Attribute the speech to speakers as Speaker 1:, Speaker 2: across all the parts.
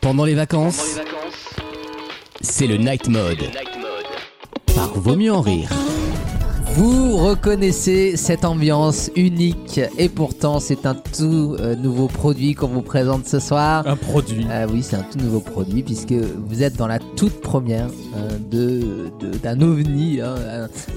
Speaker 1: Pendant les vacances, c'est le night mode. Par Vaut mieux en rire.
Speaker 2: Vous reconnaissez cette ambiance unique et pourtant c'est un tout euh, nouveau produit qu'on vous présente ce soir.
Speaker 3: Un produit.
Speaker 2: Ah oui, c'est un tout nouveau produit puisque vous êtes dans la toute première euh, de de- d'un ovni, hein,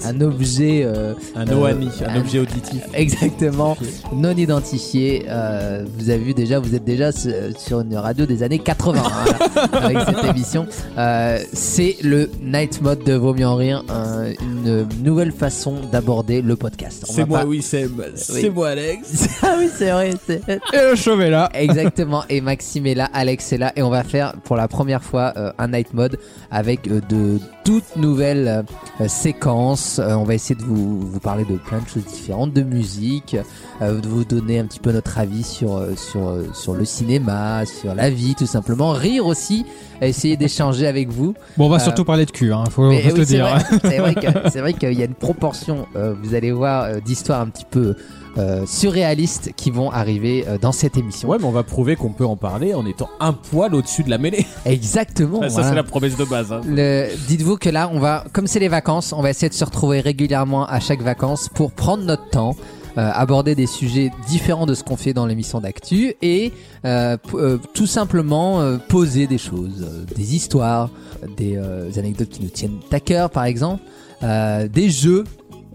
Speaker 2: un, un objet euh,
Speaker 3: Un
Speaker 2: euh,
Speaker 3: OANI, un
Speaker 2: un-
Speaker 3: objet auditif.
Speaker 2: Euh, exactement non identifié. Euh, vous avez vu déjà, vous êtes déjà su- sur une radio des années 80 hein, avec cette émission. Euh, c'est le Night Mode de Vaut mieux en rire, un- une nouvelle façon d'aborder le podcast. On
Speaker 3: C'est
Speaker 2: va
Speaker 3: moi,
Speaker 2: pas-
Speaker 3: oui, c'est c'est moi, Alex.
Speaker 2: ah oui, c'est vrai. c'est-
Speaker 3: Et Chauvet là.
Speaker 2: Exactement. Et Maxime est là, Alex est là, et on va faire pour la première fois euh, un night mode avec euh, de toutes nouvelles euh, séquences. Euh, on va essayer de vous, vous parler de plein de choses différentes, de musique, euh, de vous donner un petit peu notre avis sur euh, sur euh, sur le cinéma, sur la vie, tout simplement. Rire aussi, essayer d'échanger avec vous.
Speaker 4: Bon, on va
Speaker 2: Euh,
Speaker 4: surtout parler de cul, hein, faut,
Speaker 2: Mais
Speaker 4: faut se
Speaker 2: oui,
Speaker 4: le
Speaker 2: c'est
Speaker 4: dire.
Speaker 2: vrai,
Speaker 3: hein.
Speaker 2: c'est vrai que- c'est vrai qu'il y a une proportion, euh, vous allez voir, euh, d'histoires un petit peu euh, surréalistes qui vont arriver euh, dans cette émission.
Speaker 3: Ouais, mais on va prouver qu'on peut en parler en étant un poil au-dessus de la mêlée.
Speaker 2: Exactement.
Speaker 3: ça,
Speaker 2: voilà.
Speaker 3: c'est la promesse de base. hein.
Speaker 2: Le- Dites-vous que là, on va, comme c'est les vacances, on va essayer de se retrouver régulièrement à chaque vacances pour prendre notre temps. euh, aborder des sujets différents de ce qu'on fait dans l'émission d'actu et euh, p- euh, tout simplement euh, poser des choses, euh, des histoires, des euh, anecdotes qui nous tiennent à cœur par exemple, euh, des jeux.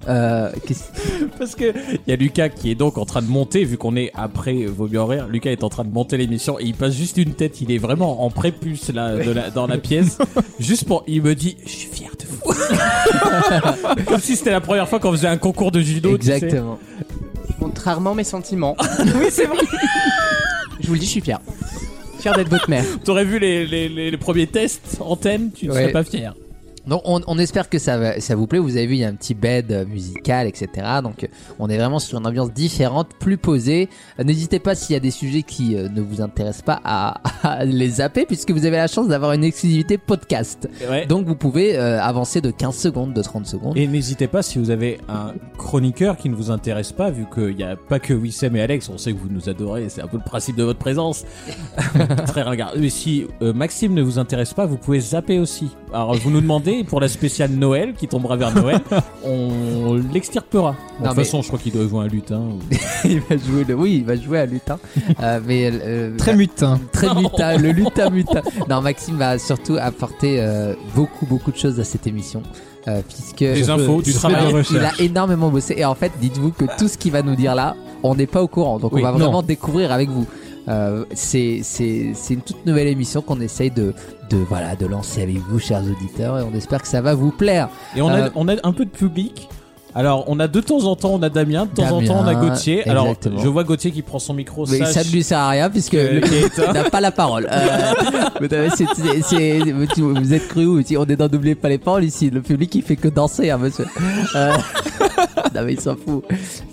Speaker 2: Euh, qu'est-ce-
Speaker 3: Parce que il y a Lucas qui est donc en train de monter, vu qu'on est après Vaut mieux en rire. Lucas est en train de monter l'émission et il passe juste une tête. Il est vraiment en prépuce là, de la- dans la pièce. juste pour. Il me dit Je suis fier de vous. Comme si c'était la première fois qu'on faisait un concours de judo. tu sais.
Speaker 2: Exactement.
Speaker 5: montre rarement mes sentiments. oui, c'est vrai. Je vous le dis, je suis fier. Fier d'être votre mère.
Speaker 3: T'aurais vu les, les- les- les premiers tests en thème, tu ne
Speaker 2: Ouais.
Speaker 3: serais pas fier.
Speaker 2: Donc on, on espère que ça, va- ça vous plaît. Vous avez vu, il y a un petit bed euh, musical, etc. Donc euh, on est vraiment sur une ambiance différente, plus posée. Euh, N'hésitez pas s'il y a des sujets qui euh, ne vous intéressent pas à, à les zapper, puisque vous avez la chance d'avoir une exclusivité podcast.
Speaker 3: Ouais.
Speaker 2: Donc vous pouvez euh, avancer de 15 secondes, de 30 secondes.
Speaker 3: Et n'hésitez pas si vous avez un chroniqueur qui ne vous intéresse pas, vu qu'il n'y a pas que Wissem et Alex, on sait que vous nous adorez, c'est un peu le principe de votre présence. Très ringard. Mais si euh, Maxime ne vous intéresse pas, vous pouvez zapper aussi. Alors vous nous demandez, pour la spéciale Noël qui tombera vers Noël, on l'extirpera. Bon,
Speaker 2: Non,
Speaker 3: de toute
Speaker 2: mais-
Speaker 3: façon, je crois qu'il doit jouer un hein. lutin. ou-
Speaker 2: il va jouer le, oui, il va jouer à lutin. Euh, mais euh,
Speaker 4: Très hein. mutin.
Speaker 2: Très mutin, le lutin mutin. Non, Maxime va surtout apporter euh, beaucoup, beaucoup de choses à cette émission. euh, puisque
Speaker 3: Des infos, du
Speaker 4: je fais
Speaker 3: travail.
Speaker 4: des
Speaker 2: il a
Speaker 4: recherches.
Speaker 2: énormément bossé. Et en fait, dites-vous que tout ce qu'il va nous dire là, on n'est pas au courant. Donc,
Speaker 3: Oui,
Speaker 2: on va
Speaker 3: non.
Speaker 2: vraiment découvrir avec vous. Euh, c'est c'est- c'est une toute nouvelle émission qu'on essaye de, de, voilà, de lancer avec vous, chers auditeurs. Et on espère que ça va vous plaire.
Speaker 3: Et on a,
Speaker 2: Euh.
Speaker 3: on a un peu de public. Alors, on a de temps en temps, on a Damien, de temps en
Speaker 2: Damien,
Speaker 3: temps, on a Gauthier. Alors,
Speaker 2: exactement.
Speaker 3: je vois Gauthier qui prend son micro.
Speaker 2: Mais
Speaker 3: sache
Speaker 2: ça ne lui sert à rien puisque
Speaker 3: que-
Speaker 2: le-
Speaker 3: qui est
Speaker 2: il n'a pas la parole. Euh, vous, savez, c'est- c'est- c'est- vous- tu- vous êtes cru où Si On est dans N'oubliez pas les paroles ici. Le public, il fait que danser, hein, monsieur. Euh, non, mais il s'en fout.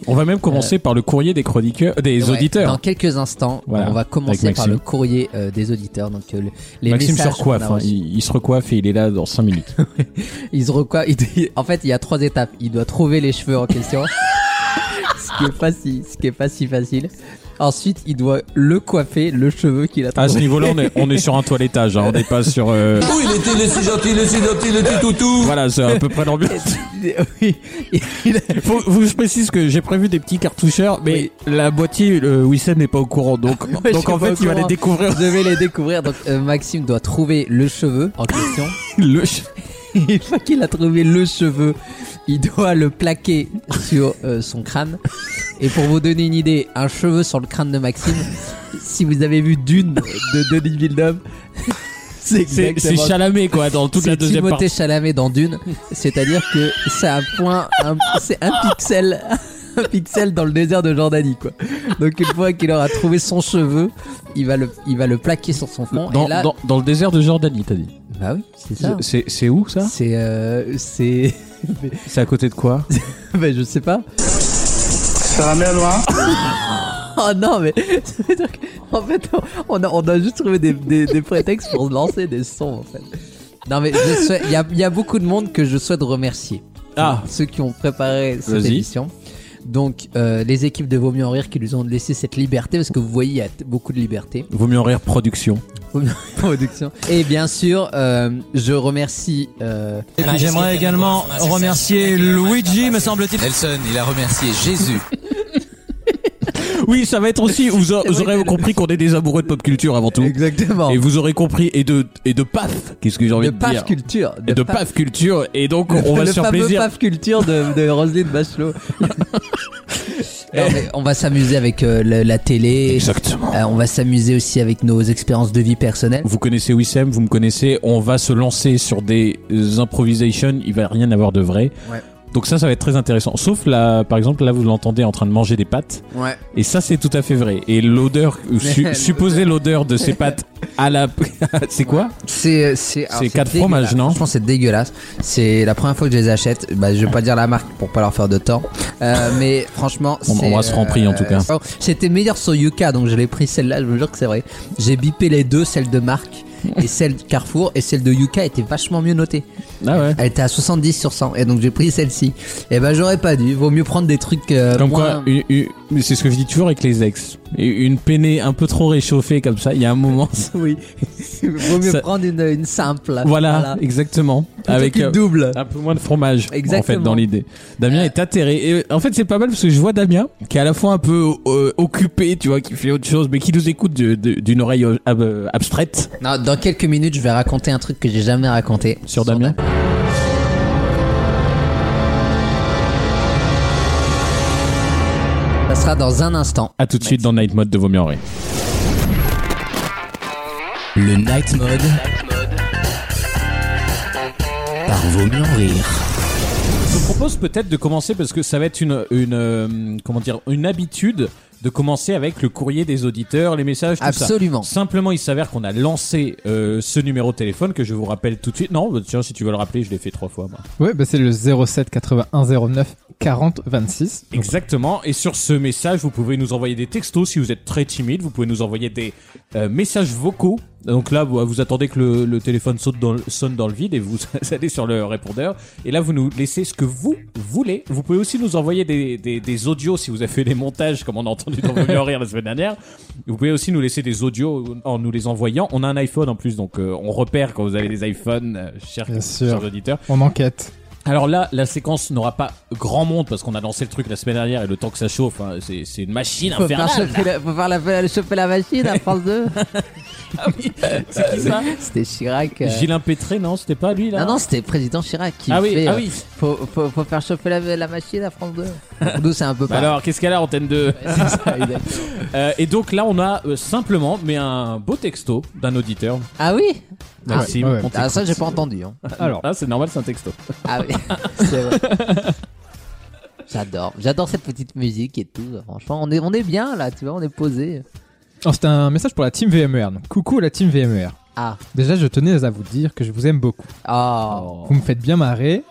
Speaker 3: On va même commencer par le courrier des chroniqueurs, euh, des
Speaker 2: Euh. Ouais,
Speaker 3: auditeurs.
Speaker 2: Dans quelques instants,
Speaker 3: Voilà,
Speaker 2: on va commencer
Speaker 3: avec
Speaker 2: par
Speaker 3: Maxime.
Speaker 2: le courrier euh, des auditeurs. Donc, euh, le- les
Speaker 3: Maxime
Speaker 2: messages
Speaker 3: se recoiffe,
Speaker 2: qu'on a
Speaker 3: hein.
Speaker 2: reçus.
Speaker 3: il, il se recoiffe et il est là dans 5 minutes.
Speaker 2: Il se recoiffe. il- en fait, il y a trois étapes. Il doit trouver les cheveux en question. ce qui est pas si, ce qui est pas si facile. Ensuite, il doit le coiffer, le cheveu qu'il a
Speaker 3: À ce
Speaker 2: trouvé.
Speaker 3: niveau-là, on est, on est sur un toilettage, hein, on n'est pas sur. euh,
Speaker 6: Oh, il était le si gentil, le si gentil, le petit toutou.
Speaker 3: Voilà, c'est à peu près l'ambiance.
Speaker 2: Oui. Il-
Speaker 3: Faut, faut que je précise que j'ai prévu des petits cartoucheurs, mais la boîtier, euh, Wissem n'est pas au courant, donc,
Speaker 2: je
Speaker 3: donc
Speaker 2: suis
Speaker 3: en
Speaker 2: pas
Speaker 3: fait,
Speaker 2: au
Speaker 3: il va les
Speaker 2: courant.
Speaker 3: découvrir.
Speaker 2: Je vais les découvrir. Donc, euh, Maxime doit trouver le cheveu en question.
Speaker 3: Le ch-
Speaker 2: Une fois qu'il a trouvé le cheveu, il doit le plaquer sur euh, son crâne. Et pour vous donner une idée, un cheveu sur le crâne de Maxime, si vous avez vu Dune de Denis Villeneuve, c'est
Speaker 3: C'est c'est
Speaker 2: exactement
Speaker 3: Chalamet, quoi, dans toute la
Speaker 2: c'est
Speaker 3: deuxième
Speaker 2: Timothée
Speaker 3: partie.
Speaker 2: Chalamet dans Dune, c'est-à-dire que c'est un point, un- c'est un pixel, un pixel dans le désert de Jordanie, quoi. Donc une fois qu'il aura trouvé son cheveu, il va le, il va le plaquer sur son front.
Speaker 3: Dans,
Speaker 2: et là,
Speaker 3: dans- dans le désert de Jordanie, t'as dit.
Speaker 2: bah oui, c'est ça.
Speaker 3: C'est c'est où ça
Speaker 2: C'est, euh, c'est,
Speaker 3: C'est à côté de quoi
Speaker 2: bah je sais pas.
Speaker 7: Ça ramène loin
Speaker 2: Oh non, mais ça veut dire qu'en fait, on- on a, on a juste trouvé des, des- des prétextes pour lancer des sons en fait. Non mais je souhaite- il y a, il y a beaucoup de monde que je souhaite remercier.
Speaker 3: Ah.
Speaker 2: Ceux qui ont préparé cette
Speaker 3: Vas-y.
Speaker 2: émission. Donc euh, les équipes de Vaut mieux en rire qui nous ont laissé cette liberté parce que vous voyez il y a t- beaucoup de liberté.
Speaker 3: Vaut mieux en rire production.
Speaker 2: aux productions. Et bien sûr, euh, je remercie. euh,
Speaker 8: Et puis j'aimerais également remercier Luigi, me semble-t-il.
Speaker 9: Nelson, il a remercié Jésus.
Speaker 3: Oui, ça va être aussi. Vous, a- vous aurez compris qu'on est des amoureux de pop culture avant tout.
Speaker 2: Exactement.
Speaker 3: Et vous aurez compris et de et de paf. Qu'est-ce que j'ai envie
Speaker 2: de
Speaker 3: de, dire
Speaker 2: paf culture.
Speaker 3: Et de paf culture. Et donc on va
Speaker 2: le
Speaker 3: se faire
Speaker 2: fameux
Speaker 3: plaisir.
Speaker 2: paf culture de, de Roselyne Bachelot. Non, mais on va s'amuser avec euh, la, la télé.
Speaker 3: Exactement.
Speaker 2: Euh, on va s'amuser aussi avec nos expériences de vie personnelle.
Speaker 3: Vous connaissez Wissem, vous me connaissez. On va se lancer sur des euh, improvisations. Il va rien avoir de vrai.
Speaker 2: Ouais.
Speaker 3: Donc ça, ça va être très intéressant. Sauf là, par exemple, là vous l'entendez en train de manger des pâtes.
Speaker 2: Ouais.
Speaker 3: Et ça, c'est tout à fait vrai. Et l'odeur, euh,
Speaker 2: l'odeur.
Speaker 3: supposez supposer l'odeur de ces pâtes à la, c'est quoi
Speaker 2: C'est euh, c'est alors,
Speaker 3: C'est quatre
Speaker 2: dégueulasse.
Speaker 3: fromages, non
Speaker 2: Franchement, c'est dégueulasse. C'est la première fois que je les achète. Bah, je vais pas dire la marque pour pas leur faire de tort. Euh, mais franchement,
Speaker 3: bah, On- on
Speaker 2: c'est,
Speaker 3: embrasse Franprix, en tout cas.
Speaker 2: oh, C'était meilleur sur Yuka, donc je l'ai pris celle-là. Je vous jure que c'est vrai. J'ai bipé les deux, celle de marque et celle de Carrefour et celle de Yuka était vachement mieux notée.
Speaker 3: Ah ouais.
Speaker 2: Elle était à 70 sur 100 et donc j'ai pris celle-ci. Et ben j'aurais pas dû. Vaut mieux prendre des trucs. euh,
Speaker 3: Comme
Speaker 2: moins-
Speaker 3: quoi, une- une- mais c'est ce que je dis toujours avec les ex. Et Une peinée un peu trop réchauffée comme ça, il y a un moment. ça-
Speaker 2: Oui. Vaut mieux
Speaker 3: Ça-
Speaker 2: prendre une, une simple.
Speaker 3: Voilà, exactement. Avec
Speaker 2: une
Speaker 3: euh,
Speaker 2: double.
Speaker 3: un peu moins de fromage, en fait,
Speaker 2: Exactement.
Speaker 3: dans l'idée. Damien
Speaker 2: Euh.
Speaker 3: est atterré. Et en fait, c'est pas mal parce que je vois Damien qui est à la fois un peu euh, occupé, tu vois, qui fait autre chose, mais qui nous écoute de- de- d'une oreille euh, ab- euh, abstraite
Speaker 2: Non, dans quelques minutes, je vais raconter un truc que j'ai jamais raconté.
Speaker 3: sur Damien.
Speaker 2: Ça sera dans un instant.
Speaker 3: À tout de suite dans Night Mode de Vaut mieux en rire.
Speaker 10: Le Night Mode. Par Vaut mieux en rire.
Speaker 3: Je vous propose peut-être de commencer parce que ça va être une, une euh, comment dire une habitude de commencer avec le courrier des auditeurs, les messages, tout
Speaker 2: Absolument.
Speaker 3: ça. Simplement, il s'avère qu'on a lancé euh, ce numéro de téléphone que je vous rappelle tout de suite. Non, bah, tiens, si tu veux le rappeler, je l'ai fait trois fois. Moi.
Speaker 4: Ouais, bah c'est le 07 81 09 40 26. Donc,
Speaker 3: Exactement. Et sur ce message, vous pouvez nous envoyer des textos si vous êtes très timide. Vous pouvez nous envoyer des euh, messages vocaux. Donc là, vous, vous attendez que le, le téléphone saute dans, le- sonne dans le vide et vous allez sur le répondeur. Et là, vous nous laissez ce que vous voulez. Vous pouvez aussi nous envoyer des, des, des audios si vous avez fait des montages, comme on a entendu dans Vos Mieux en Rire la semaine dernière. Vous pouvez aussi nous laisser des audios en nous les envoyant. On a un iPhone en plus, donc euh, on repère quand vous avez des iPhones, euh, chers,
Speaker 4: Bien sûr.
Speaker 3: chers auditeurs.
Speaker 4: On enquête.
Speaker 3: Alors là, la séquence n'aura pas grand monde parce qu'on a lancé le truc la semaine dernière et le temps que ça chauffe, hein, c'est c'est une machine
Speaker 2: Faut faire,
Speaker 3: infernale.
Speaker 2: chauffer la, faut faire la, la- chauffer la machine à France 2.
Speaker 3: C'est qui ça
Speaker 2: C'était Chirac. euh.
Speaker 3: Gilles Impétré, non, c'était pas lui
Speaker 2: Non,
Speaker 3: là
Speaker 2: hein. Ah non, c'était président Chirac qui
Speaker 3: Ah oui,
Speaker 2: fait,
Speaker 3: ah
Speaker 2: euh,
Speaker 3: oui.
Speaker 2: Faut, faut, faut faire chauffer la, la machine à France 2. France 2, c'est un peu
Speaker 3: Bah
Speaker 2: pas.
Speaker 3: alors, qu'est-ce qu'elle a, antenne 2
Speaker 2: ah
Speaker 3: Euh, Et donc là, on a euh, simplement, mais un beau texto d'un auditeur.
Speaker 2: oui Ah,
Speaker 3: Maxime,
Speaker 4: ouais, ouais.
Speaker 3: on t'écoute.
Speaker 2: Ah, ça, j'ai pas entendu. hein.
Speaker 4: Alors,
Speaker 3: Ah, c'est normal, c'est un texto.
Speaker 2: Ah oui, c'est vrai. J'adore, j'adore cette petite musique et tout. Franchement, on est, on est bien là, tu vois, on est posé.
Speaker 4: alors, c'est un message pour la team VMR. Donc, coucou la team VMR.
Speaker 2: Ah,
Speaker 4: Déjà, je tenais à vous dire que je vous aime beaucoup.
Speaker 2: oh.
Speaker 4: Vous me faites bien marrer.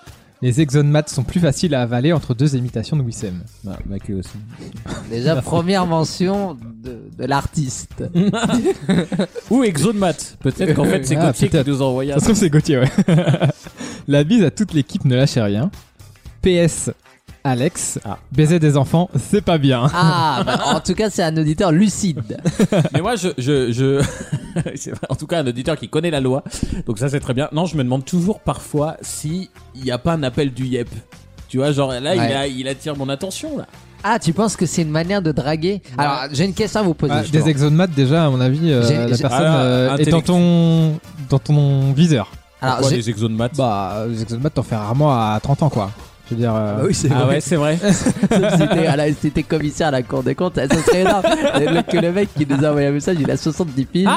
Speaker 4: Les exonmates sont plus faciles à avaler entre deux imitations de Wissem.
Speaker 3: Bah, Mathieu aussi.
Speaker 2: Déjà, première mention de, de l'artiste.
Speaker 3: Ou Exomat. Peut-être qu'en fait, c'est
Speaker 4: Ah,
Speaker 3: Gauthier qui
Speaker 4: peut-être.
Speaker 3: nous envoyait
Speaker 4: Ça se trouve, c'est Gauthier, ouais. la bise à toute l'équipe, ne lâchez rien. PS, Alex,
Speaker 3: Ah.
Speaker 4: baiser des enfants, c'est pas bien.
Speaker 2: Ah, bah, en tout cas, c'est un auditeur lucide.
Speaker 3: Mais moi, je, je, je... c'est vrai, en tout cas un auditeur qui connaît la loi, donc ça c'est très bien. Non, je me demande toujours parfois si il n'y a pas un appel du yep. Tu vois, genre là, il,
Speaker 2: Ouais.
Speaker 3: a- il attire mon attention là.
Speaker 2: Ah, tu penses que c'est une manière de draguer Alors, j'ai une question à vous poser.
Speaker 4: Ah,
Speaker 2: justement.
Speaker 4: des exomates, déjà, à mon avis, euh,
Speaker 2: J'ai-
Speaker 4: la
Speaker 2: j'ai-
Speaker 4: personne
Speaker 3: Ah,
Speaker 4: euh, est
Speaker 3: intellect.
Speaker 4: dans ton, dans ton viseur.
Speaker 2: Alors,
Speaker 3: Pourquoi
Speaker 2: j'ai-
Speaker 3: les exos de maths
Speaker 4: Bah, les exomates, t'en fais rarement à 30 ans, quoi. Je veux dire. euh,
Speaker 2: c'est
Speaker 3: Ah ouais, c'est vrai.
Speaker 2: Sauf si t'es à la- si t'es commissaire à la Cour des comptes, ça serait énorme. Le, le- que le mec qui nous a envoyé un message, il a 70 piles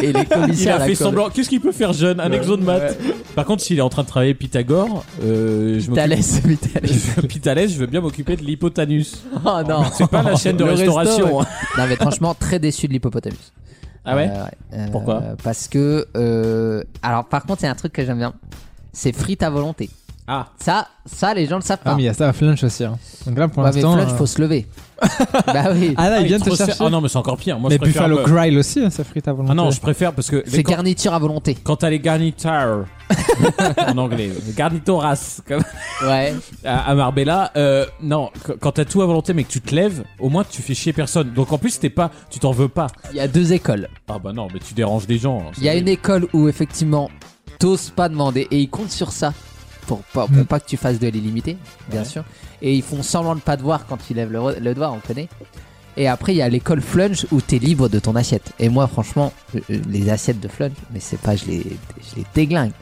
Speaker 2: et il est
Speaker 3: Ah Il
Speaker 2: commissaire à
Speaker 3: a
Speaker 2: la
Speaker 3: fait
Speaker 2: Cour des
Speaker 3: semblant. Qu'est-ce qu'il peut faire jeune Un exo de maths. Par contre, s'il est en train de travailler Pythagore, euh, je m'occupe-
Speaker 2: Thalès, mais Thalès.
Speaker 3: Pythalès, je veux bien m'occuper de l'hypotanus.
Speaker 2: Oh non.
Speaker 3: C'est pas la chaîne de
Speaker 2: Le resto,
Speaker 3: restauration.
Speaker 2: ouais. Non, mais franchement, très déçu de l'hippopotamus.
Speaker 3: Ah ouais
Speaker 2: Euh, Euh,
Speaker 3: Pourquoi
Speaker 2: Parce que. euh, alors, par contre, il y a un truc que j'aime bien. C'est frites à volonté.
Speaker 3: Ah,
Speaker 2: Ça, ça, les gens le savent
Speaker 4: Ah,
Speaker 2: pas.
Speaker 4: mais il y a ça à Flunch aussi. hein. Donc là, pour
Speaker 2: Ouais, mais
Speaker 4: l'instant.
Speaker 2: Flunch,
Speaker 4: euh,
Speaker 2: faut se lever. bah oui.
Speaker 4: Ah là,
Speaker 3: Ah,
Speaker 4: il vient de te
Speaker 3: trop
Speaker 4: chercher.
Speaker 3: cher- Ah non, mais c'est encore pire. Moi,
Speaker 4: mais
Speaker 3: je préfère
Speaker 4: Buffalo
Speaker 3: le-
Speaker 4: Grill aussi, hein, ça frite à volonté.
Speaker 3: Ah non, je préfère parce que
Speaker 2: C'est
Speaker 3: les- quand,
Speaker 2: garniture à volonté.
Speaker 3: quand t'as les garnitures en anglais, garnitoras comme
Speaker 2: Ouais.
Speaker 3: à, à Marbella, euh, non, qu- quand t'as tout à volonté mais que tu te lèves, au moins tu fais chier personne. Donc en plus t'es pas, tu t'en veux pas.
Speaker 2: Il y a deux écoles.
Speaker 3: Ah bah non, mais tu déranges des gens. hein,
Speaker 2: Il y a
Speaker 3: c'est-
Speaker 2: une école où effectivement t'oses pas demander et ils comptent sur ça pour pas, pour
Speaker 4: Mm.
Speaker 2: pas que tu fasses de l'illimité, bien sûr. Et ils font semblant de pas te voir quand tu lèves le, re- le doigt, on connaît. Et après il y a l'école flunch où t'es libre de ton assiette. Et moi franchement euh, euh, les assiettes de flunch, mais c'est pas je les je les déglingue.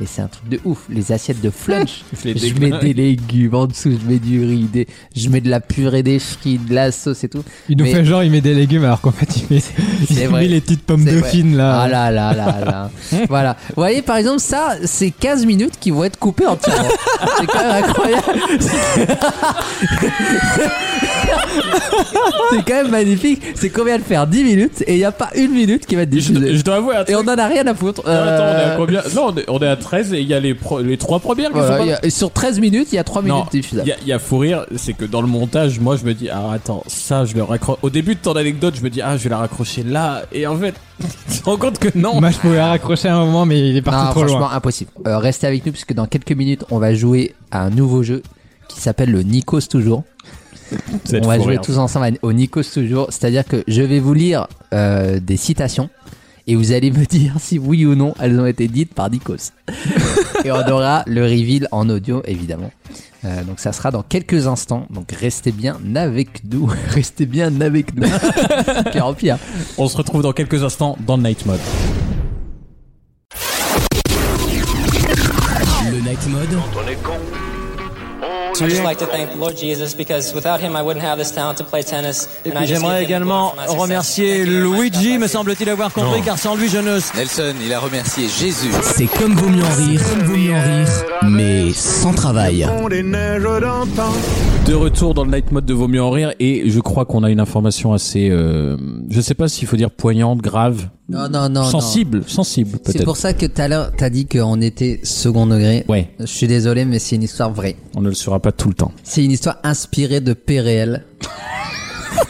Speaker 2: Mais c'est un truc de ouf, les assiettes de flunch.
Speaker 3: Je les
Speaker 2: je mets
Speaker 3: déglingue.
Speaker 2: des légumes en dessous, je mets du riz, des- je mets de la purée, des frites, de la sauce et tout.
Speaker 4: Il nous
Speaker 2: Mais-
Speaker 4: fait genre, il met des légumes alors qu'en fait, il met, il
Speaker 2: vrai.
Speaker 4: met les petites pommes
Speaker 2: C'est
Speaker 4: de
Speaker 2: vrai.
Speaker 4: fines là.
Speaker 2: Ah là là là là. voilà. Vous voyez, par exemple, ça, c'est 15 minutes qui vont être coupées en entièrement. c'est quand même incroyable. c'est quand même magnifique. C'est combien de faire 10 minutes et il n'y a pas une minute qui va être
Speaker 3: Je,
Speaker 2: diffusée.
Speaker 3: je dois avouer un
Speaker 2: Et
Speaker 3: truc.
Speaker 2: on en a rien à foutre.
Speaker 3: Non, attends, on est
Speaker 2: Euh,
Speaker 3: à combien Non, on est, on est à 13 et il y a les, pro- les trois premières qui
Speaker 2: voilà,
Speaker 3: sont pas-
Speaker 2: il y a- et sur 13 minutes, il y a 3 minutes
Speaker 3: Non, il
Speaker 2: diffusables.
Speaker 3: y, a- il y a fou rire, c'est que dans le montage, moi je me dis, ah attends, ça je le raccroche. Au début de ton anecdote, je me dis, ah je vais la raccrocher là, et en fait, tu te rends compte que non.
Speaker 4: Moi, je pouvais la raccrocher à un moment, mais il est parti
Speaker 2: Non,
Speaker 4: trop
Speaker 2: franchement,
Speaker 4: loin.
Speaker 2: impossible. Euh, restez avec nous puisque dans quelques minutes, on va jouer à un nouveau jeu qui s'appelle le Nikos toujours.
Speaker 3: Ça va être
Speaker 2: On va
Speaker 3: fou
Speaker 2: jouer
Speaker 3: rire.
Speaker 2: tous ensemble au Nikos toujours. C'est-à-dire que je vais vous lire euh, des citations et vous allez me dire si oui ou non elles ont été dites par Nikos. et on aura le reveal en audio évidemment. Euh, donc ça sera dans quelques instants. Donc restez bien avec nous. restez bien avec nous. pire en pire.
Speaker 3: On se retrouve dans quelques instants dans le Night Mode.
Speaker 11: Le Night Mode
Speaker 12: So I just like to thank the Lord Jesus because without him I wouldn't have this talent to play tennis.
Speaker 13: Et
Speaker 12: and I
Speaker 2: Ah,
Speaker 13: puis
Speaker 12: just
Speaker 13: j'aimerais
Speaker 12: give him the
Speaker 13: également
Speaker 12: glory for my success.
Speaker 13: remercier
Speaker 12: Thank you very much.
Speaker 13: Luigi,
Speaker 12: God
Speaker 13: me
Speaker 12: bless you.
Speaker 13: semble-t-il avoir compris, car sans lui je ne
Speaker 14: Nelson, il a remercié Jésus.
Speaker 11: C'est comme vaut mieux en rire, vaut mieux en rire, mais sans travail.
Speaker 3: De retour dans le night mode de Vaut mieux en rire et je crois qu'on a une information assez, euh, je sais pas s'il faut dire poignante, grave,
Speaker 2: Non non non. non.
Speaker 3: sensible, sensible
Speaker 2: C'est
Speaker 3: peut-être.
Speaker 2: pour ça que tout à l'heure t'as dit qu'on était second degré.
Speaker 3: Ouais,
Speaker 2: Je suis désolé mais c'est une histoire vraie.
Speaker 3: on ne le saura pas tout le temps.
Speaker 2: C'est une histoire inspirée de PRL.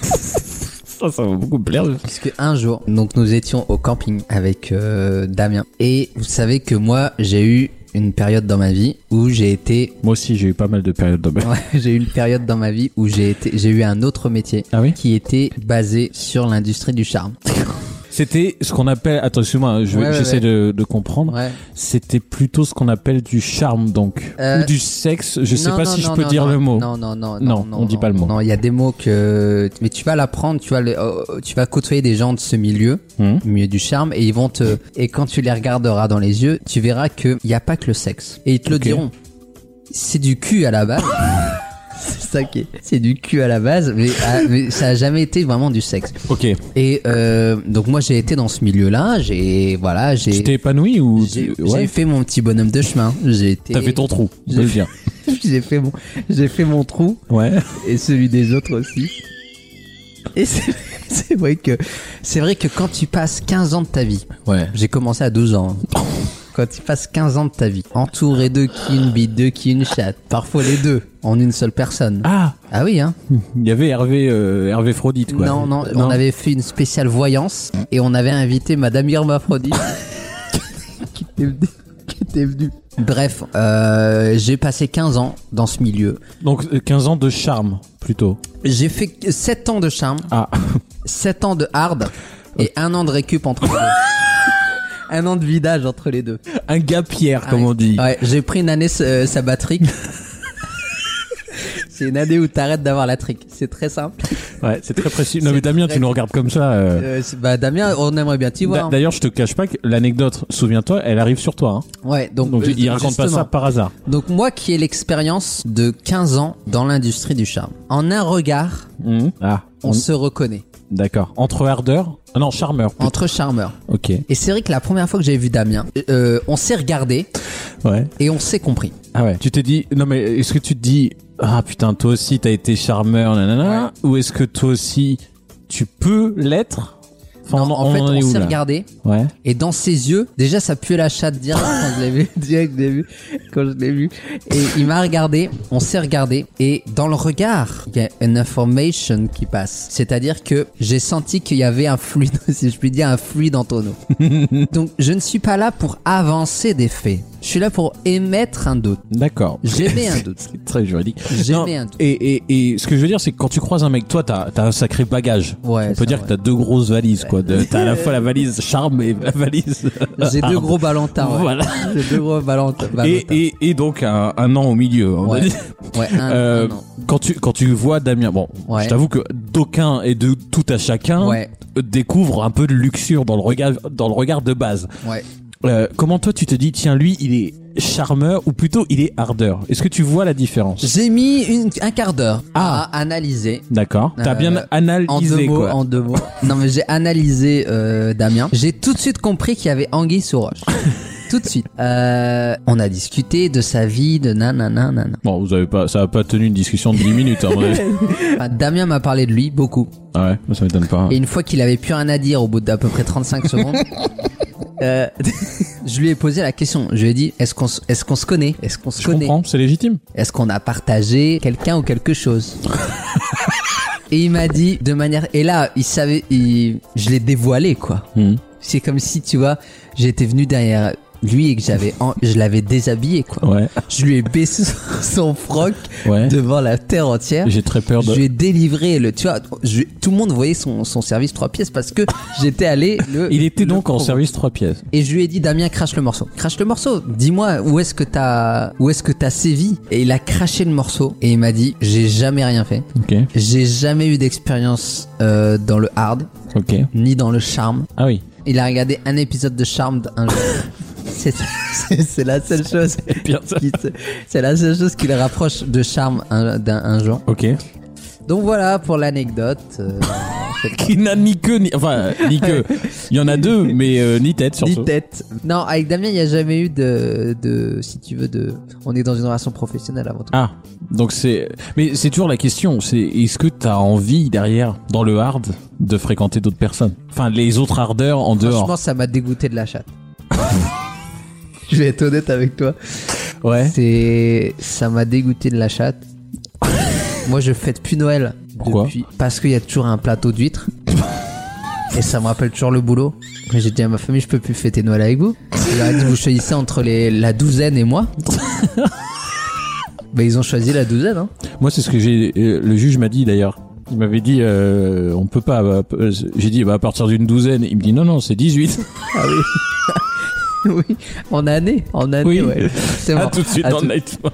Speaker 3: Ça, ça va beaucoup plaire.
Speaker 2: Puisque un jour, donc nous étions au camping avec euh, Damien. Et vous savez que moi, j'ai eu une période dans ma vie où j'ai été.
Speaker 3: Moi aussi, j'ai eu pas mal de périodes de
Speaker 2: Ouais, j'ai eu une période dans ma vie où j'ai été, j'ai eu un autre métier
Speaker 3: Ah oui
Speaker 2: qui était basé sur l'industrie du charme.
Speaker 3: C'était ce qu'on appelle, attends, excuse-moi, hein, je-
Speaker 2: Ouais, ouais,
Speaker 3: j'essaie
Speaker 2: ouais.
Speaker 3: de, de comprendre.
Speaker 2: Ouais.
Speaker 3: C'était plutôt ce qu'on appelle du charme, donc.
Speaker 2: Euh,
Speaker 3: Ou du sexe, je sais
Speaker 2: Non,
Speaker 3: pas
Speaker 2: non,
Speaker 3: si je
Speaker 2: non,
Speaker 3: peux
Speaker 2: non,
Speaker 3: dire
Speaker 2: non.
Speaker 3: le mot.
Speaker 2: Non, non, non,
Speaker 3: Non, on dit pas le mot.
Speaker 2: Non, il y a des mots que, mais tu vas l'apprendre, tu vas le- euh, tu vas côtoyer des gens de ce milieu,
Speaker 3: Hmm.
Speaker 2: milieu du charme, et ils vont te, et quand tu les regarderas dans les yeux, tu verras que il y a pas que le sexe. Et ils te le
Speaker 3: Ok.
Speaker 2: diront. C'est du cul à la base. C'est ça qui est- c'est du cul à la base, mais, ah, mais ça a jamais été vraiment du sexe.
Speaker 3: Ok.
Speaker 2: Et euh, donc moi j'ai été dans ce milieu-là, j'ai voilà,
Speaker 3: Tu t'es
Speaker 2: j'ai
Speaker 3: épanoui ou
Speaker 2: j'ai
Speaker 3: tu- ouais,
Speaker 2: j'ai fait mon petit bonhomme de chemin. J'ai été,
Speaker 3: T'as fait ton trou, on
Speaker 2: j'ai
Speaker 3: peut le
Speaker 2: fait-
Speaker 3: dire.
Speaker 2: j'ai fait mon, j'ai fait mon trou
Speaker 3: Ouais.
Speaker 2: et celui des autres aussi. Et c'est c'est vrai que c'est vrai que quand tu passes 15 ans de ta vie,
Speaker 3: Ouais.
Speaker 2: j'ai commencé à 12 ans. hein. Quand tu passes 15 ans de ta vie, entouré de qui une bite, de qui une chatte, parfois les deux en une seule personne.
Speaker 3: Ah,
Speaker 2: Ah oui hein.
Speaker 3: il y avait Hervé, euh, Hervé Fraudite, quoi.
Speaker 2: Non, non on avait fait une spéciale voyance et on avait invité Madame Hermaphrodite qui était venue. qui était venue. Bref, euh, j'ai passé 15 ans dans ce milieu.
Speaker 3: Donc euh, 15 ans de charme, plutôt.
Speaker 2: J'ai fait 7 ans de charme.
Speaker 3: Ah,
Speaker 2: 7 ans de hard et un an de récup entre les deux. un an de vidage entre les deux.
Speaker 3: un gars pierre, comme on dit.
Speaker 2: Ah Ouais, j'ai pris une année euh, sabbatrique. c'est une année où t'arrêtes d'avoir la trique. C'est très simple.
Speaker 3: Ouais, c'est très précis. Non,
Speaker 2: C'est
Speaker 3: mais Damien,
Speaker 2: très-
Speaker 3: tu nous regardes comme ça. euh.
Speaker 2: Euh, c'est- bah Damien, on aimerait bien t'y
Speaker 3: D'a-
Speaker 2: voir. hein.
Speaker 3: D'ailleurs, je te cache pas que l'anecdote, souviens-toi, elle arrive sur toi. hein.
Speaker 2: Ouais, donc,
Speaker 3: Donc,
Speaker 2: euh,
Speaker 3: il raconte pas
Speaker 2: justement.
Speaker 3: ça par hasard.
Speaker 2: Donc moi qui ai l'expérience de 15 ans dans l'industrie du charme. En un regard,
Speaker 3: Ah,
Speaker 2: Mmh. on,
Speaker 3: on-
Speaker 2: se reconnaît
Speaker 3: d'accord. Entre ardeur, ah non, charmeur. plutôt.
Speaker 2: entre charmeurs.
Speaker 3: Ok.
Speaker 2: Et c'est vrai que la première fois que j'ai vu Damien, euh, on s'est regardé
Speaker 3: Ouais.
Speaker 2: et on s'est compris.
Speaker 3: Ah ouais. Tu t'es dit, non mais est-ce que tu te dis, ah putain, toi aussi t'as été charmeur, nanana, ou est-ce que toi aussi tu peux l'être Enfin,
Speaker 2: non,
Speaker 3: on,
Speaker 2: en fait,
Speaker 3: en est
Speaker 2: on
Speaker 3: où
Speaker 2: s'est
Speaker 3: là
Speaker 2: regardé
Speaker 3: Ouais.
Speaker 2: et dans ses yeux, déjà ça puait la chatte direct quand je l'ai vu, direct début, quand je l'ai vu. Et il m'a regardé, on s'est regardé et dans le regard, il y a une information qui passe. C'est-à-dire que j'ai senti qu'il y avait un fluide, si je puis dire, un fluide en tonneau. Donc je ne suis pas là pour avancer des faits. Je suis là pour émettre un doute.
Speaker 3: D'accord.
Speaker 2: J'émets un doute.
Speaker 3: C'est très juridique.
Speaker 2: J'émets
Speaker 3: Non,
Speaker 2: un doute.
Speaker 3: Et, et, et ce que je veux dire, c'est que quand tu croises un mec, toi, t'as as un sacré bagage.
Speaker 2: Ouais,
Speaker 3: On
Speaker 2: ça,
Speaker 3: peut dire
Speaker 2: ouais.
Speaker 3: que t'as deux grosses valises, quoi. De- T'as à la fois la valise charme et la valise.
Speaker 2: J'ai deux
Speaker 3: hard.
Speaker 2: gros ballantins. ouais.
Speaker 3: Euh, Voilà.
Speaker 2: J'ai deux gros ballantins.
Speaker 3: Et, et, et donc un, un an au milieu. on va
Speaker 2: Ouais.
Speaker 3: dire.
Speaker 2: Ouais, un-
Speaker 3: Euh,
Speaker 2: un an.
Speaker 3: quand tu quand tu vois Damien, bon,
Speaker 2: Ouais.
Speaker 3: je t'avoue que d'aucuns et de tout à chacun
Speaker 2: Ouais.
Speaker 3: découvre un peu de luxure dans le regard dans le regard de base.
Speaker 2: Ouais.
Speaker 3: Euh, comment toi tu te dis tiens lui il est charmeur ou plutôt il est ardeur Est-ce que tu vois la différence
Speaker 2: J'ai mis une- un quart d'heure
Speaker 3: Ah.
Speaker 2: à analyser.
Speaker 3: D'accord. T'as
Speaker 2: Euh,
Speaker 3: bien
Speaker 2: En deux
Speaker 3: analysé
Speaker 2: mots,
Speaker 3: quoi.
Speaker 2: en deux mots. Non mais j'ai analysé euh, Damien. J'ai tout de suite compris qu'il y avait anguille sous roche. tout de suite. Euh, on a discuté de sa vie, de nanana, nanana.
Speaker 3: Bon, vous avez pas, ça a pas tenu une discussion de 10 minutes. hein, à mon avis.
Speaker 2: Enfin, Damien m'a parlé de lui beaucoup.
Speaker 3: Ah ouais, ça m'étonne pas.
Speaker 2: Et une fois qu'il avait plus rien à dire au bout d'à peu près 35 secondes, euh, je lui ai posé la question. Je lui ai dit est-ce qu'on se- est-ce qu'on se connaît Est-ce qu'on se
Speaker 3: Je
Speaker 2: connaît
Speaker 3: comprends, c'est légitime.
Speaker 2: Est-ce qu'on a partagé quelqu'un ou quelque chose Et il m'a dit de manière et là il savait, il- je l'ai dévoilé quoi.
Speaker 3: Mhm.
Speaker 2: C'est comme si tu vois, j'étais venu derrière lui et que j'avais, en- je l'avais déshabillé quoi.
Speaker 3: Ouais,
Speaker 2: Je lui ai baissé son froc
Speaker 3: ouais.
Speaker 2: devant la terre entière.
Speaker 3: J'ai très peur
Speaker 2: Je
Speaker 3: de.
Speaker 2: lui ai délivré le, tu vois, je- tout le monde voyait son, son service trois pièces parce que j'étais allé le.
Speaker 3: Il était
Speaker 2: le
Speaker 3: donc en
Speaker 2: provoquer.
Speaker 3: service 3 pièces.
Speaker 2: Et je lui ai dit Damien crache le morceau. Crache le morceau. Dis-moi où est-ce que t'as où est-ce que t'as sévi Et il a craché le morceau et il m'a dit j'ai jamais rien fait.
Speaker 3: Ok,
Speaker 2: J'ai jamais eu d'expérience euh, dans le hard
Speaker 3: ok.
Speaker 2: ni dans le charme.
Speaker 3: Ah oui.
Speaker 2: Il a regardé un épisode de charme un jour. C'est- C'est c'est la seule chose. qui se- C'est la seule chose qui le rapproche de charme un- d'un un jour.
Speaker 3: Ok.
Speaker 2: Donc voilà pour l'anecdote. euh,
Speaker 3: Qui n'a ni queue ni. Enfin, ni queue. Il y en a deux, mais euh, ni tête surtout.
Speaker 2: Ni tête. Non, avec Damien, il n'y a jamais eu de, de, si tu veux, de. On est dans une relation professionnelle avant tout.
Speaker 3: Ah, donc c'est. Mais c'est toujours la question. C'est est-ce que t'as envie derrière, dans le hard, de fréquenter d'autres personnes Enfin, les autres hardeurs en
Speaker 2: Franchement,
Speaker 3: dehors.
Speaker 2: ça m'a dégoûté de la chatte. Je vais être honnête avec toi.
Speaker 3: Ouais.
Speaker 2: C'est, ça m'a dégoûté de la chatte. Moi, je fête plus Noël.
Speaker 3: Pourquoi
Speaker 2: depuis- Parce qu'il y a toujours un plateau d'huîtres. Et ça me rappelle toujours le boulot. Mais J'ai dit à ma famille, je peux plus fêter Noël avec vous. Je leur ai dit, vous choisissez entre les, la douzaine et moi. Bah, ils ont choisi la douzaine, hein.
Speaker 3: Moi, c'est ce que j'ai. euh, Le juge m'a dit d'ailleurs. Il m'avait dit, euh, on peut pas. bah, p- euh, j'ai dit, bah, à partir d'une douzaine. Il me dit, non, non, c'est 18.
Speaker 2: Oui, en année, en année,
Speaker 3: Oui.
Speaker 2: ouais. C'est
Speaker 3: À
Speaker 2: bon.
Speaker 3: tout de suite
Speaker 2: À
Speaker 3: dans
Speaker 2: tout-
Speaker 3: Night Mode.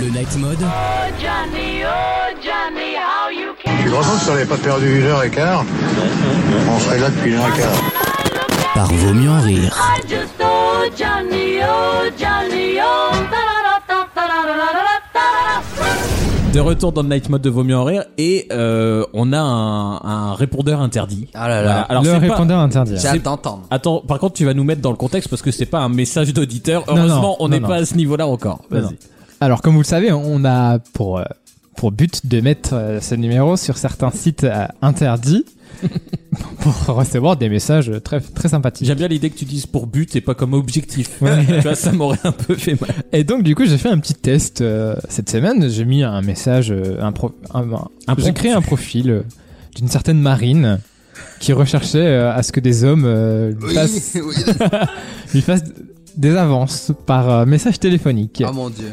Speaker 1: Le Night Mode, oh,
Speaker 15: Je suis content que ça n'avait pas perdu une heure et quart. On serait là depuis une heure et quart.
Speaker 1: par Vaut mieux en rire. oh,
Speaker 3: De retour dans le Night Mode de Vaut mieux en rire et euh, on a un, un répondeur interdit.
Speaker 2: Ah là là.
Speaker 3: Voilà. Alors
Speaker 4: le
Speaker 3: c'est pas-
Speaker 4: répondeur interdit. hein.
Speaker 2: J'ai hâte d'entendre.
Speaker 3: Attends, par contre, tu vas nous mettre dans le contexte parce que c'est pas un message d'auditeur.
Speaker 4: non,
Speaker 3: Heureusement, on
Speaker 4: non,
Speaker 3: n'est
Speaker 4: non.
Speaker 3: pas à ce niveau-là encore.
Speaker 4: Non,
Speaker 3: Vas-y.
Speaker 4: non. Alors, comme vous le savez, on a pour, euh, pour but de mettre euh, ce numéro sur certains sites euh, interdits pour recevoir des messages très, très sympathiques.
Speaker 3: J'aime bien l'idée que tu dises pour but et pas comme objectif.
Speaker 4: Ouais.
Speaker 3: tu vois, ça m'aurait un peu fait mal.
Speaker 4: Et donc, du coup, j'ai fait un petit test euh, cette semaine. J'ai mis un message, euh, un pro- un- un-
Speaker 3: prompt.
Speaker 4: j'ai créé un profil euh, d'une certaine marine qui recherchait euh, à ce que des hommes euh, lui, fassent, lui fassent des avances par euh, message téléphonique.
Speaker 2: Oh mon dieu.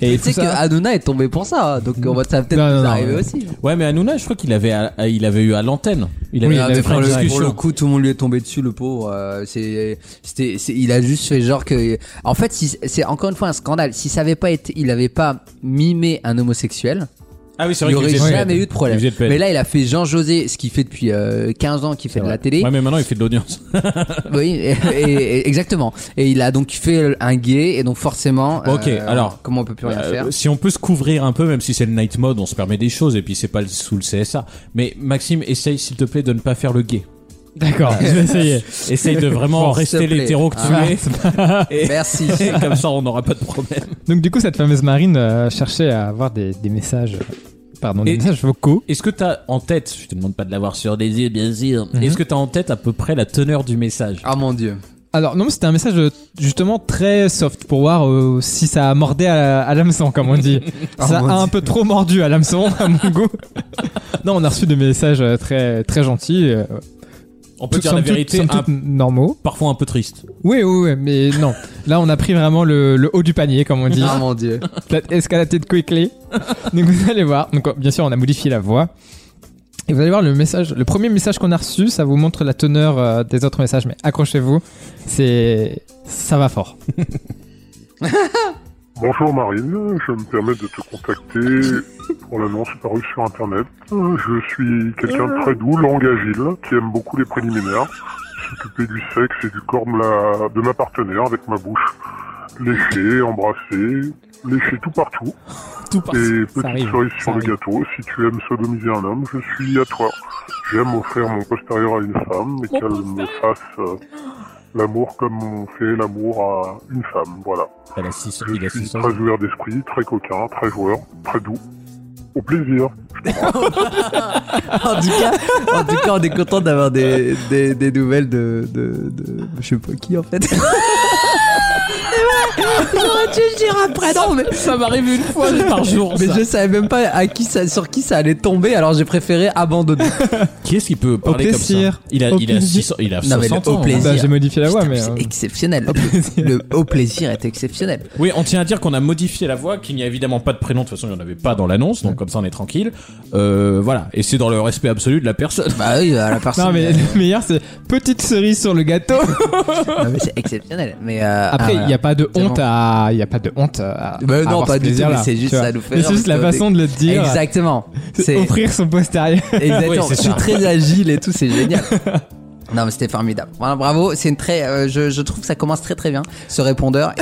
Speaker 4: Et
Speaker 2: tu sais
Speaker 4: tout
Speaker 2: que
Speaker 4: ça- Mm.
Speaker 2: Hanouna est tombé pour ça, hein, donc on va, ça va peut-être
Speaker 4: Non, non,
Speaker 2: nous
Speaker 4: non,
Speaker 2: arriver
Speaker 4: ouais.
Speaker 2: aussi.
Speaker 3: Ouais, mais Hanouna, je crois qu'il avait, à- à- il avait eu à l'antenne. Il avait
Speaker 4: Oui, il avait
Speaker 3: fait une
Speaker 4: pris le-
Speaker 3: discussion.
Speaker 2: coup, tout le monde lui est tombé dessus, le pauvre. euh, c'est, c'était, c'est- il a juste fait genre que. En fait, si- c'est encore une fois un scandale. Si ça avait pas été, il avait pas mimé un homosexuel,
Speaker 3: Ah oui,
Speaker 2: il
Speaker 3: c'est vrai
Speaker 2: n'y
Speaker 3: qu'il
Speaker 2: aurait
Speaker 3: faisait
Speaker 2: jamais
Speaker 3: le-
Speaker 2: eu de problème.
Speaker 3: il faisait le PL.
Speaker 2: Mais là, il a fait Jean José, ce qu'il fait depuis euh, 15 ans, qui fait de la télé.
Speaker 3: Ouais, mais maintenant, il fait de l'audience.
Speaker 2: Oui, et- et- exactement. Et il a donc fait un gay, et donc forcément. euh,
Speaker 3: Ok, alors,
Speaker 2: Comment on peut plus rien
Speaker 3: Euh,
Speaker 2: faire
Speaker 3: si on peut se couvrir un peu, même si c'est le night mode, on se permet des choses et puis c'est pas le- sous le CSA. Mais Maxime, essaye s'il te plaît de ne pas faire le gay.
Speaker 4: D'accord, je vais essayer.
Speaker 3: Essaye de
Speaker 2: S'il
Speaker 3: vraiment
Speaker 2: te
Speaker 3: rester
Speaker 2: plaît.
Speaker 3: l'hétéro que tu
Speaker 2: Ah.
Speaker 3: es. Et-
Speaker 2: Merci.
Speaker 3: Et comme ça, on n'aura pas de problème.
Speaker 4: Donc du coup, cette fameuse marine euh, cherchait à avoir des, des messages euh, pardon, des messages vocaux.
Speaker 3: Est-ce que t'as en tête, je te demande pas de l'avoir sur des yeux, bien sûr,
Speaker 4: Mhm.
Speaker 3: est-ce que t'as en tête à peu près la teneur du message
Speaker 2: Ah mon dieu.
Speaker 4: Alors non, mais c'était un message euh, justement très soft pour voir euh, si ça a mordé à, la- à l'hameçon, comme on dit. ça
Speaker 2: mon
Speaker 4: a un
Speaker 2: Dieu.
Speaker 4: peu trop mordu à l'hameçon, à mon goût. non, on a reçu des messages euh, très très gentils. euh,
Speaker 3: On peut
Speaker 4: toutes-
Speaker 3: dire la
Speaker 4: somme toute-
Speaker 3: vérité,
Speaker 4: somme
Speaker 3: un-
Speaker 4: toute normaux.
Speaker 3: parfois un peu triste.
Speaker 4: Oui, oui, oui, mais non. Là, on a pris vraiment le, le haut du panier, comme on dit.
Speaker 2: Ah mon dieu.
Speaker 4: La- Escaladé de quickly. Donc vous allez voir. Donc bien sûr, on a modifié la voix. Et vous allez voir le message, le premier message qu'on a reçu, ça vous montre la teneur euh, des autres messages. Mais accrochez-vous, c'est ça va fort.
Speaker 16: Bonjour Marine, je me permets de te contacter pour l'annonce parue sur Internet. Euh, Je suis quelqu'un de très doux, langue agile, qui aime beaucoup les préliminaires, s'occuper du sexe et du corps de, la- de ma partenaire avec ma bouche, lécher, embrasser, lécher tout partout.
Speaker 4: Tout partout,
Speaker 16: Et
Speaker 4: ça arrive,
Speaker 16: petite cerise
Speaker 4: ça
Speaker 16: sur le
Speaker 4: arrive.
Speaker 16: gâteau, si tu aimes sodomiser un homme, je suis à toi. J'aime offrir mon postérieur à une femme et qu'elle me fasse euh, l'amour comme on fait l'amour à une femme, voilà.
Speaker 3: Elle a six-
Speaker 16: Je
Speaker 3: il a
Speaker 16: suis
Speaker 3: 600.
Speaker 16: très ouvert d'esprit, très coquin, très joueur, très doux. Au plaisir.
Speaker 2: en, tout cas, en tout cas, on est content d'avoir des, des, des nouvelles de, de, de- Je sais pas qui en fait. J'aurais dû le dire après. Non, mais
Speaker 3: ça m'arrive une fois par jour.
Speaker 2: Mais
Speaker 3: ça.
Speaker 2: je savais même pas à qui ça, sur qui ça allait tomber, alors j'ai préféré abandonner.
Speaker 3: Qui est-ce qui peut
Speaker 4: Au
Speaker 3: parler comme ça
Speaker 4: plaisir.
Speaker 3: Il a,
Speaker 4: Au
Speaker 3: il a,
Speaker 4: plaisir.
Speaker 3: 600 il a
Speaker 2: Non, mais
Speaker 3: 60
Speaker 2: le- au
Speaker 3: ans. hein.
Speaker 2: plaisir.
Speaker 4: Bah, j'ai modifié la voix,
Speaker 2: Putain,
Speaker 4: mais
Speaker 2: c'est
Speaker 4: euh,
Speaker 2: exceptionnel. Le haut plaisir est exceptionnel.
Speaker 3: Oui, on tient à dire qu'on a modifié la voix, qu'il n'y a évidemment pas de prénom, de toute façon il n'y en avait pas dans l'annonce, donc comme ça on est tranquille. Euh, voilà, et c'est dans le respect absolu de la personne.
Speaker 2: Bah oui, à la personne.
Speaker 4: non mais le meilleur c'est petite cerise sur le gâteau.
Speaker 2: Non, mais c'est exceptionnel. Mais euh,
Speaker 4: Après,
Speaker 2: ah,
Speaker 4: il
Speaker 2: voilà.
Speaker 4: n'y a pas de
Speaker 2: C'est
Speaker 4: honte
Speaker 2: bon.
Speaker 4: à, il y a pas de honte à.
Speaker 2: Bah
Speaker 4: à
Speaker 2: non,
Speaker 4: avoir
Speaker 2: pas
Speaker 4: ce
Speaker 2: du tout,
Speaker 4: plaisir-là,
Speaker 2: mais c'est juste
Speaker 4: tu vois.
Speaker 2: ça nous fait
Speaker 4: Mais
Speaker 2: rire,
Speaker 4: c'est juste la
Speaker 2: parce qu'on
Speaker 4: façon de le dire.
Speaker 2: Exactement.
Speaker 4: C'est
Speaker 2: C'est
Speaker 4: offrir son postérieur.
Speaker 2: Exactement.
Speaker 3: Oui, c'est
Speaker 2: je suis
Speaker 3: ça.
Speaker 2: très agile et tout, c'est génial. Non mais c'était formidable. Voilà, bravo, c'est une très, euh, je, je trouve que ça commence très très bien ce répondeur.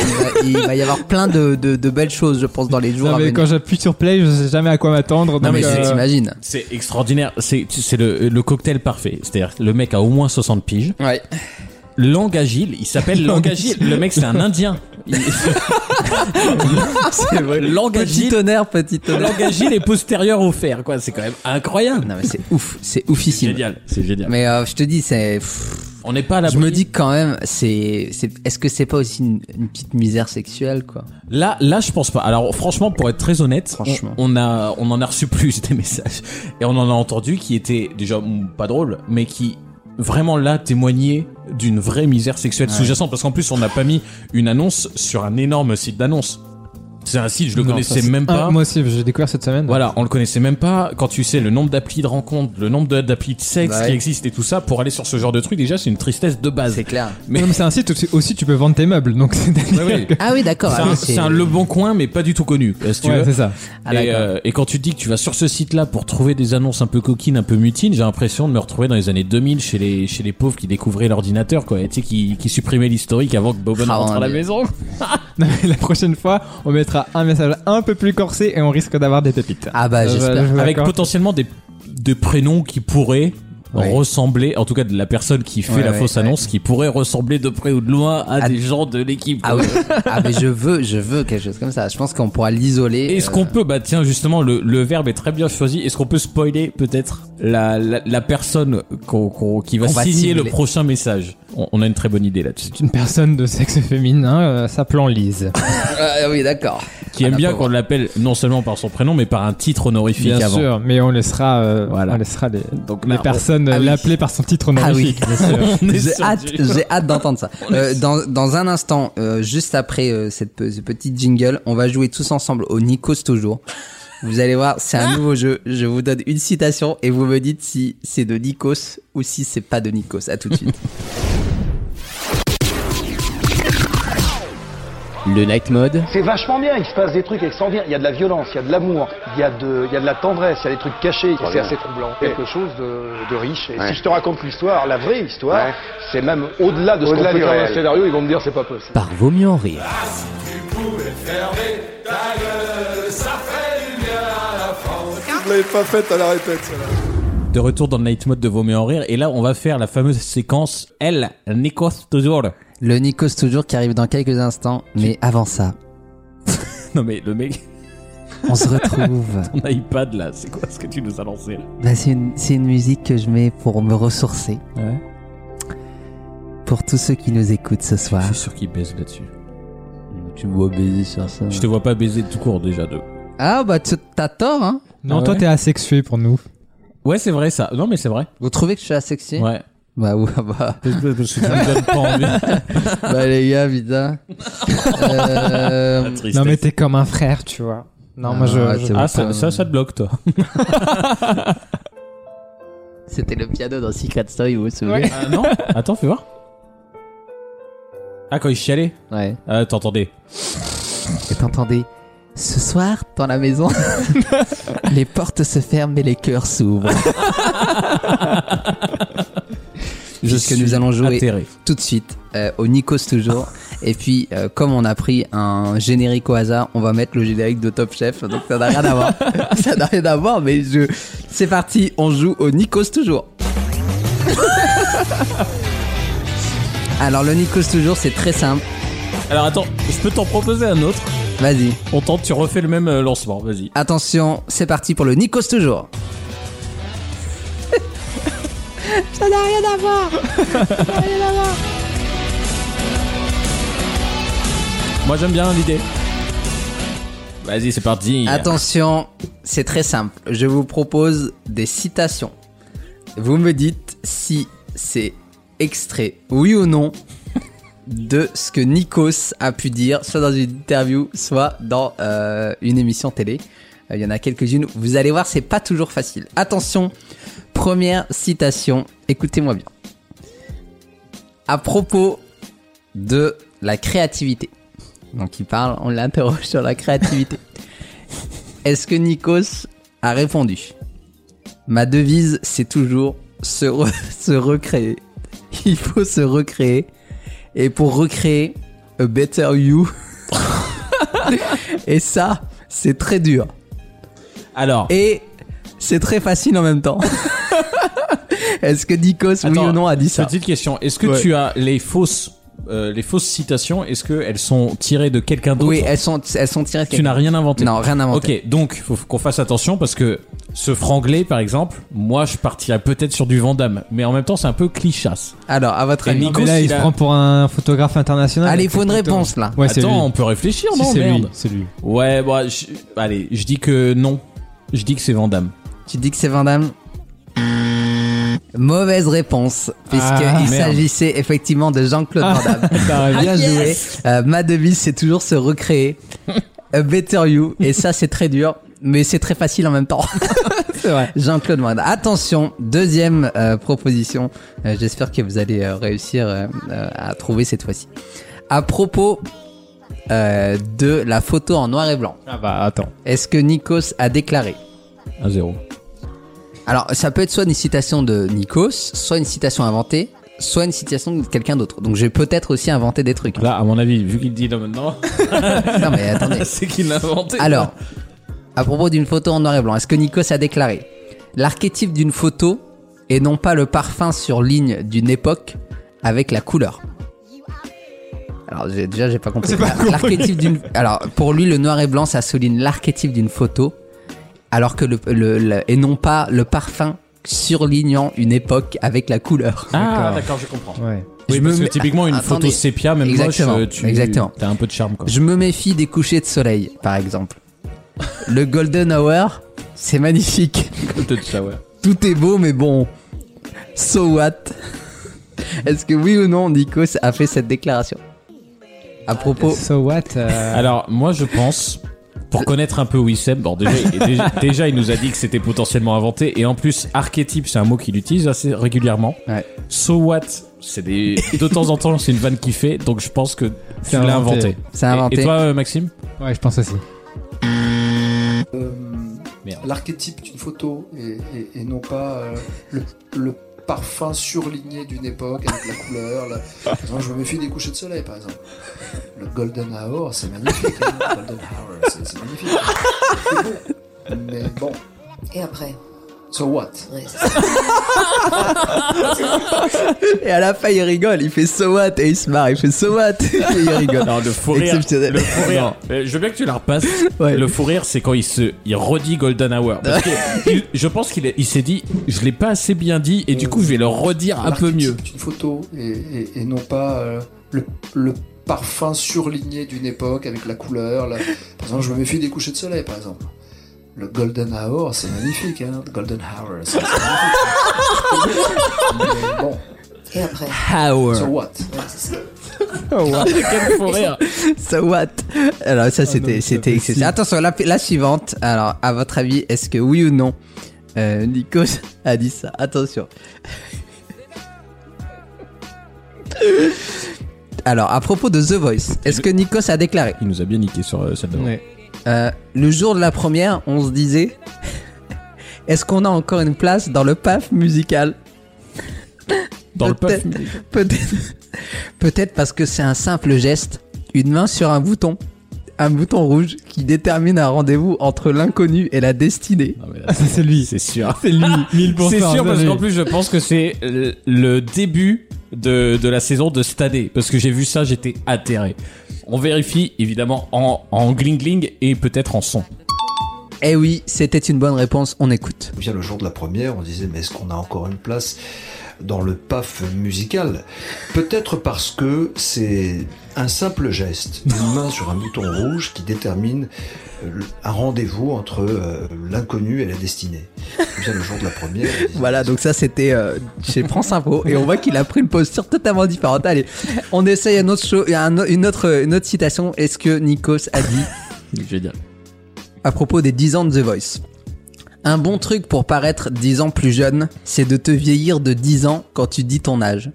Speaker 2: Il va, il va y avoir plein de, de, de belles choses, je pense, dans les jours
Speaker 4: Non,
Speaker 2: à
Speaker 4: mais
Speaker 2: venir.
Speaker 4: quand j'appuie sur play, je sais jamais à quoi m'attendre.
Speaker 2: Non
Speaker 4: donc,
Speaker 2: mais
Speaker 4: euh,
Speaker 2: t'imagines.
Speaker 3: C'est extraordinaire, c'est c'est le, le cocktail parfait. C'est-à-dire que le mec a au moins 60 piges.
Speaker 2: Ouais.
Speaker 3: Langue agile, il s'appelle Langue agile. Le mec c'est un indien. Il-
Speaker 2: C'est vrai.
Speaker 3: Langue
Speaker 2: Petit
Speaker 3: agile.
Speaker 2: tonnerre, petit tonnerre.
Speaker 3: Langue agile et postérieur au fer, quoi. C'est quand même incroyable.
Speaker 2: Non mais c'est ouf, c'est oufissime.
Speaker 3: Génial, c'est génial.
Speaker 2: Mais euh, je te dis, c'est. pff,
Speaker 3: on n'est pas à la
Speaker 2: Je me dis que quand même, c'est, c'est, est-ce que c'est pas aussi une, une petite misère sexuelle quoi
Speaker 3: Là, là, je pense pas. Alors, franchement, pour être très honnête,
Speaker 2: Franchement.
Speaker 3: On, on a, on en a reçu plus des messages et on en a entendu qui étaient déjà mm, pas drôles, mais qui vraiment là témoignaient d'une vraie misère sexuelle sous-jacente. Parce qu'en plus, on n'a pas mis une annonce sur un énorme site d'annonce. C'est un site, je le
Speaker 4: non, ça,
Speaker 3: connaissais
Speaker 4: c'est-
Speaker 3: même pas.
Speaker 4: Ah, moi aussi, j'ai découvert cette semaine.
Speaker 3: Voilà, on le connaissait même pas. Quand tu sais le nombre d'applis de rencontre, le nombre de- d'applis de sexe
Speaker 2: Bah ouais.
Speaker 3: qui existent et tout ça, pour aller sur ce genre de truc, déjà, c'est une tristesse de base.
Speaker 2: C'est clair.
Speaker 3: Mais-
Speaker 4: Non, mais c'est un site où aussi tu peux vendre tes meubles, donc c'est
Speaker 3: Ouais, ouais.
Speaker 2: Ah oui, d'accord.
Speaker 3: C'est
Speaker 2: Ah,
Speaker 3: un,
Speaker 2: oui,
Speaker 3: c'est un Le Bon Coin, mais pas du tout connu. euh, si tu
Speaker 4: Ouais,
Speaker 3: veux.
Speaker 4: c'est ça.
Speaker 2: Ah,
Speaker 3: et,
Speaker 2: d'accord.
Speaker 3: euh, et quand tu te dis que tu vas sur ce site-là pour trouver des annonces un peu coquines, un peu mutines, j'ai l'impression de me retrouver dans les années 2000 chez les chez les pauvres qui découvraient l'ordinateur, quoi. Et tu sais, qui, qui supprimaient l'historique avant que Bobon
Speaker 2: Ah,
Speaker 3: rentre à la
Speaker 2: mais-
Speaker 3: maison.
Speaker 4: Non, mais la prochaine fois, on mettra un message un peu plus corsé et on risque d'avoir des pépites.
Speaker 2: Ah bah
Speaker 4: Euh,
Speaker 2: j'espère.
Speaker 4: je vous
Speaker 3: Avec
Speaker 4: l'accorde.
Speaker 3: potentiellement des des prénoms qui pourraient
Speaker 2: Ouais.
Speaker 3: ressembler, en tout cas de la personne qui fait
Speaker 2: Ouais,
Speaker 3: la
Speaker 2: ouais,
Speaker 3: fausse
Speaker 2: ouais.
Speaker 3: annonce, qui pourrait ressembler de près ou de loin à,
Speaker 2: À-
Speaker 3: des gens de l'équipe.
Speaker 2: Ah oui. Ah mais je veux, je veux quelque chose comme ça. Je pense qu'on pourra l'isoler.
Speaker 3: Est-ce
Speaker 2: euh,
Speaker 3: qu'on peut, bah tiens justement, le, le verbe est très bien choisi. Est-ce qu'on peut spoiler peut-être la, la, la personne qu'on- qu'on- qui va
Speaker 2: Qu'on va
Speaker 3: signer le
Speaker 2: cibler.
Speaker 3: prochain message on, on a une très bonne idée là-dessus.
Speaker 4: C'est une personne de sexe féminin euh, s'appelant Lise.
Speaker 2: Ah oui, d'accord.
Speaker 3: Qui
Speaker 2: Ah,
Speaker 3: aime
Speaker 2: la
Speaker 3: bien
Speaker 2: pauvre.
Speaker 3: qu'on l'appelle non seulement par son prénom, mais par un titre honorifique
Speaker 4: Bien
Speaker 3: avant.
Speaker 4: sûr, mais on laissera, euh,
Speaker 3: Voilà.
Speaker 4: on laissera les,
Speaker 3: Donc
Speaker 4: les
Speaker 3: là, on-
Speaker 4: personnes euh,
Speaker 2: ah oui.
Speaker 4: l'appeler par son titre
Speaker 2: Ah oui.
Speaker 4: honorifique. bien sûr.
Speaker 3: On est
Speaker 2: J'ai
Speaker 3: sur
Speaker 2: hâte,
Speaker 3: du-
Speaker 2: j'ai hâte d'entendre ça. Euh, dans, dans un instant, euh, juste après euh, cette pe- ce petit jingle, on va jouer tous ensemble au Nikos toujours. Vous allez voir, c'est
Speaker 3: Ah
Speaker 2: un nouveau jeu. Je vous donne une citation et vous me dites si c'est de Nikos ou si c'est pas de Nikos. À tout de suite.
Speaker 17: Le night mode,
Speaker 18: C'est vachement bien, il se passe des trucs extraordinaires. Il y a de la violence, il y a de l'amour, il y, a de- il y a de la tendresse, il y a des trucs cachés.
Speaker 15: Très
Speaker 18: C'est
Speaker 15: bien.
Speaker 18: assez troublant.
Speaker 15: Ouais.
Speaker 18: Quelque chose de, de riche. Et
Speaker 15: Ouais.
Speaker 18: si je te raconte l'histoire, la vraie histoire,
Speaker 15: Ouais.
Speaker 18: c'est même au-delà de ce qu'on
Speaker 15: Au-delà
Speaker 18: peut
Speaker 15: du
Speaker 18: faire dans
Speaker 15: réel.
Speaker 18: le scénario, ils vont me dire c'est pas possible.
Speaker 17: par vaut mieux en rire.
Speaker 15: Vous l'avez pas faite à la répète, celle-là.
Speaker 3: De retour dans le night mode de Vaut mieux en rire. Et là, on va faire la fameuse séquence El Nikos toujours.
Speaker 2: Le Nikos toujours qui arrive dans quelques instants, mais avant ça.
Speaker 3: Non mais le mec.
Speaker 2: On se retrouve.
Speaker 3: Ton iPad là, c'est quoi ce que tu nous as lancé là
Speaker 2: Bah, c'est une, c'est une musique que je mets pour me ressourcer.
Speaker 3: Ouais.
Speaker 2: Pour tous ceux qui nous écoutent ce soir.
Speaker 3: Je suis Ah, sûr qu'il baise là-dessus.
Speaker 2: Tu me vois baiser sur ça.
Speaker 3: Je te vois pas baiser tout court déjà deux.
Speaker 2: Ah bah tu- t'as tort hein
Speaker 4: Non,
Speaker 3: Ah
Speaker 4: toi,
Speaker 3: ouais
Speaker 4: t'es asexué pour nous.
Speaker 3: Ouais, c'est vrai ça. Non, mais c'est vrai.
Speaker 2: Vous trouvez que je suis asexué
Speaker 3: Ouais.
Speaker 2: Bah ouais bah.
Speaker 3: Parce que tu me donnes pas envie.
Speaker 2: bah les gars putain. Euh,
Speaker 3: La tristesse.
Speaker 4: Non, mais t'es comme un frère, tu vois. Non,
Speaker 2: Ah,
Speaker 4: moi, je.
Speaker 2: ouais,
Speaker 4: je-
Speaker 2: c'est bon.
Speaker 3: Ah, ça, ça, ça te bloque toi.
Speaker 2: C'était le piano dans Secret Story vous vous souvenez
Speaker 3: Ah, non Attends, fais voir. Ah, quand il chialait
Speaker 2: Ouais.
Speaker 3: Ah, t'entendais.
Speaker 2: Et t'entendais ce soir dans la maison les portes se ferment et les cœurs s'ouvrent. Puisque
Speaker 3: suis
Speaker 2: nous allons jouer
Speaker 3: atterré.
Speaker 2: tout de suite euh, au Nikos toujours. Et puis, euh, comme on a pris un générique au hasard, on va mettre le générique de Top Chef. Donc ça n'a rien à voir. ça n'a rien à voir, mais je... c'est parti. On joue au Nikos toujours. Alors le Nikos toujours, c'est très simple.
Speaker 3: Alors attends, je peux t'en proposer un autre
Speaker 2: Vas-y.
Speaker 3: On tente, tu refais le même euh, lancement, vas-y.
Speaker 2: Attention, c'est parti pour le Nikos toujours.
Speaker 19: Ça n'a rien à voir Ça n'a rien à voir
Speaker 3: Moi j'aime bien l'idée. Vas-y, c'est parti.
Speaker 2: Attention, c'est très simple. Je vous propose des citations. Vous me dites si c'est extrait, oui ou non, de ce que Nikos a pu dire, soit dans une interview, soit dans euh, une émission télé. Euh, Il y en a quelques-unes. Vous allez voir, c'est pas toujours facile. Attention, première citation. Écoutez-moi bien. À propos de la créativité. Donc il parle, on l'interroge sur la créativité. Est-ce que Nikos a répondu Ma devise, c'est toujours se, re- se recréer. Il faut se recréer. Et pour recréer, a better you. Et ça, c'est très dur.
Speaker 3: Alors.
Speaker 2: Et c'est très facile en même temps. Est-ce que Nikos, oui
Speaker 3: Attends,
Speaker 2: ou non, a dit ça
Speaker 3: Petite question, est-ce que
Speaker 2: Ouais.
Speaker 3: tu as les fausses, euh, les fausses citations, est-ce qu'elles sont tirées de quelqu'un d'autre
Speaker 2: Oui, elles sont, elles sont tirées. de
Speaker 3: Tu
Speaker 2: quelqu'un.
Speaker 3: n'as rien inventé.
Speaker 2: Non, rien inventé.
Speaker 3: Ok, donc faut qu'on fasse attention parce que ce franglais, par exemple, moi je partirais peut-être sur du Vandame, mais en même temps c'est un peu clichasse.
Speaker 2: Alors, à votre
Speaker 3: Et
Speaker 2: avis,
Speaker 4: Non, mais là, il se prend pour un photographe international.
Speaker 2: Allez, il faut une
Speaker 4: Plutôt.
Speaker 2: réponse là.
Speaker 4: Ouais, c'est
Speaker 3: Attends,
Speaker 4: lui.
Speaker 3: on peut
Speaker 2: Oh,
Speaker 3: réfléchir,
Speaker 4: Si,
Speaker 3: non
Speaker 4: c'est lui,
Speaker 3: Merde.
Speaker 4: c'est lui.
Speaker 3: Ouais, bah, je- allez, je dis que non. Je dis que c'est Vandame.
Speaker 2: Tu dis que c'est Van Damme Mauvaise réponse,
Speaker 3: Ah,
Speaker 2: puisqu'il
Speaker 3: merde.
Speaker 2: s'agissait effectivement de Jean-Claude Van Damme.
Speaker 4: bien
Speaker 2: Ah,
Speaker 4: joué.
Speaker 2: yes. Euh, ma devise, c'est toujours se recréer. A better you. Et ça, c'est très dur, mais c'est très facile en même temps.
Speaker 4: C'est vrai.
Speaker 2: Jean-Claude Van Damme. Attention, deuxième euh, proposition. Euh, J'espère que vous allez euh, réussir euh, euh, à trouver cette fois-ci. À propos euh, de la photo en noir et blanc,
Speaker 4: Ah bah attends.
Speaker 2: est-ce que Nikos a déclaré
Speaker 3: Un zéro.
Speaker 2: alors, ça peut être soit une citation de Nikos, soit une citation inventée, soit une citation de quelqu'un d'autre. Donc, j'ai peut-être aussi inventé des trucs.
Speaker 3: Là, à mon avis, vu qu'il dit non maintenant,
Speaker 2: non, mais attendez.
Speaker 3: c'est qu'il l'a inventé.
Speaker 2: Alors, à propos d'une photo en noir et blanc, est-ce que Nikos a déclaré L'archétype d'une photo et non pas le parfum sur ligne d'une époque avec la couleur. Alors j'ai- déjà j'ai pas compris.
Speaker 4: J'ai pas compris.
Speaker 2: L'archétype d'une. Alors pour lui le noir et blanc ça souligne l'archétype d'une photo, alors que le, le- le- et non pas le parfum surlignant une époque avec la couleur.
Speaker 3: Ah, d'accord, je comprends.
Speaker 4: Ouais.
Speaker 3: Oui,
Speaker 2: Je
Speaker 3: parce
Speaker 2: me
Speaker 3: que
Speaker 2: mets- Ah,
Speaker 3: typiquement, une
Speaker 2: Attendez.
Speaker 3: photo sépia, même
Speaker 2: Exactement,
Speaker 3: moche, euh, tu
Speaker 2: exactement.
Speaker 3: as un peu de charme. Quoi.
Speaker 2: Je me méfie des couchers de soleil par exemple. Le golden hour c'est magnifique.
Speaker 3: Peut-être ça, ouais.
Speaker 2: Tout est beau, mais bon. So what Est-ce que oui ou non, Nikos a fait cette déclaration À propos.
Speaker 4: So what euh,
Speaker 3: Alors, moi, je pense, pour connaître un peu Wissem, bon, déjà, il- déjà, déjà, il nous a dit que c'était potentiellement inventé, et en plus, archétype, c'est un mot qu'il utilise assez régulièrement.
Speaker 2: Ouais.
Speaker 3: So what c'est des... De temps en temps, c'est une vanne qui fait, donc je pense que tu
Speaker 4: C'est
Speaker 3: l'as
Speaker 4: inventé.
Speaker 3: inventé.
Speaker 2: C'est
Speaker 3: Et-
Speaker 2: inventé.
Speaker 3: Et, toi, euh, Maxime
Speaker 4: Ouais, je pense aussi.
Speaker 20: Euh, L'archétype d'une photo et, et- et non pas euh, le, le parfum surligné d'une époque avec la couleur. la- Par exemple, je me méfie des couchers de soleil, par exemple. Le Golden Hour, c'est magnifique. hein, le Golden Hour, c'est c'est magnifique. C'est beau. Mais bon,
Speaker 21: Et après
Speaker 15: So what
Speaker 2: Et à la fin, il rigole, il fait so what et il se marre, il fait so what et il rigole.
Speaker 3: Non, le fou rire. Le fou rire. Euh, Je veux bien que tu la repasses. Le fou rire, c'est quand il se, il redit Golden Hour. Parce que il- je pense qu'il est- il s'est dit, je l'ai pas assez bien dit et du coup, je vais le redire un peu mieux.
Speaker 15: une photo et, et- et non pas euh, le, le parfum surligné d'une époque avec la couleur. la- Par exemple, je me méfie des couchers de soleil, par exemple. Le Golden Hour, c'est magnifique, hein. le Golden Hour, c'est c'est magnifique. Mais bon.
Speaker 1: Et après.
Speaker 2: Hour.
Speaker 15: So what
Speaker 2: So what
Speaker 3: Quel fou rire.
Speaker 2: So what Alors
Speaker 3: Ah,
Speaker 2: ça c'était c'était excessif. Attention, la, la suivante. Alors à votre avis, est-ce que oui ou non euh, Nikos a dit ça Attention. Alors à propos de The Voice, est-ce que Nikos a déclaré
Speaker 3: Il nous a bien niqué sur cette demande.
Speaker 2: Euh, le jour de la première, on se disait est-ce qu'on a encore une place dans le PAF musical
Speaker 3: Dans le PAF
Speaker 2: Peut-être- Peut-être peut-être parce que c'est un simple geste, une main sur un bouton, un bouton rouge qui détermine un rendez-vous entre l'inconnu et la destinée.
Speaker 4: Ah, c'est lui,
Speaker 3: c'est sûr.
Speaker 4: C'est lui, 1000%.
Speaker 3: C'est sûr parce
Speaker 4: oui.
Speaker 3: qu'en plus je pense que c'est le- le début de, de la saison de cette année parce que j'ai vu ça j'étais atterré. On vérifie évidemment en, en gling gling et peut-être en son.
Speaker 2: Eh oui, c'était une bonne réponse, on écoute.
Speaker 22: Bien le jour de la première, on disait mais est-ce qu'on a encore une place dans le paf musical Peut-être parce que c'est un simple geste, une main sur un bouton rouge qui détermine euh, un rendez-vous entre euh, l'inconnu et la destinée. Bien le jour de la première, on disait,
Speaker 2: Voilà, donc ça c'était euh, chez France Info et on voit qu'il a pris une posture totalement différente. Allez, on essaye un autre show- un- une, autre, une autre citation. Est-ce que Nikos a dit
Speaker 3: Je vais dire.
Speaker 2: à propos des 10 ans de The Voice Un bon truc pour paraître 10 ans plus jeune, c'est de te vieillir de 10 ans quand tu dis ton âge.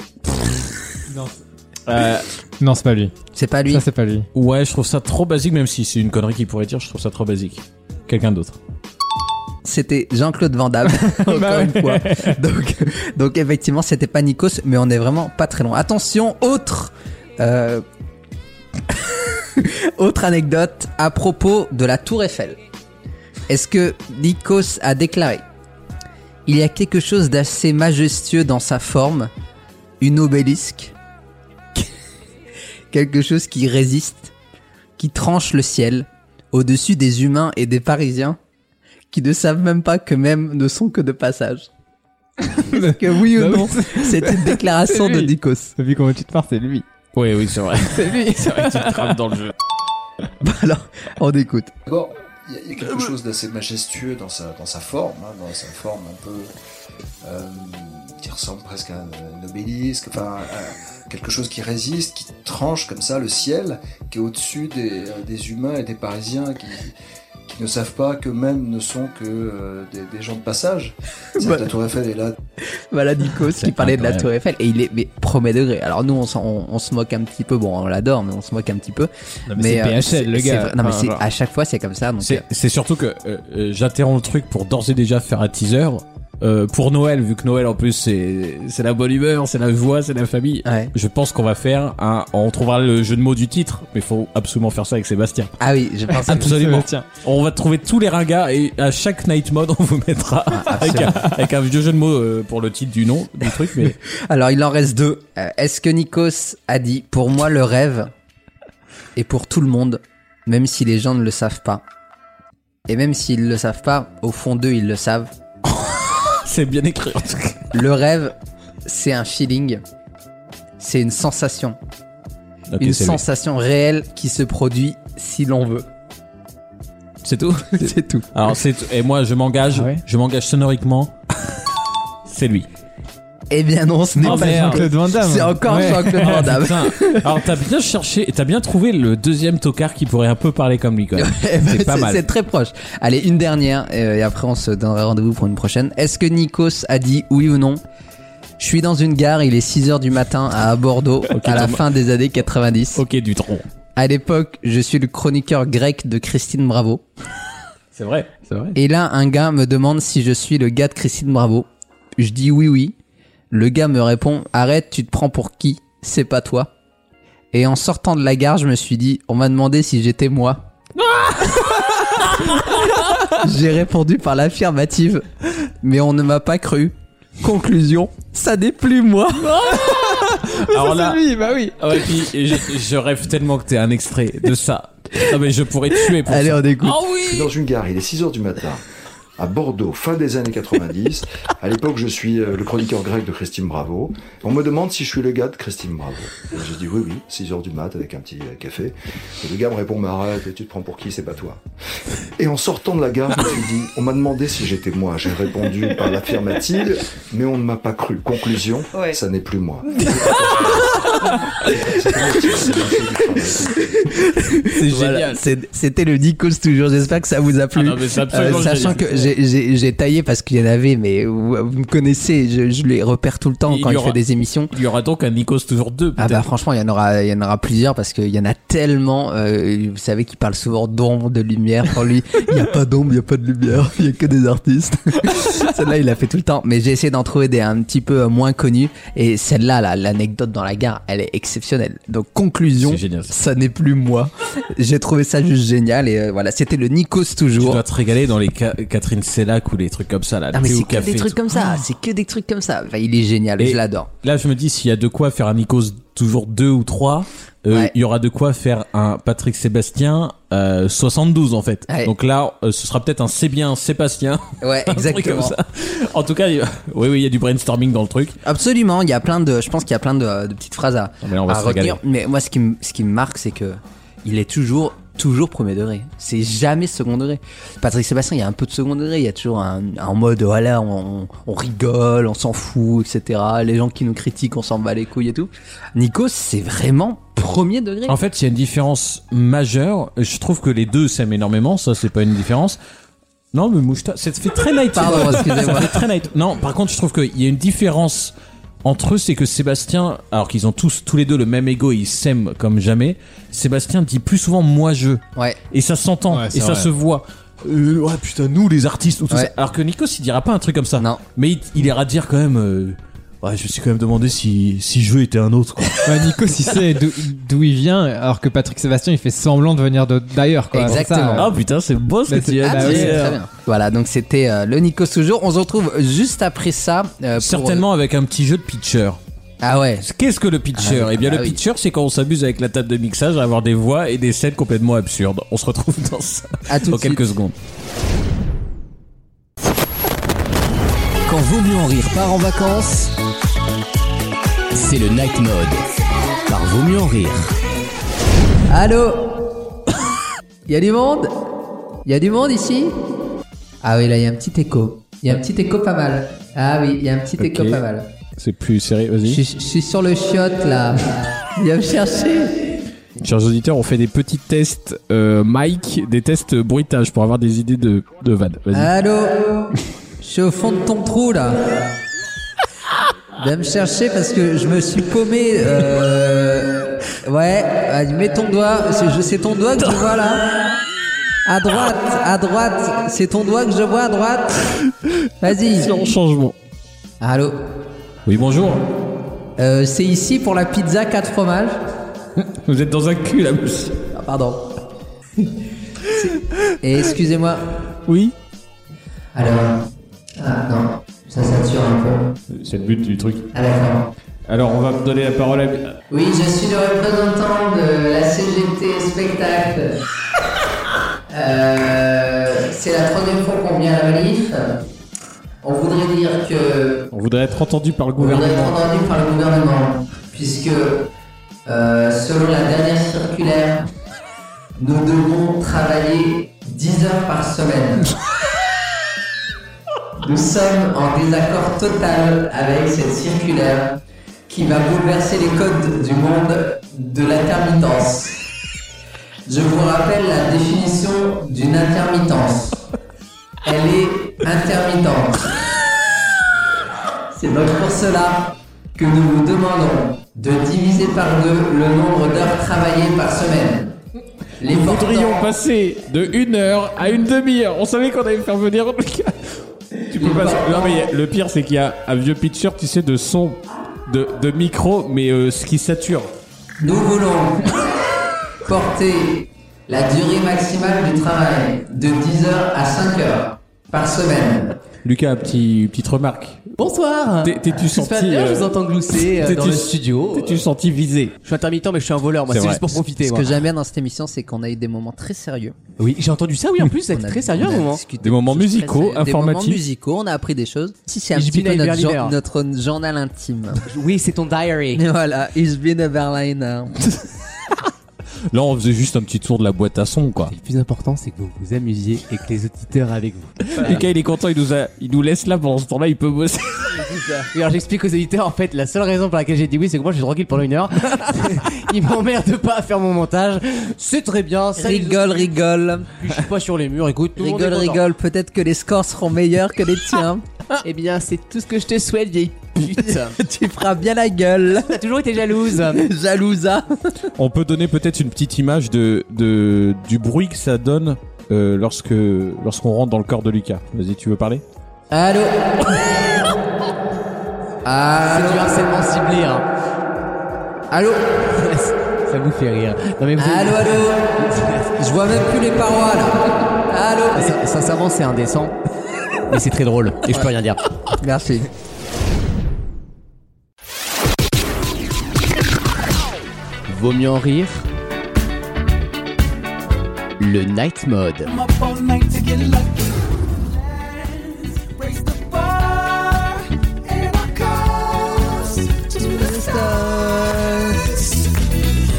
Speaker 4: Non, c'est pas lui.
Speaker 2: C'est pas lui.
Speaker 4: Ça, c'est pas lui.
Speaker 3: Euh, Ouais, je trouve ça trop basique même si c'est une connerie qu'il pourrait dire, je trouve ça trop basique. Quelqu'un d'autre.
Speaker 2: C'était Jean-Claude Van Damme, encore
Speaker 3: Bah
Speaker 2: une fois.
Speaker 3: ouais.
Speaker 2: Donc, donc effectivement, c'était pas Nikos, mais on est vraiment pas très loin. Attention, autre, euh, autre anecdote à propos de la Tour Eiffel. Est-ce que Nikos a déclaré Il y a quelque chose d'assez majestueux dans sa forme, une obélisque, quelque chose qui résiste, qui tranche le ciel au-dessus des humains et des Parisiens qui ne savent même pas que même ne sont que de passage. Est-ce que oui ou
Speaker 4: Bah oui,
Speaker 2: non,
Speaker 4: c'est-
Speaker 2: c'est une déclaration
Speaker 4: C'est
Speaker 2: de
Speaker 4: lui.
Speaker 2: Nikos.
Speaker 4: Vu comment tu te parles, c'est lui.
Speaker 3: Oui, oui, c'est vrai.
Speaker 4: C'est lui.
Speaker 3: C'est vrai que tu te crames dans le jeu.
Speaker 2: Alors, on écoute.
Speaker 15: D'abord, il y, a- il y a quelque chose d'assez majestueux dans sa, dans sa forme, hein, dans sa forme un peu euh, qui ressemble presque à un, un obélisque, enfin à quelque chose qui résiste, qui tranche comme ça le ciel, qui est au-dessus des, euh, des humains et des Parisiens qui, qui ne savent pas qu'eux-mêmes ne sont que euh, des, des gens de passage. C'est
Speaker 2: Bah.
Speaker 15: La Tour Eiffel est là
Speaker 2: Voilà Nikos qui parlait de la Tour Eiffel et il est mais premier degré. Alors nous on, s'en- on- on se moque un petit peu, bon on l'adore mais on se moque un petit peu.
Speaker 3: Non, Ah, mais c'est PHL,
Speaker 2: c'est-
Speaker 3: le
Speaker 2: euh, c'est
Speaker 3: gars.
Speaker 2: vrai. Non mais
Speaker 3: Enfin,
Speaker 2: c'est-
Speaker 3: genre.
Speaker 2: à chaque fois c'est comme ça. Donc,
Speaker 3: C'est- C'est surtout que euh, euh, j'interromps le truc pour d'ores et déjà faire un teaser euh, pour Noël, vu que Noël en plus c'est c'est la bonne humeur, c'est la joie, c'est la famille. Je pense qu'on va faire un. On trouvera le jeu de mots du titre, mais faut absolument faire ça avec Sébastien.
Speaker 2: Ah oui, je pense que-
Speaker 3: absolument.
Speaker 2: Sébastien.
Speaker 3: On va trouver tous les ringards et à chaque night mode on vous mettra avec, un, avec un vieux jeu de mots euh, pour le titre du nom du truc, mais
Speaker 2: Alors il en reste deux. Euh, Est-ce que Nikos a dit pour moi le rêve est pour tout le monde, même si les gens ne le savent pas. Et même s'ils le savent pas, au fond d'eux ils le savent.
Speaker 3: c'est bien écrit.
Speaker 2: Le rêve, c'est un feeling, c'est une sensation.
Speaker 3: Ok,
Speaker 2: une
Speaker 3: c'est lui.
Speaker 2: sensation réelle qui se produit si l'on veut.
Speaker 3: C'est tout
Speaker 2: C'est tout.
Speaker 3: Alors c'est et moi je m'engage, je m'engage sonoriquement. c'est lui.
Speaker 2: Eh bien non, ce n'est
Speaker 3: Oh,
Speaker 2: pas
Speaker 3: merde.
Speaker 2: Jean-Claude Van Damme. C'est encore
Speaker 3: Ouais.
Speaker 2: Jean-Claude Van
Speaker 3: Ah,
Speaker 2: Damme.
Speaker 3: putain. Alors t'as bien cherché et t'as bien trouvé le deuxième tocard qui pourrait un peu parler comme lui quand même.
Speaker 2: Eh ben,
Speaker 3: C'est pas mal.
Speaker 2: C'est très proche. Allez, une dernière euh, et après on se donnera rendez-vous pour une prochaine. Est-ce que Nikos a dit oui ou non Je suis dans une gare, il est 6h du matin à Bordeaux à la
Speaker 3: Thomas.
Speaker 2: fin des années 90.
Speaker 3: Ok, du tronc.
Speaker 2: À l'époque, je suis le chroniqueur grec de Christine Bravo.
Speaker 3: C'est vrai, c'est vrai.
Speaker 2: Et là, un gars me demande si je suis le gars de Christine Bravo. Je dis oui, oui. Le gars me répond Arrête, tu te prends pour qui C'est pas toi. Et en sortant de la gare, je me suis dit On m'a demandé si j'étais moi. J'ai répondu par l'affirmative. mais on ne m'a pas cru. Conclusion, ça déplume moi.
Speaker 3: Ah, Alors là,
Speaker 4: lui, bah oui.
Speaker 3: ouais, puis, je, je rêve tellement que t'aies un extrait de ça. Ah mais je pourrais tuer pour
Speaker 2: Allez,
Speaker 3: ça.
Speaker 2: on écoute.
Speaker 3: Oh
Speaker 22: Je
Speaker 3: oui
Speaker 22: suis dans une gare, il est 6h du matin, à Bordeaux, fin des années 90. À l'époque, je suis euh, le chroniqueur grec de Christine Bravo. On me demande si je suis le gars de Christine Bravo. Et je dis oui, oui, 6h du mat avec un petit euh, café. Et le gars me répond, mais arrête, tu te prends pour qui, c'est pas toi. Et en sortant de la gare, je me suis dit, on m'a demandé si j'étais moi. J'ai répondu par l'affirmative, mais on ne m'a pas cru. Conclusion, ça n'est plus moi.
Speaker 3: C'est génial.
Speaker 2: C'est- C'était le Nikos toujours. J'espère que ça vous a plu.
Speaker 3: Ah non, mais c'est absolument
Speaker 2: Euh, sachant
Speaker 3: génial.
Speaker 2: que j'ai- j'ai j'ai taillé parce qu'il y en avait, mais vous, vous me connaissez, je, je les repère tout le temps
Speaker 3: Il
Speaker 2: quand
Speaker 3: y
Speaker 2: je
Speaker 3: aura-
Speaker 2: fais des émissions.
Speaker 3: Il y aura donc un Nikos toujours 2.
Speaker 2: Ah bah franchement, il y en aura, il y en aura plusieurs parce qu'il y en a tellement. euh, vous savez qu'il parle souvent d'ombre, de lumière. Pour lui, il n'y a pas d'ombre, il n'y a pas de lumière, il n'y a que des artistes. celle-là, il l'a fait tout le temps. Mais j'ai essayé d'en trouver des un petit peu euh, moins connus. Et celle-là, là, l'anecdote dans la gare, elle est exceptionnelle. Donc conclusion,
Speaker 3: C'est génial, ça.
Speaker 2: ça n'est plus moi. j'ai trouvé ça juste génial. Et euh, voilà, c'était le Nikos
Speaker 3: Tu
Speaker 2: toujours.
Speaker 3: dois te régaler dans les Ca- Catherine Sellac ou les trucs comme ça là.
Speaker 2: oh. Ah mais
Speaker 3: thé au
Speaker 2: c'est que
Speaker 3: café,
Speaker 2: des trucs
Speaker 3: tout. Ah.
Speaker 2: comme ça. C'est que des trucs comme ça. Enfin, il est génial,
Speaker 3: Et
Speaker 2: je l'adore.
Speaker 3: Là, je me dis s'il y a de quoi faire un Nikos toujours 2 ou 3,
Speaker 2: Ouais.
Speaker 3: il y aura de quoi faire un Patrick Sébastien euh, 72 en fait.
Speaker 2: Ouais.
Speaker 3: Donc là, euh, ce sera peut-être un c'est bien Sébastien.
Speaker 2: Ouais,
Speaker 3: Un truc comme
Speaker 2: exactement.
Speaker 3: ça. En tout cas, il y a- oui oui, il y a du brainstorming dans le truc.
Speaker 2: Absolument, il y a plein de, je pense qu'il y a plein de, de petites phrases à,
Speaker 3: Non, mais là, on va
Speaker 2: à
Speaker 3: se
Speaker 2: retenir.
Speaker 3: régaler.
Speaker 2: Mais moi, ce qui, me- ce qui me marque, c'est que il est toujours, toujours premier degré. C'est jamais second degré. Patrick Sébastien, il y a un peu de second degré. Il y a toujours un, un mode, voilà, on, on rigole, on s'en fout, etc. Les gens qui nous critiquent, on s'en bat les couilles et tout. Nico, c'est vraiment premier degré.
Speaker 3: En fait, il y a une différence majeure. Je trouve que les deux s'aiment énormément. Ça, c'est pas une différence. Non, mais Mouchta, ça te fait très night.
Speaker 2: Pardon, excusez-moi.
Speaker 3: Ça fait très night. Non, par contre, je trouve qu'il y a une différence entre eux, c'est que Sébastien, alors qu'ils ont tous, tous les deux le même ego, et ils s'aiment comme jamais. Sébastien dit plus souvent moi je.
Speaker 2: Ouais.
Speaker 3: Et ça s'entend
Speaker 4: Ouais, c'est
Speaker 3: et ça
Speaker 4: vrai.
Speaker 3: se voit. Euh, ouais, putain, nous les artistes ou tout
Speaker 2: Ouais.
Speaker 3: ça. Alors que Nikos, il dira pas un truc comme ça.
Speaker 2: Non.
Speaker 3: Mais il, il ira dire quand même. euh, ouais, je me suis quand même demandé si si je était un autre. quoi.
Speaker 4: Ouais, Nico, si c'est d'où- d'où il vient, alors que Patrick Sébastien, il fait semblant de venir de- d'ailleurs. quoi. C'est ça,
Speaker 2: Exactement.
Speaker 4: euh,
Speaker 3: Ah putain, c'est beau ce que
Speaker 4: Bah,
Speaker 3: tu
Speaker 4: c'est-
Speaker 3: as
Speaker 4: ah,
Speaker 3: dit.
Speaker 4: oui, c'est
Speaker 3: Euh,
Speaker 4: très
Speaker 2: bien. Voilà, donc c'était euh, le Nico toujours. On se retrouve juste après ça. euh, pour-
Speaker 3: Certainement avec un petit jeu de pitcher.
Speaker 2: Ah ouais.
Speaker 3: Qu'est-ce que le pitcher
Speaker 2: Ah oui,
Speaker 3: Eh bien,
Speaker 2: ah
Speaker 3: le
Speaker 2: oui.
Speaker 3: pitcher, c'est quand on s'amuse avec la table de mixage à avoir des voix et des scènes complètement absurdes. On se retrouve dans ça
Speaker 2: À tout
Speaker 3: dans
Speaker 2: de suite.
Speaker 3: quelques secondes.
Speaker 23: Quand Vaut mieux en rire part en vacances, c'est le Night Mode par Vaut mieux en rire.
Speaker 2: Allô Il y a du monde Il y a du monde ici Ah oui, là, il y a un petit écho. Il y a un petit écho pas mal. Ah oui, il y a un petit écho
Speaker 3: Ok.
Speaker 2: pas mal.
Speaker 3: C'est plus sérieux,
Speaker 2: Je
Speaker 3: vas-y.
Speaker 2: suis- je suis sur le chiotte, là. Viens me chercher.
Speaker 24: Chers auditeurs, on fait des petits tests euh, mic, des tests bruitage pour avoir des idées de, de vannes. Vas-y.
Speaker 2: Ah. Allô Je suis au fond de ton trou, là. Viens me chercher parce que je me suis paumé. euh, Ouais, vas-y, mets ton doigt. C'est- je- C'est ton doigt que je vois, là À droite, à droite. C'est ton doigt que je vois à droite. Vas-y.
Speaker 24: changement.
Speaker 2: Allô
Speaker 3: Oui, bonjour.
Speaker 2: Euh, c'est ici pour la pizza 4 fromages.
Speaker 24: Vous êtes dans un cul, là, monsieur.
Speaker 2: Ah, pardon. C'est- Et excusez-moi.
Speaker 24: Oui
Speaker 2: Alors. Ah non, ça sature un peu.
Speaker 24: C'est le but du truc.
Speaker 2: Ah d'accord.
Speaker 24: Alors, on va me donner la parole à...
Speaker 2: Oui, je suis le représentant de la CGT Spectacle. Euh, c'est la troisième fois qu'on vient à la manif. On voudrait dire que
Speaker 24: On voudrait être entendu par le
Speaker 2: On doit
Speaker 24: gouvernement.
Speaker 2: être entendu par le gouvernement, puisque euh, selon la dernière circulaire, nous devons travailler 10 heures par semaine. Nous sommes en désaccord total avec cette circulaire qui va bouleverser les codes du monde de l'intermittence. Je vous rappelle la définition d'une intermittence. Elle est intermittente. C'est donc pour cela que nous vous demandons de diviser par deux le nombre d'heures travaillées par semaine. Les
Speaker 24: Nous
Speaker 2: portants-
Speaker 24: voudrions passer de une heure à une demi-heure. On savait qu'on allait me faire venir Lucas. Tu peux pas. Non mais le pire c'est qu'il y a un vieux pitcher, tu sais, de son, de, de micro, mais euh, ce qui sature.
Speaker 2: Nous voulons porter la durée maximale du travail de 10 heures à 5 heures. par semaine.
Speaker 3: Lucas, petit, petite remarque.
Speaker 12: Bonsoir.
Speaker 3: T'es- T'es-tu
Speaker 12: Qu'est-ce qui se passe
Speaker 3: senti
Speaker 12: D'ailleurs,
Speaker 3: euh,
Speaker 12: je vous entends glousser euh,
Speaker 3: t'es-tu-
Speaker 12: dans le studio.
Speaker 3: T'es-tu senti visé
Speaker 12: Je suis intermittent, mais je suis un voleur. Moi,
Speaker 3: C'est
Speaker 12: c'est
Speaker 3: vrai.
Speaker 12: juste pour profiter.
Speaker 2: Ce
Speaker 12: moi.
Speaker 2: que j'aime bien dans cette émission, c'est qu'on a eu des moments très sérieux.
Speaker 12: Oui, j'ai entendu ça. Oui, en plus, ça a été
Speaker 2: On a-
Speaker 12: très sérieux.
Speaker 2: on
Speaker 12: à
Speaker 2: a
Speaker 12: un moment.
Speaker 2: discuté
Speaker 3: Des moments
Speaker 2: choses très
Speaker 3: musicaux,
Speaker 2: sérieuses, Des moments
Speaker 3: informatifs.
Speaker 2: musicaux, on a appris des choses. Si c'est un
Speaker 12: It's
Speaker 2: petit
Speaker 12: been
Speaker 2: peu
Speaker 12: a
Speaker 2: notre,
Speaker 12: Berliner.
Speaker 2: jour- notre journal intime.
Speaker 12: Oui, c'est ton diary.
Speaker 2: Et voilà, It's been a Berliner.
Speaker 3: Là, on faisait juste un petit tour de la boîte à son, quoi.
Speaker 12: Le plus important, c'est que vous vous amusiez et que les auditeurs avec vous.
Speaker 3: Lucas, il est content, il nous, a, il nous laisse là pendant ce temps-là, il peut bosser.
Speaker 12: Et alors j'explique aux éditeurs, en fait, la seule raison pour laquelle j'ai dit oui, c'est que moi je suis tranquille pendant une heure. Ils m'emmerdent pas à faire mon montage. C'est très bien. Ça, ils-
Speaker 2: rigole, rigole.
Speaker 12: Puis Je suis pas sur les murs, écoute. tout le monde
Speaker 2: Rigole,
Speaker 12: est content.
Speaker 2: rigole. Peut-être que les scores seront meilleurs que les tiens.
Speaker 12: Eh bien, c'est tout ce que je te souhaite, vieille pute.
Speaker 2: tu feras bien la gueule. hein.
Speaker 12: T'as toujours été jalouse.
Speaker 2: Jalousa.
Speaker 3: On peut donner peut-être une petite image de, de du bruit que ça donne euh, lorsque lorsqu'on rentre dans le corps de Lucas. Vas-y, tu veux parler
Speaker 2: Allô Allô
Speaker 12: C'est du harcèlement ciblé, hein.
Speaker 2: Allô
Speaker 12: Ça vous fait rire. Non mais vous-
Speaker 3: Ah.
Speaker 2: Allô, allô Je vois même plus les parois là. Allô
Speaker 12: Sin- Sincèrement, c'est indécent. Mais c'est très drôle. Et je peux rien dire.
Speaker 2: Merci.
Speaker 12: Vaut mieux en rire. Le night mode.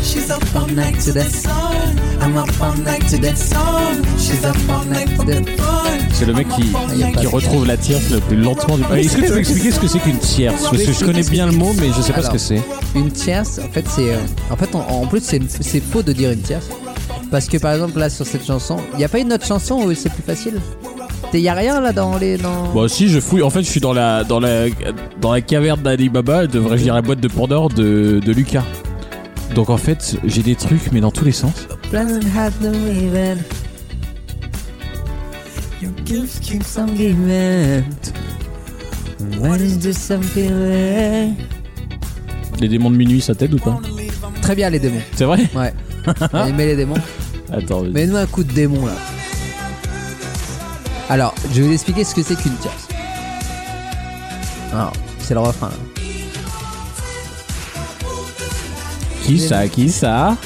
Speaker 1: She's up all night to that sun. I'm up all night to that sun. She's up all night for the fun.
Speaker 3: C'est le mec qui, qui retrouve la tierce le plus lentement du monde. Est-ce que tu peux expliquer ce que c'est qu'une tierce Parce que je connais bien le mot, mais je sais pas ce que c'est.
Speaker 2: Une tierce, en fait, c'est. euh, En fait, en, en plus, c'est c'est faux de dire une tierce. Parce que par exemple, là, sur cette chanson, il n'y a pas une autre chanson où c'est plus facile Il n'y a rien là dans les. Dans...
Speaker 3: Bon, Bah, si je fouille, en fait, je suis dans la dans la dans la caverne d'Alibaba, devrais-je dire la boîte de Pandore de, de Lucas. Donc en fait, j'ai des trucs, mais dans tous les sens.
Speaker 1: Pleasant had no even. Your gift keeps on giving. What is this something?
Speaker 3: Les démons de minuit, ça t'aide ou pas
Speaker 2: Très bien, les démons.
Speaker 3: C'est vrai
Speaker 2: Ouais. J'ai aimé les démons.
Speaker 3: Attends. vas-y.
Speaker 2: Mets-nous un coup de démon là. Alors, je vais vous expliquer ce que c'est qu'une tierce. Alors, c'est le refrain. hein. là.
Speaker 3: Qui ça Qui ça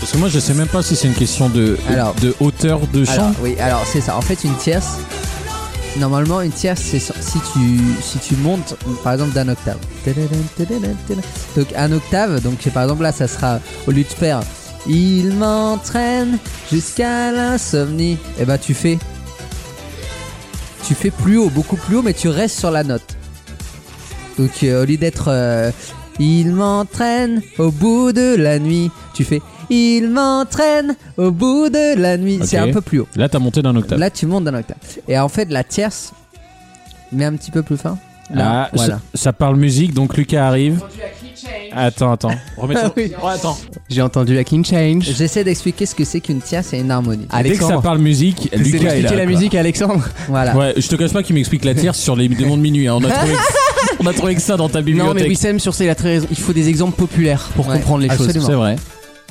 Speaker 3: Parce que moi, je sais même pas si c'est une question de
Speaker 2: Alors.
Speaker 3: de hauteur de chant.
Speaker 2: Alors, oui, alors c'est ça. En fait, une tierce, normalement, une tierce, c'est so- si tu, si tu montes, par exemple, d'un octave. Donc, un octave, donc par exemple, là, ça sera, au lieu de faire Il m'entraîne jusqu'à l'insomnie, et ben tu fais. Tu fais plus haut, beaucoup plus haut, mais tu restes sur la note. Donc, euh, au lieu d'être euh, Il m'entraîne au bout de la nuit, tu fais. Il m'entraîne au bout de la nuit.
Speaker 3: Ok.
Speaker 2: C'est un peu plus haut.
Speaker 3: Là, t'as monté d'un octave.
Speaker 2: Là, tu montes d'un octave. Et en fait, la tierce, mais un petit peu plus fin.
Speaker 3: Ah,
Speaker 2: Là, voilà.
Speaker 3: ça, ça parle musique, donc Lucas arrive. Attends, attends. Remets ton-
Speaker 12: Ah oui.
Speaker 3: Oh, attends.
Speaker 12: J'ai entendu la King Change.
Speaker 2: J'essaie d'expliquer ce que c'est qu'une tierce et une harmonie.
Speaker 3: Dès que ça
Speaker 12: Alexandre.
Speaker 3: parle musique,
Speaker 12: C'est
Speaker 3: Lucas est là.
Speaker 12: d'expliquer la
Speaker 3: quoi.
Speaker 12: musique à Alexandre.
Speaker 2: Voilà.
Speaker 3: Ouais, je te cache pas qu'il m'explique la tierce sur les démons de minuit. hein. On, a trouvé que... on a trouvé que ça dans ta
Speaker 12: Non,
Speaker 3: bibliothèque.
Speaker 12: mais Wissem, sur ça, il a très raison. Il faut des exemples populaires pour
Speaker 2: Ouais,
Speaker 12: comprendre les
Speaker 2: absolument.
Speaker 3: C'est vrai.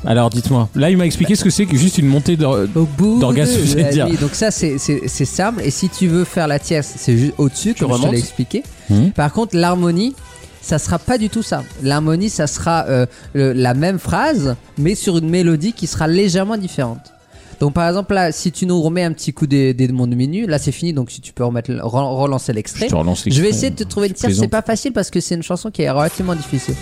Speaker 3: Alors, dites-moi. Là, il m'a expliqué ce que c'est que juste une montée d'or-
Speaker 2: Au bout
Speaker 3: D'orgasme,
Speaker 2: de
Speaker 3: j'allais
Speaker 2: la
Speaker 3: dire.
Speaker 2: nuit. Donc ça, c'est c'est- c'est simple. Et si tu veux faire la tierce, c'est juste au-dessus, comme je te
Speaker 12: remontes.
Speaker 2: l'ai expliqué.
Speaker 3: Mhm.
Speaker 2: Par contre, l'harmonie, ça sera pas du tout ça. L'harmonie, ça sera euh, le- la même phrase, mais sur une mélodie qui sera légèrement différente. Donc par exemple là, si tu nous remets un petit coup des, des demandes de menu, là c'est fini, donc si tu peux remettre, le- re- relancer
Speaker 3: Je
Speaker 2: l'extrait.
Speaker 3: te relance
Speaker 2: Je vais
Speaker 3: l'extrait.
Speaker 2: essayer de te trouver une
Speaker 3: Je
Speaker 2: tierce, c'est
Speaker 3: plaisante.
Speaker 2: pas facile parce que c'est une chanson qui est relativement difficile.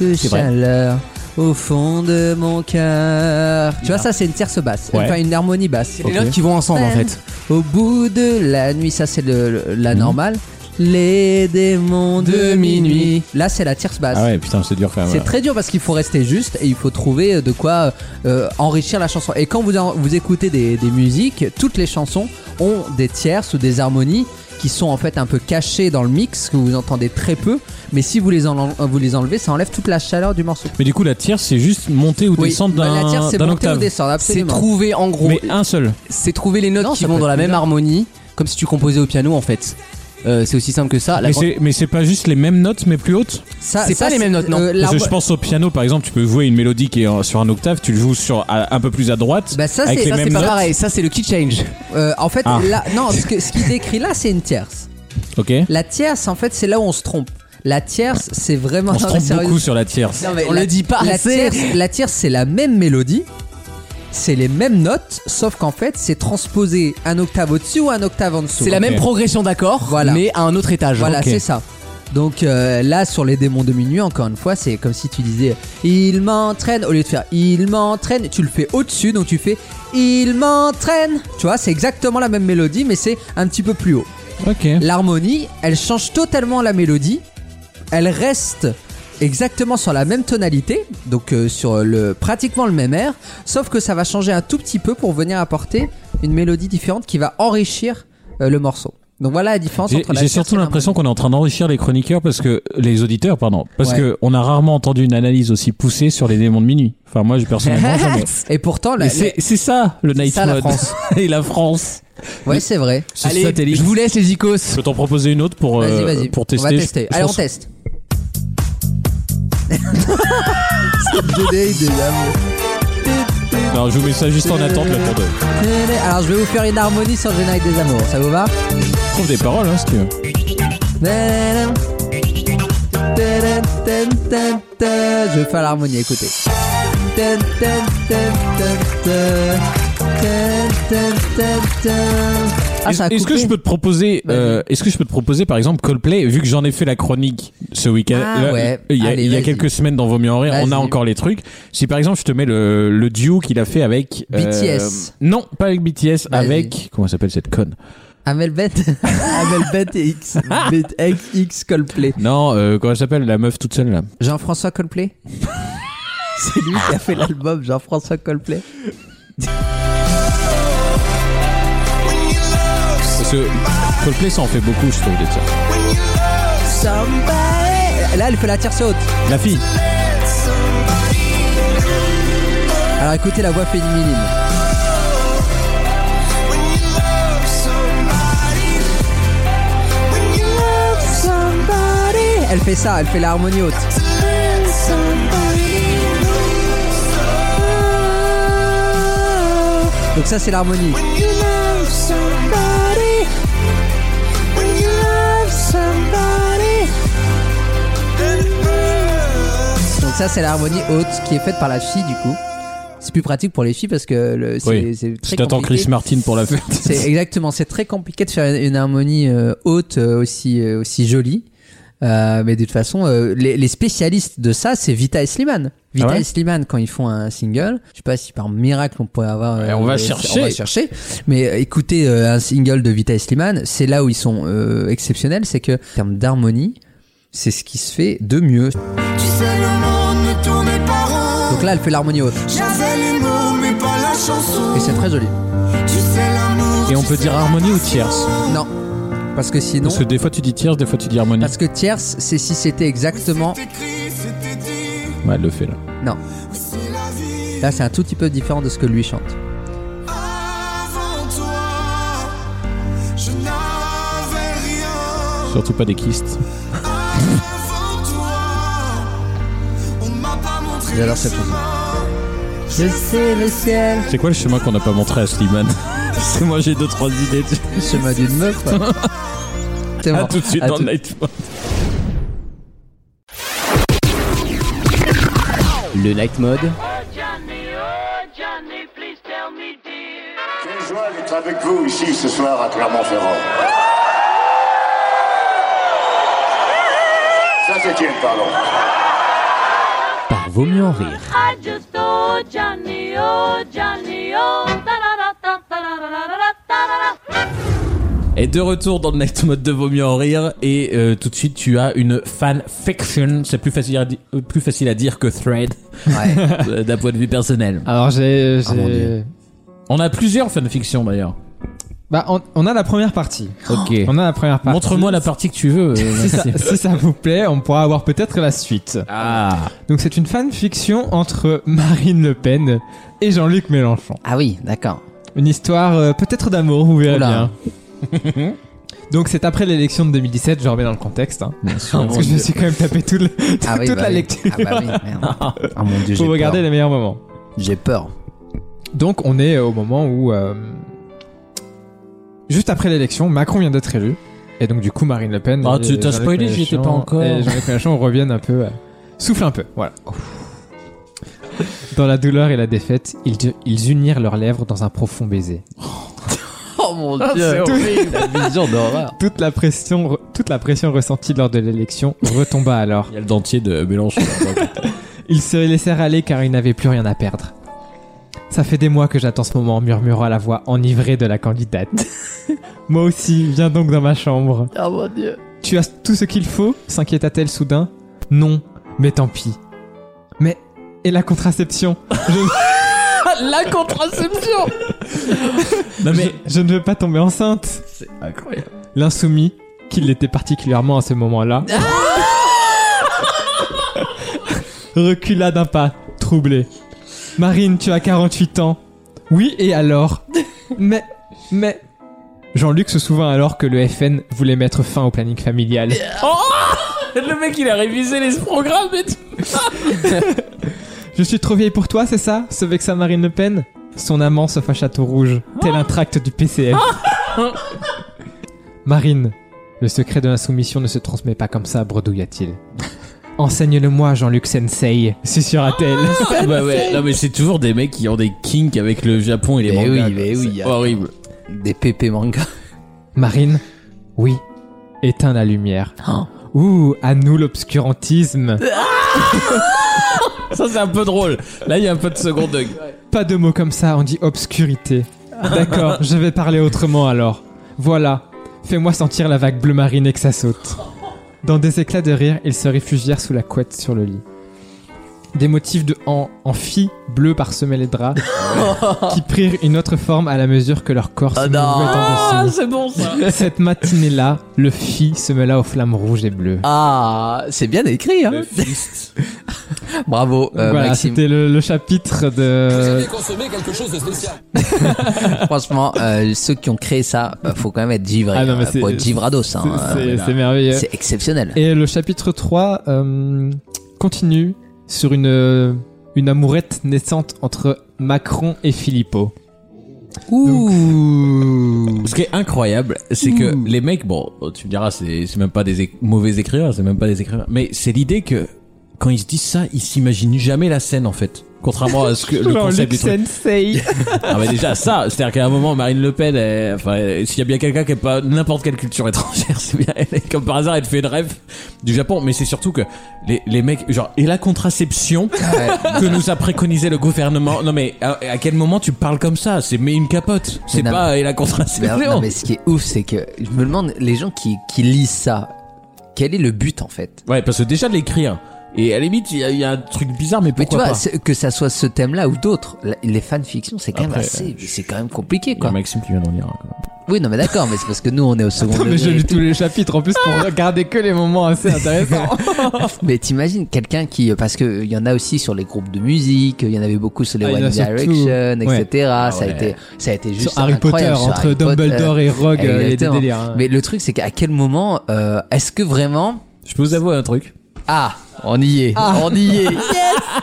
Speaker 2: De
Speaker 3: C'est vrai.
Speaker 2: chaleur au fond de mon cœur. Tu vois, ça c'est une tierce basse,
Speaker 3: Ouais.
Speaker 2: enfin une harmonie basse.
Speaker 12: Ah. Les notes qui vont ensemble, en fait. Mhm.
Speaker 2: Au bout de la nuit, ça c'est le- le- la normale. Les démons de
Speaker 12: De
Speaker 2: minuit.
Speaker 12: minuit.
Speaker 2: Là c'est la tierce basse.
Speaker 3: Ah ouais, putain, c'est dur quand même.
Speaker 2: C'est très dur parce qu'il faut rester juste et il faut trouver de quoi euh, enrichir la chanson. Et quand vous, en- vous écoutez des, des musiques, toutes les chansons ont des tierces ou des harmonies qui sont en fait un peu cachées dans le mix, que vous entendez très peu. Mais si vous les, enle- vous les enlevez, ça enlève toute la chaleur du morceau.
Speaker 3: Mais du coup, la tierce, c'est juste monter ou descendre
Speaker 2: bah, la tierce
Speaker 3: d'un
Speaker 2: c'est
Speaker 3: d'un
Speaker 2: monter ou
Speaker 3: octave.
Speaker 2: descendre,
Speaker 12: C'est
Speaker 2: absolument.
Speaker 12: trouver, en gros,
Speaker 3: Mais un seul.
Speaker 12: c'est trouver les notes
Speaker 2: Non,
Speaker 12: qui
Speaker 2: ça
Speaker 12: vont
Speaker 2: peut
Speaker 12: dans la
Speaker 2: être
Speaker 12: même
Speaker 2: une
Speaker 12: harmonie, comme si tu composais au piano, en fait. Euh, c'est aussi simple que ça. La
Speaker 3: Mais
Speaker 12: grande-
Speaker 3: c'est- mais c'est pas juste les mêmes notes, mais plus hautes
Speaker 12: Ça- C'est ça, pas les mêmes notes, non. euh, la
Speaker 3: Parce que
Speaker 12: voix-
Speaker 3: je pense au piano, par exemple, tu peux jouer une mélodie qui est en- sur un octave, tu le joues sur, à- un peu plus à droite.
Speaker 12: Bah, ça,
Speaker 3: avec
Speaker 12: c'est-
Speaker 3: les
Speaker 12: ça,
Speaker 3: mêmes
Speaker 12: c'est pas
Speaker 3: notes.
Speaker 12: pareil. Ça, c'est le key change.
Speaker 2: Euh, en fait,
Speaker 3: Ah.
Speaker 2: là, non, ce que- ce qu'il décrit là, c'est une tierce.
Speaker 3: Ok.
Speaker 2: La tierce, en fait, c'est là où on se trompe. La tierce, c'est vraiment.
Speaker 3: On se
Speaker 2: Non, mais
Speaker 3: trompe
Speaker 2: sérieux-
Speaker 3: beaucoup sur la tierce.
Speaker 2: Non, mais
Speaker 12: On
Speaker 2: la-
Speaker 12: le dit pas
Speaker 2: La
Speaker 12: assez.
Speaker 2: tierce, la tierce, c'est la même mélodie, c'est les mêmes notes, sauf qu'en fait, c'est transposé un octave au-dessus ou un octave en dessous.
Speaker 12: C'est la même progression d'accords,
Speaker 2: Voilà.
Speaker 12: mais à un autre étage.
Speaker 2: Voilà,
Speaker 12: Ok.
Speaker 2: c'est ça. Donc euh, là, sur les démons de minuit, encore une fois, c'est comme si tu disais Il m'entraîne, au lieu de faire Il m'entraîne, tu le fais au-dessus, donc tu fais Il m'entraîne. Tu vois, c'est exactement la même mélodie, mais c'est un petit peu plus haut. L'harmonie, elle change totalement la mélodie. Elle reste exactement sur la même tonalité, donc euh, sur le pratiquement le même air, sauf que ça va changer un tout petit peu pour venir apporter une mélodie différente qui va enrichir euh, le morceau. Donc voilà la différence
Speaker 3: J'ai
Speaker 2: entre la
Speaker 3: j'ai
Speaker 2: tierce
Speaker 3: surtout
Speaker 2: et la
Speaker 3: l'impression qu'on est en train d'enrichir les chroniqueurs parce que les auditeurs, pardon, parce
Speaker 2: Ouais.
Speaker 3: que on a rarement entendu une analyse aussi poussée sur les démons de minuit. Enfin, moi, j'ai personnellement jamais.
Speaker 2: Et pourtant, la-
Speaker 3: Mais c'est c'est ça le
Speaker 2: C'est
Speaker 3: night
Speaker 2: ça, la
Speaker 3: mode.
Speaker 2: France.
Speaker 3: et la France.
Speaker 2: Ouais, c'est vrai.
Speaker 3: Ce satellite. Je vous
Speaker 12: laisse les icônes.
Speaker 3: Je peux t'en proposer une autre pour,
Speaker 2: Vas-y,
Speaker 3: euh,
Speaker 2: vas-y.
Speaker 3: pour tester.
Speaker 2: On va tester.
Speaker 3: Je
Speaker 2: Allez, on
Speaker 3: pense-
Speaker 2: teste.
Speaker 3: Non, je vous mets ça juste en attente là pour deux.
Speaker 2: Alors, je vais vous faire une harmonie sur Genai des Amours. Ça vous va
Speaker 3: Je trouve des paroles, hein, si tu veux.
Speaker 2: Je vais faire l'harmonie, écoutez. Ah, ça a
Speaker 3: Est-ce est-ce que
Speaker 2: coupé.
Speaker 3: je peux te proposer, euh, est-ce que je peux te proposer par exemple Coldplay, vu que j'en ai fait la chronique ce week-end,
Speaker 2: Ah
Speaker 3: là,
Speaker 2: ouais.
Speaker 3: il y a,
Speaker 2: Allez,
Speaker 3: il y a
Speaker 2: vas-y.
Speaker 3: quelques semaines dans Vaut mieux en rire, on a
Speaker 2: Vas-y.
Speaker 3: encore les trucs. Si par exemple je te mets le, le duo qu'il a fait avec euh,
Speaker 2: BTS.
Speaker 3: non, pas avec BTS, avec comment s'appelle cette conne
Speaker 2: Amelbet Amelbet et X Bet- X- X Coldplay.
Speaker 3: Non, euh, comment elle s'appelle la meuf toute seule là
Speaker 2: Jean-François Coldplay C'est lui qui a fait l'album Jean-François Coldplay.
Speaker 3: Parce que Coldplay ça en fait beaucoup, je trouve. des tirs.
Speaker 2: Somebody. Là, elle fait la tierce haute.
Speaker 3: La fille.
Speaker 2: Alors écoutez la voix féminine. Elle fait ça, elle fait la harmonie haute. Donc ça c'est l'harmonie. Donc ça c'est l'harmonie haute qui est faite par la fille du coup. C'est plus pratique pour les filles parce que le- c'est
Speaker 3: Oui.
Speaker 2: c'est
Speaker 3: Si
Speaker 2: très
Speaker 3: t'attends
Speaker 2: compliqué.
Speaker 3: Chris Martin pour la faire.
Speaker 2: C'est exactement, c'est très compliqué de faire une, une harmonie euh, haute euh, aussi euh, aussi jolie. Euh, mais de toute façon, euh, les, les spécialistes de ça, c'est Vita et Sliman. Vita
Speaker 3: Ah ouais
Speaker 2: et Sliman, quand ils font un single, je sais pas si par miracle on pourrait avoir. euh,
Speaker 3: Ouais, on va
Speaker 2: euh,
Speaker 3: chercher.
Speaker 2: On va chercher. Mais euh, écoutez euh, un single de Vita et Sliman, c'est là où ils sont euh, exceptionnels, c'est que en termes d'harmonie, c'est ce qui se fait de mieux.
Speaker 1: Tu sais, le monde ne tourne pas rond.
Speaker 2: Donc là, elle fait l'harmonie haute.
Speaker 1: J'avais les mots, mais pas la chanson.
Speaker 2: Et c'est très joli.
Speaker 1: Tu sais, l'amour.
Speaker 3: Et on peut dire harmonie ou tierce
Speaker 2: Non. Parce que sinon.
Speaker 3: Parce que des fois tu dis tierce, des fois tu dis harmonie.
Speaker 2: Parce que tierce, c'est si c'était exactement.
Speaker 3: Ouais, elle le fait là.
Speaker 2: Non. Là, c'est un tout petit peu différent de ce que lui chante.
Speaker 3: Surtout pas des kystes.
Speaker 2: J'adore cette chanson. Je sais le ciel.
Speaker 3: C'est quoi le chemin qu'on n'a pas montré à Slimane Parce que moi j'ai deux trois idées.
Speaker 2: Le chemin d'une meuf. quoi. C'est
Speaker 3: à
Speaker 2: bon.
Speaker 3: tout de suite
Speaker 2: À
Speaker 3: dans
Speaker 2: tout-
Speaker 3: le Night Mode.
Speaker 12: Le night mode.
Speaker 1: oh,
Speaker 25: Quelle joie d'être avec vous ici ce soir à Clermont-Ferrand. Saint-Étienne, pardon.
Speaker 3: Par vaut mieux en rire.
Speaker 1: I just oh Johnny oh Johnny oh da da da da da da da da da da
Speaker 3: Et de retour dans le Night Mode de Vaut mieux en rire. Et euh, tout de suite, tu as une fan fiction. C'est plus facile à, di- euh, plus facile à dire que thread. Euh, D'un point de vue personnel.
Speaker 4: Alors j'ai.
Speaker 3: Ah, mon
Speaker 4: j'ai-
Speaker 3: Dieu. On a plusieurs fanfictions d'ailleurs.
Speaker 4: Bah, on, on a la première partie.
Speaker 3: Ok.
Speaker 4: On a la première partie.
Speaker 3: Montre-moi la partie que tu veux. euh,
Speaker 4: si, ça,
Speaker 3: Maxime.
Speaker 4: si ça vous plaît, on pourra avoir peut-être la suite.
Speaker 3: Ah.
Speaker 4: Donc c'est une fanfiction entre Marine Le Pen et Jean-Luc Mélenchon.
Speaker 2: Ah oui, d'accord.
Speaker 4: Une histoire euh, peut-être d'amour, vous verrez
Speaker 2: Oula.
Speaker 4: bien. Donc c'est après l'élection de 2017, je remets dans le contexte. hein.
Speaker 3: sûr,
Speaker 4: parce
Speaker 3: mon
Speaker 4: que je me
Speaker 3: Dieu.
Speaker 4: suis quand même tapé toute, le-
Speaker 2: Ah oui,
Speaker 4: toute
Speaker 2: bah
Speaker 4: la
Speaker 2: oui.
Speaker 4: lecture.
Speaker 2: Ah bah oui, merde. Ah mon dieu,
Speaker 4: Faut
Speaker 2: j'ai
Speaker 4: regarder
Speaker 2: peur.
Speaker 4: les meilleurs moments.
Speaker 2: J'ai peur.
Speaker 4: Donc on est au moment où, euh, juste après l'élection, Macron vient d'être élu. Et donc du coup, Marine Le Pen...
Speaker 3: Ah,
Speaker 4: et
Speaker 3: tu- t'as
Speaker 4: Jean-Luc
Speaker 3: spoilé, j'y étais
Speaker 4: Mélenchon-
Speaker 3: pas encore.
Speaker 4: Et Jean-Luc Mélenchon reviennent un peu... euh, souffle un peu, voilà. Dans la douleur et la défaite, ils, ils unirent leurs lèvres dans un profond baiser.
Speaker 2: Oh mon
Speaker 4: Ah,
Speaker 2: dieu,
Speaker 4: c'est horrible.
Speaker 2: la vision d'horreur.
Speaker 4: Toute la pression, toute la pression ressentie lors de l'élection retomba alors.
Speaker 3: Il y a le dentier de Mélenchon.
Speaker 4: Ils se laissèrent aller car ils n'avaient plus rien à perdre. Ça fait des mois que j'attends ce moment, murmura la voix enivrée de la candidate. Moi aussi, viens donc dans ma chambre.
Speaker 2: Oh mon dieu.
Speaker 4: Tu as tout ce qu'il faut s'inquiéta-t-elle soudain. Non, mais tant pis. Mais. Et la contraception Je-
Speaker 1: La contraception
Speaker 4: Non mais je, je ne veux pas tomber enceinte. C'est
Speaker 1: incroyable.
Speaker 4: L'insoumis, qui l'était particulièrement à ce moment-là, recula d'un pas, troublé. Marine, tu as 48 ans. Oui, et alors Mais, mais... Jean-Luc se souvint alors que le FN voulait mettre fin au planning familial.
Speaker 3: Oh Le mec, il a révisé les programmes et tout.
Speaker 4: Je suis trop vieille pour toi, c'est ça Ce vexa Marine Le Pen Son amant se fâcha tout rouge, tel un tract du PCF. Marine, le secret de l'insoumission ne se transmet pas comme ça, bredouilla-t-il. Enseigne-le-moi, Jean-Luc Sensei, susurra-t-elle.
Speaker 3: Ah bah ouais, non mais c'est toujours des mecs qui ont des kinks avec le Japon et les
Speaker 4: Mais
Speaker 3: mangas.
Speaker 4: oui, mais oui,
Speaker 3: c'est
Speaker 4: y a-
Speaker 3: horrible.
Speaker 2: Des pépés manga.
Speaker 4: Marine, oui, éteins la lumière. Ouh, à nous l'obscurantisme.
Speaker 3: Ça c'est un peu drôle. Là il y a un peu de second degré.
Speaker 4: Pas de mots comme ça, on dit obscurité. D'accord, je vais parler autrement alors. Voilà, fais-moi sentir la vague bleu marine et que ça saute. Dans des éclats de rire, ils se réfugièrent sous la couette sur le lit. Des motifs de en, en fille bleu parsemaient les draps, qui prirent une autre forme à la mesure que leur
Speaker 2: Ah
Speaker 4: corps se mouvait en
Speaker 1: Ah,
Speaker 4: dessous.
Speaker 1: c'est bon ça
Speaker 4: Cette matinée-là, le fi se mêla aux flammes rouges et bleues.
Speaker 2: Ah, c'est bien écrit, hein. Bravo, euh,
Speaker 4: voilà,
Speaker 2: Maxime.
Speaker 4: c'était le, le chapitre
Speaker 12: Euh,
Speaker 4: de.
Speaker 26: Consommer quelque chose de spécial.
Speaker 2: Franchement, euh, ceux qui ont créé ça, bah, faut quand même être givré.
Speaker 4: Ah non, mais
Speaker 2: hein, faut
Speaker 4: c'est-
Speaker 2: être givrados. hein,
Speaker 4: c'est-
Speaker 2: euh,
Speaker 4: c'est merveilleux.
Speaker 2: C'est exceptionnel.
Speaker 4: Et le chapitre 3 euh, continue sur une, euh, une amourette naissante entre Macron et Philippot. Ouh.
Speaker 3: Ce qui est incroyable, c'est que les mecs, bon, tu me diras, c'est c'est même pas des é- mauvais écrivains, c'est même pas des écrivains, mais c'est l'idée que quand ils se disent ça, ils s'imaginent jamais la scène en fait. Contrairement à ce que le
Speaker 4: Jean-Luc
Speaker 3: concept du truc.
Speaker 4: Sensei.
Speaker 3: Ah bah déjà ça, c'est-à-dire qu'à un moment Marine Le Pen, elle- enfin euh, s'il y a bien quelqu'un qui a pas n'importe quelle culture étrangère, c'est bien elle. Et Comme par hasard, elle fait une rêve du Japon, mais c'est surtout que les, les mecs, genre et la contraception que nous a préconisé le gouvernement. Non mais à, à quel moment tu parles comme ça C'est mais une capote, c'est
Speaker 2: non,
Speaker 3: pas et la
Speaker 2: Mais,
Speaker 3: contraception.
Speaker 2: non, mais ce qui est ouf, c'est que je me demande, les gens qui, qui lisent ça, quel est le but en fait
Speaker 3: Ouais, parce que déjà de l'écrire. Et à la limite, il y, a- il y a un truc bizarre, mais
Speaker 2: Mais tu
Speaker 3: pourquoi
Speaker 2: vois,
Speaker 3: pas
Speaker 2: c'est- que ça soit ce thème-là ou d'autres, la- les fanfictions, c'est quand même
Speaker 3: Après,
Speaker 2: assez,
Speaker 4: euh,
Speaker 2: c'est quand même compliqué
Speaker 3: Il y a
Speaker 2: quoi.
Speaker 3: Maxime qui vient d'en hein, lire.
Speaker 2: Oui, non, mais d'accord, mais Ah c'est parce que nous on est au second
Speaker 4: Attends, mais
Speaker 2: degré
Speaker 4: j'ai
Speaker 2: et
Speaker 4: lu
Speaker 2: tout.
Speaker 4: tous les chapitres en plus pour regarder que les moments assez intéressants.
Speaker 2: Mais t'imagines quelqu'un qui, euh, parce que il y en a aussi sur les groupes de musique, il y en avait beaucoup sur les
Speaker 4: Ah, il y
Speaker 2: One
Speaker 4: en a sur
Speaker 2: Direction,
Speaker 4: tout.
Speaker 2: etc.
Speaker 4: Ouais. Ah
Speaker 2: Ça a
Speaker 4: ouais.
Speaker 2: été, ça a été juste
Speaker 4: Sur Harry
Speaker 2: incroyable,
Speaker 4: Potter,
Speaker 2: sur
Speaker 4: entre
Speaker 2: Harry Potter. Eh,
Speaker 4: Dumbledore et Rogue, euh, il y a des
Speaker 2: Exactement.
Speaker 4: délires, hein.
Speaker 2: Mais le truc, c'est qu'à quel moment, euh, est-ce que vraiment
Speaker 3: Je peux vous avouer un truc.
Speaker 2: Ah, on y est,
Speaker 1: Ah.
Speaker 2: on y est.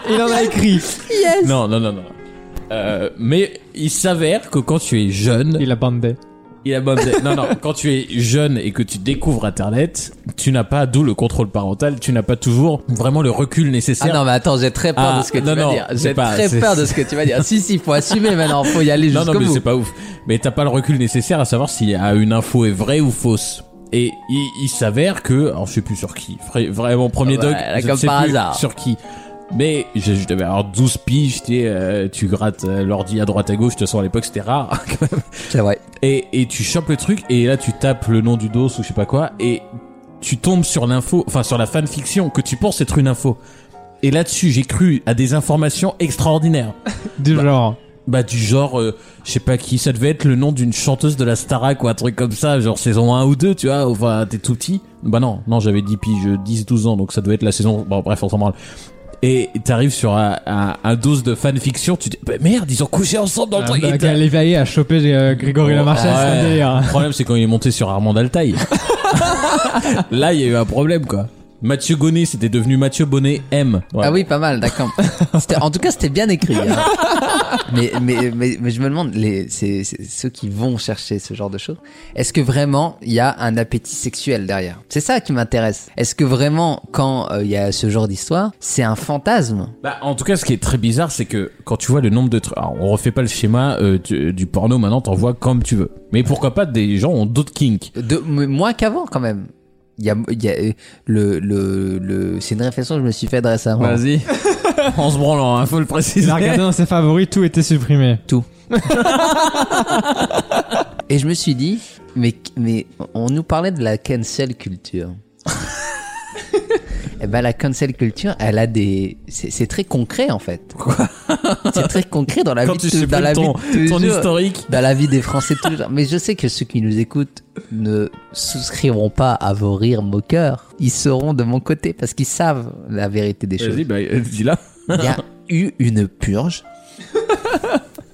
Speaker 4: Il en a écrit.
Speaker 1: Yes
Speaker 3: Non, non, non, non. Euh, mais il s'avère que quand tu es jeune.
Speaker 4: Il a bandé.
Speaker 3: Il a bandé. non, non. Quand tu es jeune et que tu découvres Internet, tu n'as pas, d'où le contrôle parental, tu n'as pas toujours vraiment le recul nécessaire.
Speaker 2: Ah non, mais attends, j'ai très peur
Speaker 3: Ah,
Speaker 2: de ce que
Speaker 3: non,
Speaker 2: tu vas
Speaker 3: non,
Speaker 2: dire.
Speaker 3: c'est
Speaker 2: J'ai
Speaker 3: pas-
Speaker 2: très
Speaker 3: c'est-
Speaker 2: peur de ce que tu vas dire. si, si, faut assumer maintenant, faut y aller
Speaker 3: Non,
Speaker 2: jusqu'au
Speaker 3: non, mais
Speaker 2: bout.
Speaker 3: c'est pas ouf. Mais t'as pas le recul nécessaire à savoir si ah, une info est vraie ou fausse. Et il, il s'avère que, alors je sais plus sur qui, vra- vraiment premier
Speaker 2: Ah bah,
Speaker 3: doc,
Speaker 2: là,
Speaker 3: je
Speaker 2: comme
Speaker 3: ne sais
Speaker 2: par
Speaker 3: plus
Speaker 2: hasard.
Speaker 3: sur qui. Mais je, je devais avoir 12 piges, tu, sais, euh, tu grattes euh, l'ordi à droite à gauche, de toute façon à l'époque c'était rare quand même.
Speaker 2: C'est vrai.
Speaker 3: Et, et tu chopes le truc et là tu tapes le nom du dos ou je sais pas quoi et tu tombes sur l'info, enfin sur la fanfiction que tu penses être une info. Et là-dessus j'ai cru à des informations extraordinaires.
Speaker 4: Du genre.
Speaker 3: Bah du genre, euh, je sais pas qui, ça devait être le nom d'une chanteuse de la Starac ou un truc comme ça, genre saison 1 ou 2, tu vois, enfin t'es tout petit. Bah non, non j'avais 10 piges, 10-12 ans, donc ça devait être la saison, bon bref on s'en branle. Et t'arrives sur un, un, un dose de fanfiction, tu dis, bah merde, ils ont couché ensemble dans le truc. Et t'as-
Speaker 4: Ah, bah, L'éveillé a chopé euh, Grégory Lamarchais,
Speaker 3: Ouais.
Speaker 4: c'est un délire.
Speaker 3: Le problème, c'est quand il est monté sur Armand Altaï. Là, il y a eu un problème, quoi. Mathieu Gonnet, c'était devenu Mathieu Bonnet M.
Speaker 2: Ah oui, pas mal, d'accord. C'était- en tout cas, c'était bien écrit. hein. mais, mais, mais, mais je me demande, les, c'est, c'est ceux qui vont chercher ce genre de choses, est-ce que vraiment il y a un appétit sexuel derrière C'est ça qui m'intéresse. Est-ce que vraiment, quand euh, il y a ce genre d'histoire, c'est un fantasme
Speaker 3: Bah, en tout cas, ce qui est très bizarre, c'est que quand tu vois le nombre de trucs, alors, on refait pas le schéma euh, du, du porno maintenant, t'en vois comme tu veux. Mais pourquoi pas des gens ont d'autres kinks
Speaker 2: de, mais Moins qu'avant, quand même. Il y a, il y a, euh, le, le, le, c'est une réflexion que je me suis faite récemment.
Speaker 3: Vas-y. en se branlant, hein, faut le préciser.
Speaker 4: Il a regardé dans ses favoris, tout était supprimé.
Speaker 2: Tout. Et je me suis dit, mais, mais on nous parlait de la cancel culture. Et ben la cancel culture, elle a des, c'est c'est très concret en fait. C'est très concret dans la
Speaker 3: Quand
Speaker 2: vie,
Speaker 3: tu
Speaker 2: de-
Speaker 3: supprimes
Speaker 2: dans la vie
Speaker 3: ton-
Speaker 2: de tous les
Speaker 3: ton
Speaker 2: jours,
Speaker 3: historique.
Speaker 2: dans la vie des Français de tous les jours. Mais je sais que ceux qui nous écoutent ne souscriront pas à vos rires moqueurs. Ils seront de mon côté parce qu'ils savent la vérité des choses.
Speaker 3: Vas-y, bah, euh, dis-la.
Speaker 2: Il y a eu une purge.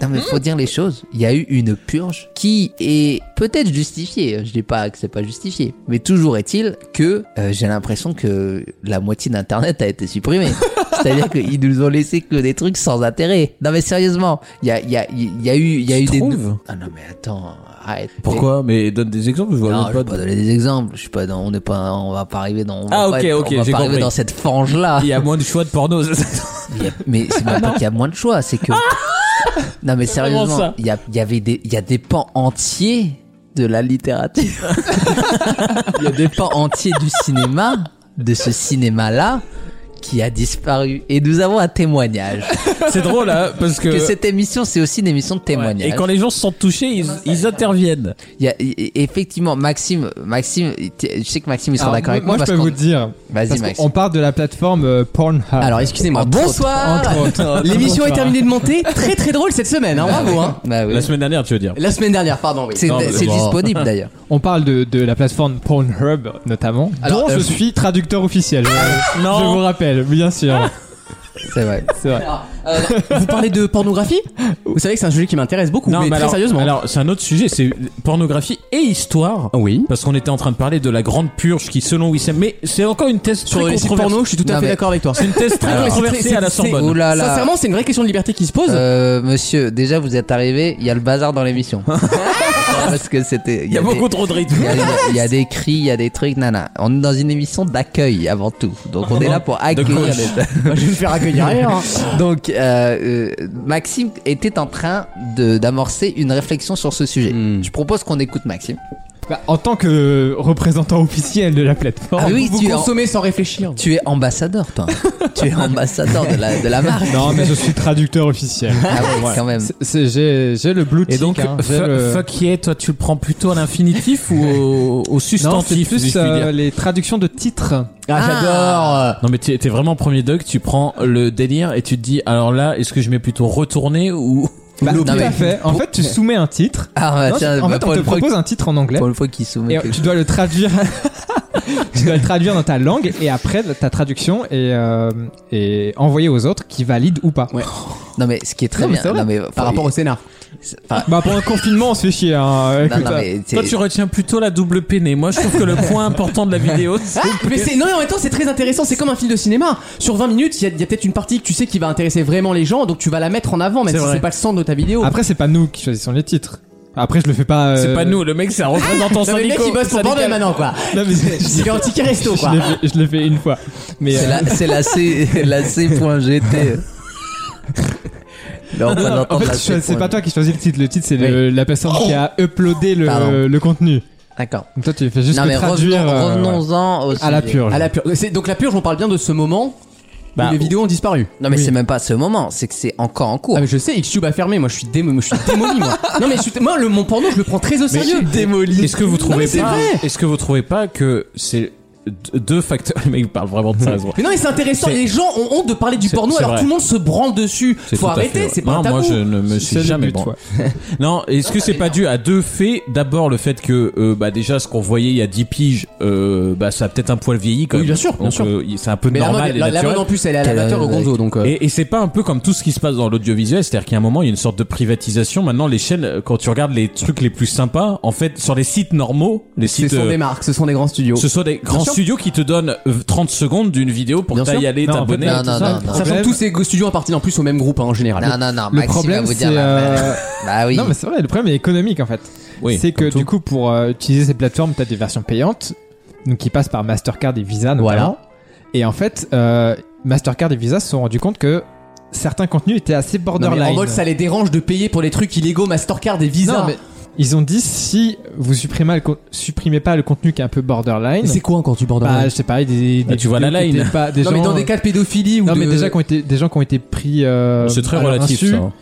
Speaker 2: Non mais faut dire les choses. Il y a eu une purge qui est peut-être justifiée. Je dis pas que c'est pas justifié, mais toujours est-il que euh, j'ai l'impression que la moitié d'internet a été supprimée. C'est-à-dire qu'ils nous ont laissé que des trucs sans intérêt. Non mais sérieusement, il y a, il y a- il y a eu, il y a
Speaker 3: Tu
Speaker 2: eu des.
Speaker 3: trouves
Speaker 2: Ah non mais attends, arrête.
Speaker 3: Pourquoi Mais donne des exemples, je vois
Speaker 2: Non,
Speaker 3: même
Speaker 2: je vais
Speaker 3: de-
Speaker 2: pas donner des exemples. Je suis pas dans, on n'est pas, on va pas arriver dans. on va
Speaker 3: Ah,
Speaker 2: pas
Speaker 3: ok,
Speaker 2: être-
Speaker 3: ok,
Speaker 2: on va
Speaker 3: j'ai
Speaker 2: pas arriver
Speaker 3: compris.
Speaker 2: dans cette fange là.
Speaker 3: Il y a moins de choix de porno. c'est ça
Speaker 2: Il y a- mais c'est même pas qu'il y a moins de choix, c'est que. non, mais
Speaker 3: Ah Vraiment
Speaker 2: sérieusement,
Speaker 3: ça.
Speaker 2: il y, a- il y avait des, il y a des pans entiers de la littérature. Il y a des pans entiers du cinéma, de ce cinéma-là, qui a disparu. Et nous avons un témoignage.
Speaker 3: C'est drôle, hein, parce que.
Speaker 2: Que cette émission, c'est aussi une émission de témoignage.
Speaker 3: Et quand les gens se sentent touchés, ils, ils interviennent.
Speaker 2: Il y a- i- effectivement, Maxime, Maxime, je sais que Maxime, il sera
Speaker 4: Alors,
Speaker 2: d'accord avec moi.
Speaker 4: moi, je
Speaker 2: parce
Speaker 4: peux
Speaker 2: qu'on-
Speaker 4: vous dire.
Speaker 2: Vas-y,
Speaker 4: parce
Speaker 2: Maxime.
Speaker 4: qu'on part de la plateforme euh, Pornhub.
Speaker 2: Alors, excusez-moi.
Speaker 4: Entre
Speaker 2: Bonsoir.
Speaker 4: autres. Entre autres.
Speaker 12: L'émission est
Speaker 4: Bonsoir.
Speaker 12: terminée de monter. Très très drôle cette semaine, hein, bravo. Hein.
Speaker 2: Bah oui.
Speaker 3: La semaine dernière, tu veux dire.
Speaker 12: La semaine dernière, pardon, oui.
Speaker 2: C'est-
Speaker 3: Non, mais
Speaker 2: c'est
Speaker 3: bon.
Speaker 2: disponible d'ailleurs.
Speaker 4: On parle de, de la plateforme Pornhub notamment,
Speaker 2: Alors,
Speaker 4: dont
Speaker 2: euh,
Speaker 4: je suis traducteur officiel. Je,
Speaker 3: Non.
Speaker 4: je vous rappelle, bien sûr.
Speaker 2: C'est vrai.
Speaker 4: C'est vrai.
Speaker 12: Euh, vous parlez de pornographie Vous savez que c'est un sujet qui m'intéresse beaucoup, mais, très
Speaker 3: alors,
Speaker 12: sérieusement.
Speaker 3: alors, c'est un autre sujet, c'est pornographie et histoire. Oui. Parce qu'on était en train de parler de la grande purge qui, selon Wissem, mais c'est encore une thèse
Speaker 12: sur
Speaker 3: très
Speaker 12: les sites
Speaker 3: controversée.
Speaker 12: porno, je suis tout à
Speaker 2: Non,
Speaker 12: fait
Speaker 2: mais-
Speaker 12: d'accord avec toi.
Speaker 3: C'est une thèse très
Speaker 12: Non, mais c'est
Speaker 3: controversée
Speaker 12: très-
Speaker 3: à la
Speaker 12: c'est- c'est-
Speaker 3: Sorbonne.
Speaker 2: Ouh là là.
Speaker 12: Sincèrement, c'est une vraie question de liberté qui se pose.
Speaker 2: Euh, monsieur, déjà vous êtes arrivé, il y a le bazar dans l'émission. Parce que c'était.
Speaker 3: Il y a beaucoup trop de rythme.
Speaker 2: Il y, a- il y a- il y a des cris, il y a des trucs, nana. On est dans une émission d'accueil avant tout. Donc on est là pour accueillir
Speaker 3: gauche.
Speaker 2: les.
Speaker 12: Bah, je vais me faire accueillir ailleurs. hein.
Speaker 2: Donc euh, euh, Maxime était en train de- d'amorcer une réflexion sur ce sujet.
Speaker 3: Hmm.
Speaker 2: Je propose qu'on écoute Maxime.
Speaker 4: Bah, en tant que représentant officiel de la plateforme.
Speaker 2: Ah oui,
Speaker 12: Vous
Speaker 2: tu es, en-
Speaker 12: consommez sans réfléchir.
Speaker 2: tu es ambassadeur, toi. tu es ambassadeur de la, de la marque.
Speaker 4: Non, mais je suis traducteur officiel.
Speaker 2: Ah ouais,
Speaker 4: Voilà.
Speaker 2: quand même.
Speaker 4: C'est- c'est- J'ai j'ai le blue
Speaker 3: Et
Speaker 4: tick,
Speaker 3: donc,
Speaker 4: hein, j'ai
Speaker 3: fu-
Speaker 4: le-
Speaker 3: fuck yeah, toi, tu le prends plutôt à l'infinitif ou au, au
Speaker 4: Non, c'est
Speaker 3: substantif si je
Speaker 4: plus
Speaker 3: puis
Speaker 4: euh,
Speaker 3: dire
Speaker 4: les traductions de titres.
Speaker 12: Ah, j'adore.
Speaker 3: Non, mais t'es t'es vraiment premier doc, tu prends le délire et tu te dis, alors là, est-ce que je mets plutôt retourner ou.
Speaker 4: Bah,
Speaker 2: Non,
Speaker 4: tout
Speaker 2: mais-
Speaker 4: à fait. En fait, tu soumets un titre.
Speaker 2: Ah bah,
Speaker 4: Non,
Speaker 2: tiens,
Speaker 4: en
Speaker 2: bah,
Speaker 4: fait,
Speaker 2: pour
Speaker 4: on te
Speaker 2: une fois
Speaker 4: propose un titre en
Speaker 2: que-
Speaker 4: anglais.
Speaker 2: pour une fois qu'il soumet.
Speaker 4: Et
Speaker 2: quelque
Speaker 4: tu dois le traduire. tu dois le traduire dans ta langue et après ta traduction est, euh, est envoyée aux autres qui valident ou pas.
Speaker 2: chose. Non mais ce qui est très
Speaker 4: Non, mais
Speaker 2: bien.
Speaker 4: c'est vrai.
Speaker 2: non, mais,
Speaker 12: Par rapport au scénar.
Speaker 4: Bah pour un confinement on se fait chier. Hein.
Speaker 2: Non,
Speaker 4: Écoute,
Speaker 2: non, mais
Speaker 3: Toi,
Speaker 2: c'est-
Speaker 3: tu retiens plutôt la double peinée. Moi, je trouve que le point important de la vidéo, c'est.
Speaker 12: Mais c'est non mais en même temps Oh, c'est très intéressant c'est comme un film de cinéma sur 20 minutes il y a, il y a peut-être une partie que tu sais qui va intéresser vraiment les gens donc tu vas la mettre en avant même
Speaker 3: C'est
Speaker 12: si
Speaker 3: vrai.
Speaker 12: c'est pas le centre de ta vidéo
Speaker 4: euh, Après c'est pas nous qui choisissons les titres. Après je le fais pas. euh,
Speaker 3: C'est pas nous, le mec, c'est un représentant
Speaker 12: Non, mais le mec
Speaker 3: syndical.
Speaker 12: il bosse pour Bordel maintenant quoi
Speaker 4: Non, mais je- je-
Speaker 12: c'est un ticket resto quoi
Speaker 4: je l'ai fait- je l'ai fait une fois. Mais
Speaker 2: C'est
Speaker 4: euh,
Speaker 2: la, c'est la C, la C.GT. Le représentant
Speaker 4: en
Speaker 2: de
Speaker 4: fait
Speaker 2: la
Speaker 4: tu choisis-
Speaker 2: C.
Speaker 4: c'est pas toi qui choisis le titre. Le titre c'est le- la personne qui a uploadé
Speaker 2: Pardon.
Speaker 4: le, le contenu.
Speaker 2: D'accord.
Speaker 4: Donc toi tu fais juste
Speaker 2: Non
Speaker 4: le
Speaker 2: mais
Speaker 4: traduire.
Speaker 2: revenons,
Speaker 4: euh,
Speaker 2: revenons-en au
Speaker 4: à la
Speaker 2: sujet.
Speaker 4: purge.
Speaker 12: à la purge C'est- donc la purge on parle bien de ce moment
Speaker 3: Bah, Oh.
Speaker 12: où les vidéos ont disparu
Speaker 2: Non mais
Speaker 4: Oui.
Speaker 2: c'est même pas ce moment, c'est que c'est encore en cours.
Speaker 12: ah mais je sais Xtube a fermé moi je suis démo- moi, je suis démoli moi non mais je suis moi le mon porno je le prends très au sérieux
Speaker 3: démoli. Est-ce que vous
Speaker 12: Non, mais
Speaker 3: trouvez
Speaker 12: c'est
Speaker 3: pas
Speaker 12: vrai.
Speaker 3: Est-ce que vous trouvez pas que c'est deux facteurs. Le mec parle vraiment de ça.
Speaker 2: Mais non, mais c'est intéressant. Les gens ont honte de parler du
Speaker 3: C'est-
Speaker 2: porno
Speaker 3: c'est
Speaker 2: alors
Speaker 3: vrai.
Speaker 2: tout le monde se branle dessus.
Speaker 3: C'est
Speaker 2: Faut
Speaker 3: tout à fait
Speaker 2: arrêter,
Speaker 3: vrai.
Speaker 2: c'est pas
Speaker 3: Non,
Speaker 2: un tabou.
Speaker 3: moi je ne me suis jamais bon. non, est-ce que c'est pas dû à deux faits D'abord le fait que euh, bah déjà ce qu'on voyait il y a 10 piges, euh, bah ça a peut-être un poil vieilli quand
Speaker 2: Oui,
Speaker 3: même.
Speaker 2: bien sûr, bien
Speaker 3: Donc,
Speaker 2: sûr.
Speaker 3: euh, c'est un peu
Speaker 2: Mais la
Speaker 3: normal.
Speaker 2: mode-
Speaker 3: et
Speaker 2: la- la
Speaker 3: naturel.
Speaker 2: mode, en plus, elle est à l'amateur au gonzo, donc, euh.
Speaker 3: Et, et c'est pas un peu comme tout ce qui se passe dans l'audiovisuel, c'est-à-dire qu'à un moment il y a une sorte de privatisation. Maintenant les chaînes, euh, quand tu regardes les trucs les plus sympas, en fait sur les sites normaux, les
Speaker 2: Ce
Speaker 3: sites
Speaker 2: sont
Speaker 3: euh,
Speaker 2: des marques, ce sont des grands studios.
Speaker 3: ce sont des grands
Speaker 2: sûr.
Speaker 3: studios qui te donnent euh, 30 secondes d'une vidéo pour
Speaker 2: Bien sûr.
Speaker 3: t'y aller, t'abonner.
Speaker 2: Non, non, non, Sachant que tous ces studios appartiennent en plus au même groupe hein, en général.
Speaker 18: Non, non, non,
Speaker 4: Le
Speaker 18: Maxime
Speaker 4: problème,
Speaker 18: va vous
Speaker 4: c'est.
Speaker 18: dire la
Speaker 4: euh,
Speaker 18: vraie. Bah oui.
Speaker 4: Non, mais c'est vrai, le problème est économique en fait.
Speaker 3: Oui,
Speaker 4: c'est que du coup, pour euh, utiliser ces plateformes, t'as des versions payantes, donc qui passent par Mastercard et Visa notamment.
Speaker 2: Voilà.
Speaker 4: Et en fait, euh, Mastercard et Visa se sont rendus compte que certains contenus étaient assez
Speaker 2: Non, mais
Speaker 4: borderline.
Speaker 2: en mode, ça les dérange de payer pour les trucs illégaux, Mastercard et Visa.
Speaker 4: Non, mais ils ont dit si vous supprimez, le con- supprimez pas le contenu qui est un peu borderline.
Speaker 2: Mais c'est quoi quand tu borderline
Speaker 4: Bah, je sais pas, des, des
Speaker 3: Bah, tu vois la
Speaker 4: vidéos qui
Speaker 3: line.
Speaker 4: étaient pas- des
Speaker 2: non, mais
Speaker 4: gens-
Speaker 2: dans des euh, cas de pédophilie ou
Speaker 4: Non, mais
Speaker 2: de-
Speaker 4: déjà qui ont été, des gens qui ont été pris. euh,
Speaker 3: C'est très
Speaker 4: à leur
Speaker 3: relatif,
Speaker 4: insu.
Speaker 3: ça, hein.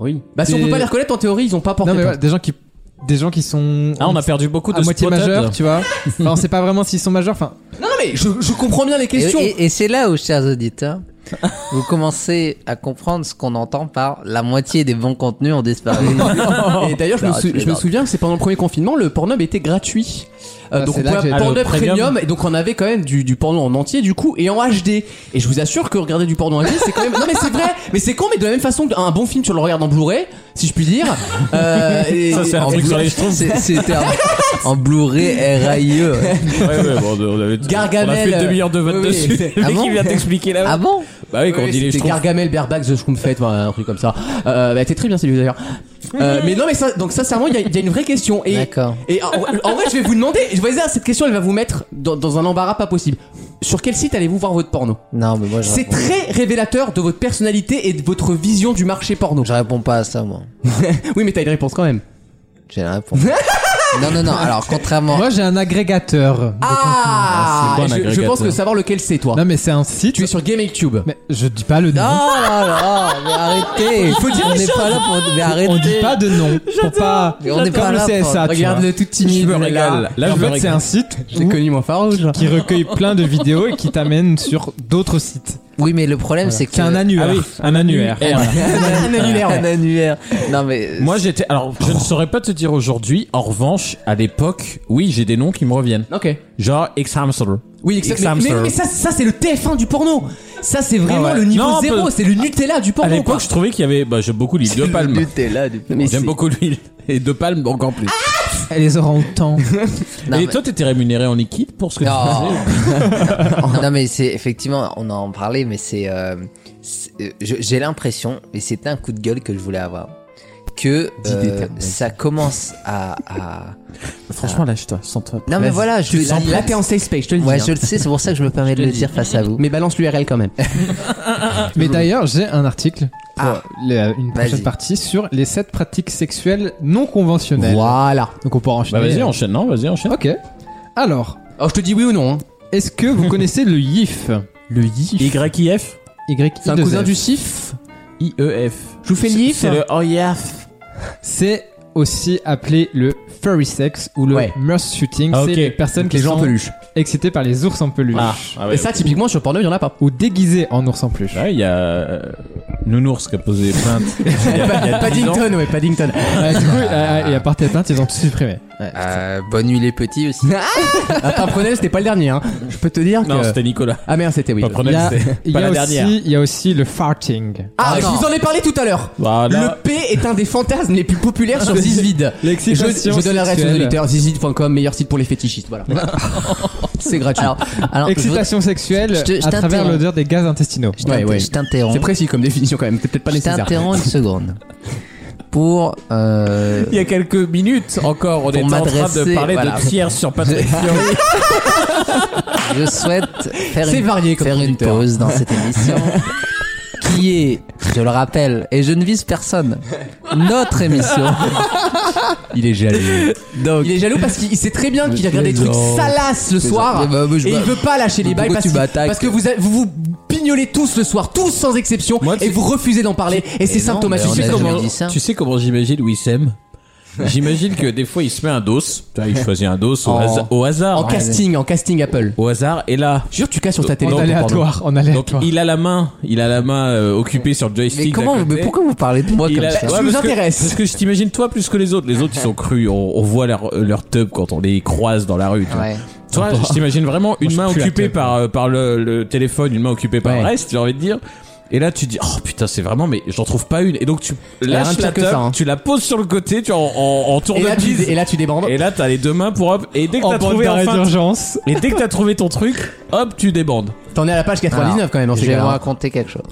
Speaker 2: Oui. Bah, si on
Speaker 4: Des-
Speaker 2: peut pas les reconnaître, en théorie, ils ont pas porté.
Speaker 4: Non, mais
Speaker 2: plainte.
Speaker 4: voilà, des gens qui, des gens qui sont.
Speaker 3: Ah, on a perdu beaucoup de
Speaker 4: à moitié
Speaker 3: spotted.
Speaker 4: majeurs, tu vois. enfin, on sait pas vraiment s'ils sont majeurs. Enfin,
Speaker 2: Non, non, mais je, je comprends bien les
Speaker 18: Et,
Speaker 2: questions.
Speaker 18: et- et c'est là où, chers auditeurs, vous commencez à comprendre ce qu'on entend par la moitié des bons contenus ont disparu.
Speaker 2: Et d'ailleurs, je, me
Speaker 18: Non,
Speaker 2: sou-
Speaker 18: tu
Speaker 2: je me
Speaker 18: plaisantes.
Speaker 2: souviens que c'est pendant le premier confinement, le Pornhub était gratuit. Euh,
Speaker 4: Ah,
Speaker 2: donc
Speaker 4: c'est
Speaker 2: on
Speaker 4: là que
Speaker 2: pouvait
Speaker 4: j'ai-
Speaker 2: avoir Pornhub
Speaker 4: Ah, le
Speaker 2: premium.
Speaker 4: premium.
Speaker 2: et donc on avait quand même du, du porno en entier du coup et en HD. Et je vous assure que regarder du porno en HD c'est quand même non mais c'est vrai, mais c'est con mais de la même façon qu'un bon film tu le regardes en Blu-ray si je puis dire. Euh, et-
Speaker 3: Ça, c'est un
Speaker 2: en
Speaker 3: truc
Speaker 2: Blu-
Speaker 3: sur les jetons.
Speaker 18: C'est- C'était en, en Blu-ray RAIE.
Speaker 3: Ouais, ouais, bon, on avait-
Speaker 2: Gargamel.
Speaker 3: On a fait 2 milliards de votes
Speaker 2: Oui, oui,
Speaker 3: dessus.
Speaker 2: c'est-
Speaker 3: Le
Speaker 2: Ah
Speaker 3: mec,
Speaker 2: bon
Speaker 3: il vient t'expliquer là.
Speaker 18: Ah bon
Speaker 3: Bah oui, quand on
Speaker 2: Oui,
Speaker 3: dit les
Speaker 2: c'était
Speaker 3: jetons.
Speaker 2: Gargamel, Baerbock, The Schtroumpfette, enfin, un truc comme ça. Euh, bah, t'es très bien celui d'ailleurs. Euh, mais non, mais ça, donc sincèrement, il y, a- il y a une vraie question. Et,
Speaker 18: D'accord.
Speaker 2: et en, en vrai, je vais vous demander, je vois ça, cette question, elle va vous mettre dans, dans un embarras pas possible. Sur quel site allez-vous voir votre porno
Speaker 18: Non, mais moi je
Speaker 2: C'est
Speaker 18: réponds,
Speaker 2: très révélateur de votre personnalité et de votre vision du marché porno.
Speaker 18: je réponds pas à ça, moi.
Speaker 2: Oui, mais t'as une réponse quand même.
Speaker 18: J'ai la réponse. non, non, non. Alors, contrairement.
Speaker 4: moi, j'ai un agrégateur. de
Speaker 2: Ah,
Speaker 3: c'est quoi un
Speaker 2: je, je
Speaker 3: agrégateur
Speaker 2: pense que savoir lequel c'est toi.
Speaker 4: contenu. Non, mais c'est un site.
Speaker 2: Tu es sur GameCube.
Speaker 4: Mais je dis pas le
Speaker 18: Oh
Speaker 4: nom.
Speaker 18: là là, mais arrêtez.
Speaker 2: faut dire
Speaker 18: on
Speaker 2: les
Speaker 18: n'est pas là pour. Mais arrêtez.
Speaker 4: on dit pas de nom. Pour pas.
Speaker 18: Mais on est
Speaker 4: comme
Speaker 18: pas
Speaker 4: le
Speaker 18: là pour-
Speaker 4: CSA. tu
Speaker 2: Regarde
Speaker 4: vois.
Speaker 2: le tout timide.
Speaker 3: Je me
Speaker 2: là.
Speaker 3: régale. Là,
Speaker 4: Et
Speaker 3: je
Speaker 4: en
Speaker 3: me
Speaker 4: fait, c'est
Speaker 3: régale.
Speaker 4: un site
Speaker 2: J'ai
Speaker 4: où-
Speaker 2: connu mon farouche.
Speaker 4: qui recueille plein de vidéos et qui t'amène sur d'autres sites.
Speaker 18: Oui, mais le problème, c'est que.
Speaker 4: C'est un annuaire.
Speaker 3: Ah oui,
Speaker 4: un annuaire.
Speaker 2: E.
Speaker 18: un annuaire. un annuaire. Non, mais.
Speaker 3: Moi, j'étais. Alors, je ne saurais pas te dire aujourd'hui. En revanche, à l'époque, oui, j'ai des noms qui me reviennent.
Speaker 2: Ok.
Speaker 3: Genre X-Hamster.
Speaker 2: Oui, exactement. Mais, mais-
Speaker 3: X-Hamster.
Speaker 2: mais ça, ça c'est le TF1 du porno. Ça, c'est vraiment
Speaker 3: Ah ouais.
Speaker 2: le niveau
Speaker 3: Non, un
Speaker 2: zéro.
Speaker 3: peu.
Speaker 2: C'est le Nutella du
Speaker 3: À
Speaker 2: porno. quoi.
Speaker 3: l'époque, je trouvais qu'il y avait. Bah, j'aime beaucoup l'huile de palme. J'aime beaucoup l'huile. Et de palme, donc en plus.
Speaker 4: Et les orang-outans.
Speaker 18: Non,
Speaker 3: et
Speaker 18: mais-
Speaker 3: toi, t'étais rémunéré en liquide pour ce que
Speaker 18: Non.
Speaker 3: tu faisais
Speaker 18: non mais c'est effectivement, on en parlait, mais c'est, euh, c'est- euh, je- j'ai l'impression, et c'était un coup de gueule que je voulais avoir, que euh, ça commence à, à-
Speaker 3: Franchement, lâche-toi, sens-toi.
Speaker 18: Non mais voilà, je
Speaker 2: Tu sens là, t'es en safe space, je te le
Speaker 18: Ouais,
Speaker 2: dis. hein.
Speaker 18: je le sais, c'est pour ça que je me permets de le dire face à vous.
Speaker 2: Mais balance l'URL quand même.
Speaker 4: Mais d'ailleurs, j'ai un article pour
Speaker 18: Ah.
Speaker 4: la- une prochaine
Speaker 18: Vas-y.
Speaker 4: partie sur les 7 pratiques sexuelles non conventionnelles.
Speaker 2: voilà.
Speaker 4: Donc on pourra
Speaker 3: Bah,
Speaker 4: enchaîner.
Speaker 3: vas-y, enchaîne, non, vas-y, enchaîne.
Speaker 4: Ok. Alors,
Speaker 2: Oh, je te dis oui ou non. hein.
Speaker 4: est-ce que vous connaissez le YIF Le YIF
Speaker 3: YIF
Speaker 4: Y
Speaker 2: C'est un
Speaker 3: E
Speaker 2: cousin du SIF.
Speaker 3: IEF.
Speaker 2: Je vous fais le
Speaker 3: E C'est-
Speaker 2: YIF.
Speaker 3: C'est le oh OIF.
Speaker 4: C'est aussi appelé le furry sex ou le
Speaker 2: Ouais.
Speaker 4: mouse shooting.
Speaker 3: Ah,
Speaker 4: C'est
Speaker 3: ok.
Speaker 4: les personnes qui
Speaker 2: Les gens en
Speaker 4: sont
Speaker 2: peluche.
Speaker 4: excitées par les ours en peluche.
Speaker 3: Ah, ah ouais,
Speaker 2: Et ça,
Speaker 3: ok.
Speaker 2: typiquement, sur porno, il y en a pas.
Speaker 4: Ou déguisées en ours en peluche.
Speaker 3: Ouais, il y a euh, Nounours qui a posé plainte.
Speaker 2: Paddington, ouais, Paddington.
Speaker 4: Ouais, du coup, euh, et à part tes teintes, ils ont tout supprimé. Ouais.
Speaker 18: Euh, bonne nuit les petits aussi.
Speaker 2: Attends, Prenel, c'était pas le dernier. hein. Je peux te dire
Speaker 3: Non,
Speaker 2: que.
Speaker 3: c'était Nicolas.
Speaker 2: Ah merde, c'était oui.
Speaker 3: Pas
Speaker 4: Il y
Speaker 3: Prenel,
Speaker 4: a,
Speaker 3: c'était
Speaker 4: il y
Speaker 3: pas
Speaker 4: a
Speaker 3: la
Speaker 4: aussi,
Speaker 3: dernière.
Speaker 4: il y a aussi le farting.
Speaker 2: Ah,
Speaker 18: Ah,
Speaker 2: je
Speaker 18: non.
Speaker 2: vous en ai parlé tout à l'heure.
Speaker 3: Voilà.
Speaker 2: Le P est un des fantasmes les plus populaires sur Zizvid. Je,
Speaker 4: L'excitation
Speaker 2: je donne l'adresse aux
Speaker 4: sexuelle.
Speaker 2: auditeurs zizvid.com, meilleur site pour les fétichistes. Voilà. C'est gratuit.
Speaker 18: Alors, alors, je
Speaker 4: Excitation sexuelle
Speaker 18: je te- je
Speaker 4: à
Speaker 18: t'interromps.
Speaker 4: travers l'odeur des gaz intestinaux.
Speaker 18: vous- je t'inter-
Speaker 2: Ouais, ouais.
Speaker 18: je t'interromps.
Speaker 2: C'est précis comme définition quand même, c'est peut-être pas
Speaker 18: Je
Speaker 2: nécessaire.
Speaker 18: t'interromps une seconde pour. Euh,
Speaker 3: Il y a quelques minutes encore, on
Speaker 18: Pour
Speaker 3: était en train de
Speaker 18: m'adresser,
Speaker 3: parler
Speaker 18: voilà.
Speaker 3: de tiers sur Patrick Fiori.
Speaker 18: je souhaite faire,
Speaker 2: C'est
Speaker 18: une,
Speaker 2: varié comme
Speaker 18: faire une
Speaker 2: conducteur.
Speaker 18: pause dans cette émission qui est, je le rappelle, et je ne vise personne, notre émission.
Speaker 2: Il est jaloux.
Speaker 18: Donc,
Speaker 2: Il est jaloux parce qu'il sait très bien qu'il regarde des trucs
Speaker 18: plaisante.
Speaker 2: salaces le soir.
Speaker 18: Eh ben, mais je
Speaker 2: Et il
Speaker 18: m'a-
Speaker 2: veut pas lâcher les
Speaker 18: Mais
Speaker 2: bails
Speaker 18: pourquoi
Speaker 2: parce,
Speaker 18: tu
Speaker 2: qu'il-
Speaker 18: m'attaques
Speaker 2: parce que vous, a- vous vous pignolez tous le soir, tous sans exception,
Speaker 3: Moi, tu-
Speaker 2: et vous refusez d'en parler. Et c'est
Speaker 18: non, mais
Speaker 2: symptomatique.
Speaker 18: on a
Speaker 2: Tu sais
Speaker 18: jamais
Speaker 2: comment-
Speaker 18: dit ça.
Speaker 3: Tu sais comment j'imagine Wissem J'imagine que des fois il se met un dos. Tu vois, il choisit un dos au,
Speaker 2: En-
Speaker 3: hasa- au hasard. hein.
Speaker 2: En casting, en casting Apple.
Speaker 3: Au hasard. Et là.
Speaker 2: Jure, tu casses sur ta télé.
Speaker 3: Donc,
Speaker 4: aléatoire,
Speaker 3: pardon.
Speaker 4: en aléatoire.
Speaker 3: Donc il a la main, il a la main euh, occupée sur le joystick.
Speaker 18: Mais comment,
Speaker 3: d'à côté.
Speaker 18: mais pourquoi vous parlez de moi
Speaker 3: Il
Speaker 18: comme
Speaker 3: a-
Speaker 18: ça
Speaker 3: ouais,
Speaker 18: Ça
Speaker 3: parce que- Parce que je t'imagine toi plus que les autres. Les autres ils sont crus. On, on voit leur euh, leur tub quand on les croise dans la rue. tu vois. Toi, je t'imagine vraiment une
Speaker 27: Moi,
Speaker 3: main
Speaker 27: je suis plus
Speaker 3: occupée
Speaker 27: acteur.
Speaker 3: par, euh, par le, le téléphone, une main occupée par le reste, j'ai envie de dire. Et là, tu dis, oh putain, c'est vraiment, mais j'en trouve pas une. Et donc, tu
Speaker 2: y a rien
Speaker 3: lâches
Speaker 2: de
Speaker 3: la
Speaker 2: pire que
Speaker 3: teub,
Speaker 2: ça, hein.
Speaker 3: tu la poses sur le côté, tu en, en, en tour
Speaker 2: Et
Speaker 3: de
Speaker 2: là, tu-
Speaker 3: piste.
Speaker 2: et là, tu débandes.
Speaker 3: Et là, t'as les deux mains pour hop. Et dès que
Speaker 2: En
Speaker 3: t'as
Speaker 2: bande
Speaker 3: trouvé
Speaker 2: d'arrêt
Speaker 3: enfin-
Speaker 2: d'urgence.
Speaker 3: Et dès que t'as trouvé ton truc, hop, tu débandes.
Speaker 2: T'en es à la page 99
Speaker 18: Alors,
Speaker 2: quand même. dans ces
Speaker 18: je vais
Speaker 2: cas-là.
Speaker 18: vous raconter quelque chose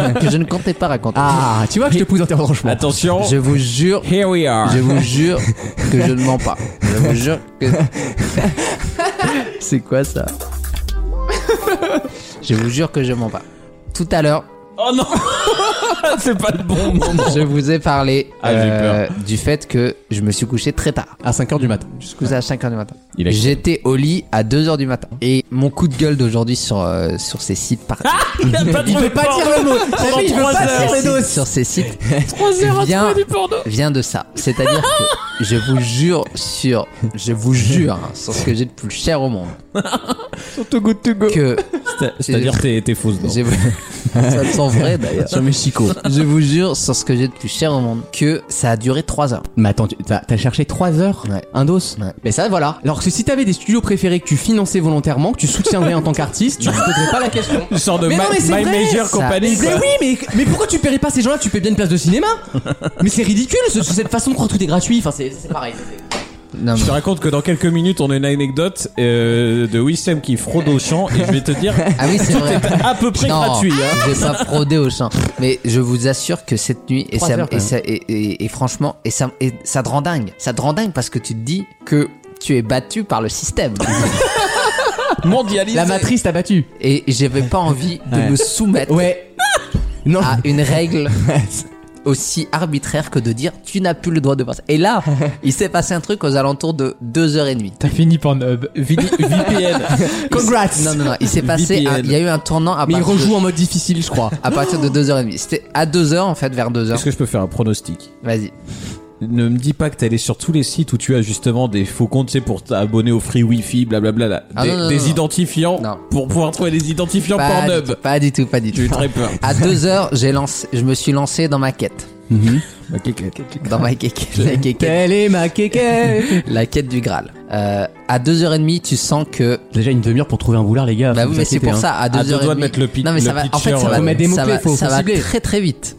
Speaker 18: que je ne comptais pas raconter.
Speaker 2: Ah, tu vois que je te pousse dans tes retranchements.
Speaker 3: Attention.
Speaker 18: Je vous jure.
Speaker 3: Here we are.
Speaker 18: Je vous jure que je ne mens pas. Je vous jure que. C'est quoi ça Je vous jure que je mens pas. Tout à l'heure.
Speaker 3: Oh non C'est pas le bon moment.
Speaker 18: Je vous ai parlé
Speaker 3: Ah, j'ai
Speaker 18: euh, du fait que je me suis couché très tard.
Speaker 2: À 5h du matin.
Speaker 18: Je suis couché à 5h du matin.
Speaker 3: a-
Speaker 18: J'étais au lit à 2h du matin. Et mon coup de gueule d'aujourd'hui sur, euh, sur ces sites par.
Speaker 2: Il veut pas dire le mot. T'as vu, il veut pas dire les doses.
Speaker 18: Sur ces sites.
Speaker 2: à
Speaker 18: vient,
Speaker 2: trouver du porno.
Speaker 18: vient de ça. C'est-à-dire que je vous jure sur, je vous jure hein, sur ce que j'ai de plus cher au monde.
Speaker 4: Surtout good to go.
Speaker 18: Que
Speaker 3: C'est-à-dire tes, tes fausses dents.
Speaker 18: je vous- ça me semble vrai d'ailleurs.
Speaker 2: Sur mes chicots.
Speaker 18: Je vous jure sur ce que j'ai de plus cher au monde que ça a duré 3 heures.
Speaker 2: Mais attends, tu- t'as t'as cherché 3 heures Un dos Mais ça, voilà. Alors que si t'avais des studios préférés que tu finançais volontairement, que tu soutiendrais en tant qu'artiste, tu ne poserais pas la question.
Speaker 3: Tu sors de
Speaker 2: Mais
Speaker 3: Euh, My,
Speaker 2: non, mais c'est
Speaker 3: My
Speaker 2: vrai,
Speaker 3: Major
Speaker 2: ça.
Speaker 3: Company.
Speaker 2: Mais
Speaker 3: quoi.
Speaker 2: oui, mais, mais pourquoi tu paierais pas ces gens-là Tu paies bien une place de cinéma Mais c'est ridicule, ce- cette façon de croire que tout est gratuit. Enfin, c'est c'est pareil.
Speaker 18: Ah, Non,
Speaker 3: Je te raconte que dans quelques minutes, on a une anecdote euh, de Wissem qui fraude au champ et je vais te dire,
Speaker 18: Ah oui, c'est
Speaker 3: tout
Speaker 18: vrai.
Speaker 3: est à peu près
Speaker 18: non,
Speaker 3: gratuit. hein.
Speaker 18: J'ai pas fraudé au champ. Mais je vous assure que cette nuit, et,
Speaker 2: Trois
Speaker 18: ça,
Speaker 2: heures, quand
Speaker 18: et,
Speaker 2: même.
Speaker 18: ça- et, et- et franchement, et ça, et ça te rend dingue. Ça te rend dingue parce que tu te dis que tu es battu par le système.
Speaker 2: Mondialisé. La matrice t'a battu.
Speaker 18: et j'avais pas envie de
Speaker 2: Ouais.
Speaker 18: me soumettre
Speaker 2: Ouais. Non.
Speaker 18: à une règle aussi arbitraire que de dire tu n'as plus le droit de passer. Et là, il s'est passé un truc aux alentours de 2h30.
Speaker 4: T'as fini Pornhub.
Speaker 3: Vidi- VPN.
Speaker 2: Congrats.
Speaker 18: Non, non, non, il s'est passé, un-
Speaker 3: VPN.
Speaker 18: il y a eu un tournant à
Speaker 2: Mais il
Speaker 18: partir
Speaker 2: rejoue
Speaker 18: de-
Speaker 2: en mode difficile, je crois.
Speaker 18: à partir de 2h30. C'était à 2h en fait, vers 2h.
Speaker 3: Est-ce que je peux faire un pronostic
Speaker 18: Vas-y.
Speaker 3: Ne me dis pas que t'es allé sur tous les sites où tu as justement des faux comptes, tu sais, pour t'abonner au free wifi, blablabla, là.
Speaker 18: Ah
Speaker 3: des,
Speaker 18: non, non,
Speaker 3: des
Speaker 18: non, non.
Speaker 3: identifiants
Speaker 18: Non.
Speaker 3: pour pouvoir trouver des identifiants
Speaker 18: Pas du,
Speaker 3: Pornhub.
Speaker 18: tout, pas du tout, pas du
Speaker 3: J'ai eu
Speaker 18: tout.
Speaker 3: très peur.
Speaker 18: À 2h, j'ai lancé, je me suis lancé dans ma quête. Dans ma quéquette. La quéquette.
Speaker 2: Quelle est ma kéké
Speaker 18: La quête du Graal. Euh, à 2h30, tu sens que.
Speaker 2: Déjà une demi-heure pour trouver un boulard, les gars.
Speaker 18: Bah
Speaker 2: Faut
Speaker 18: oui,
Speaker 2: vous
Speaker 18: mais c'est
Speaker 2: inquiéter,
Speaker 18: pour
Speaker 2: hein.
Speaker 18: ça. À 2h30.
Speaker 3: deux doigts de mettre le pic-
Speaker 18: Non, mais
Speaker 3: le
Speaker 18: ça va. En fait,
Speaker 3: pitcher,
Speaker 18: ça va,
Speaker 2: ouais. Faut mettre des
Speaker 18: ça
Speaker 2: mots-clés,
Speaker 18: va,
Speaker 2: faut-
Speaker 18: ça
Speaker 2: faut
Speaker 18: va
Speaker 2: cibler.
Speaker 18: très très vite.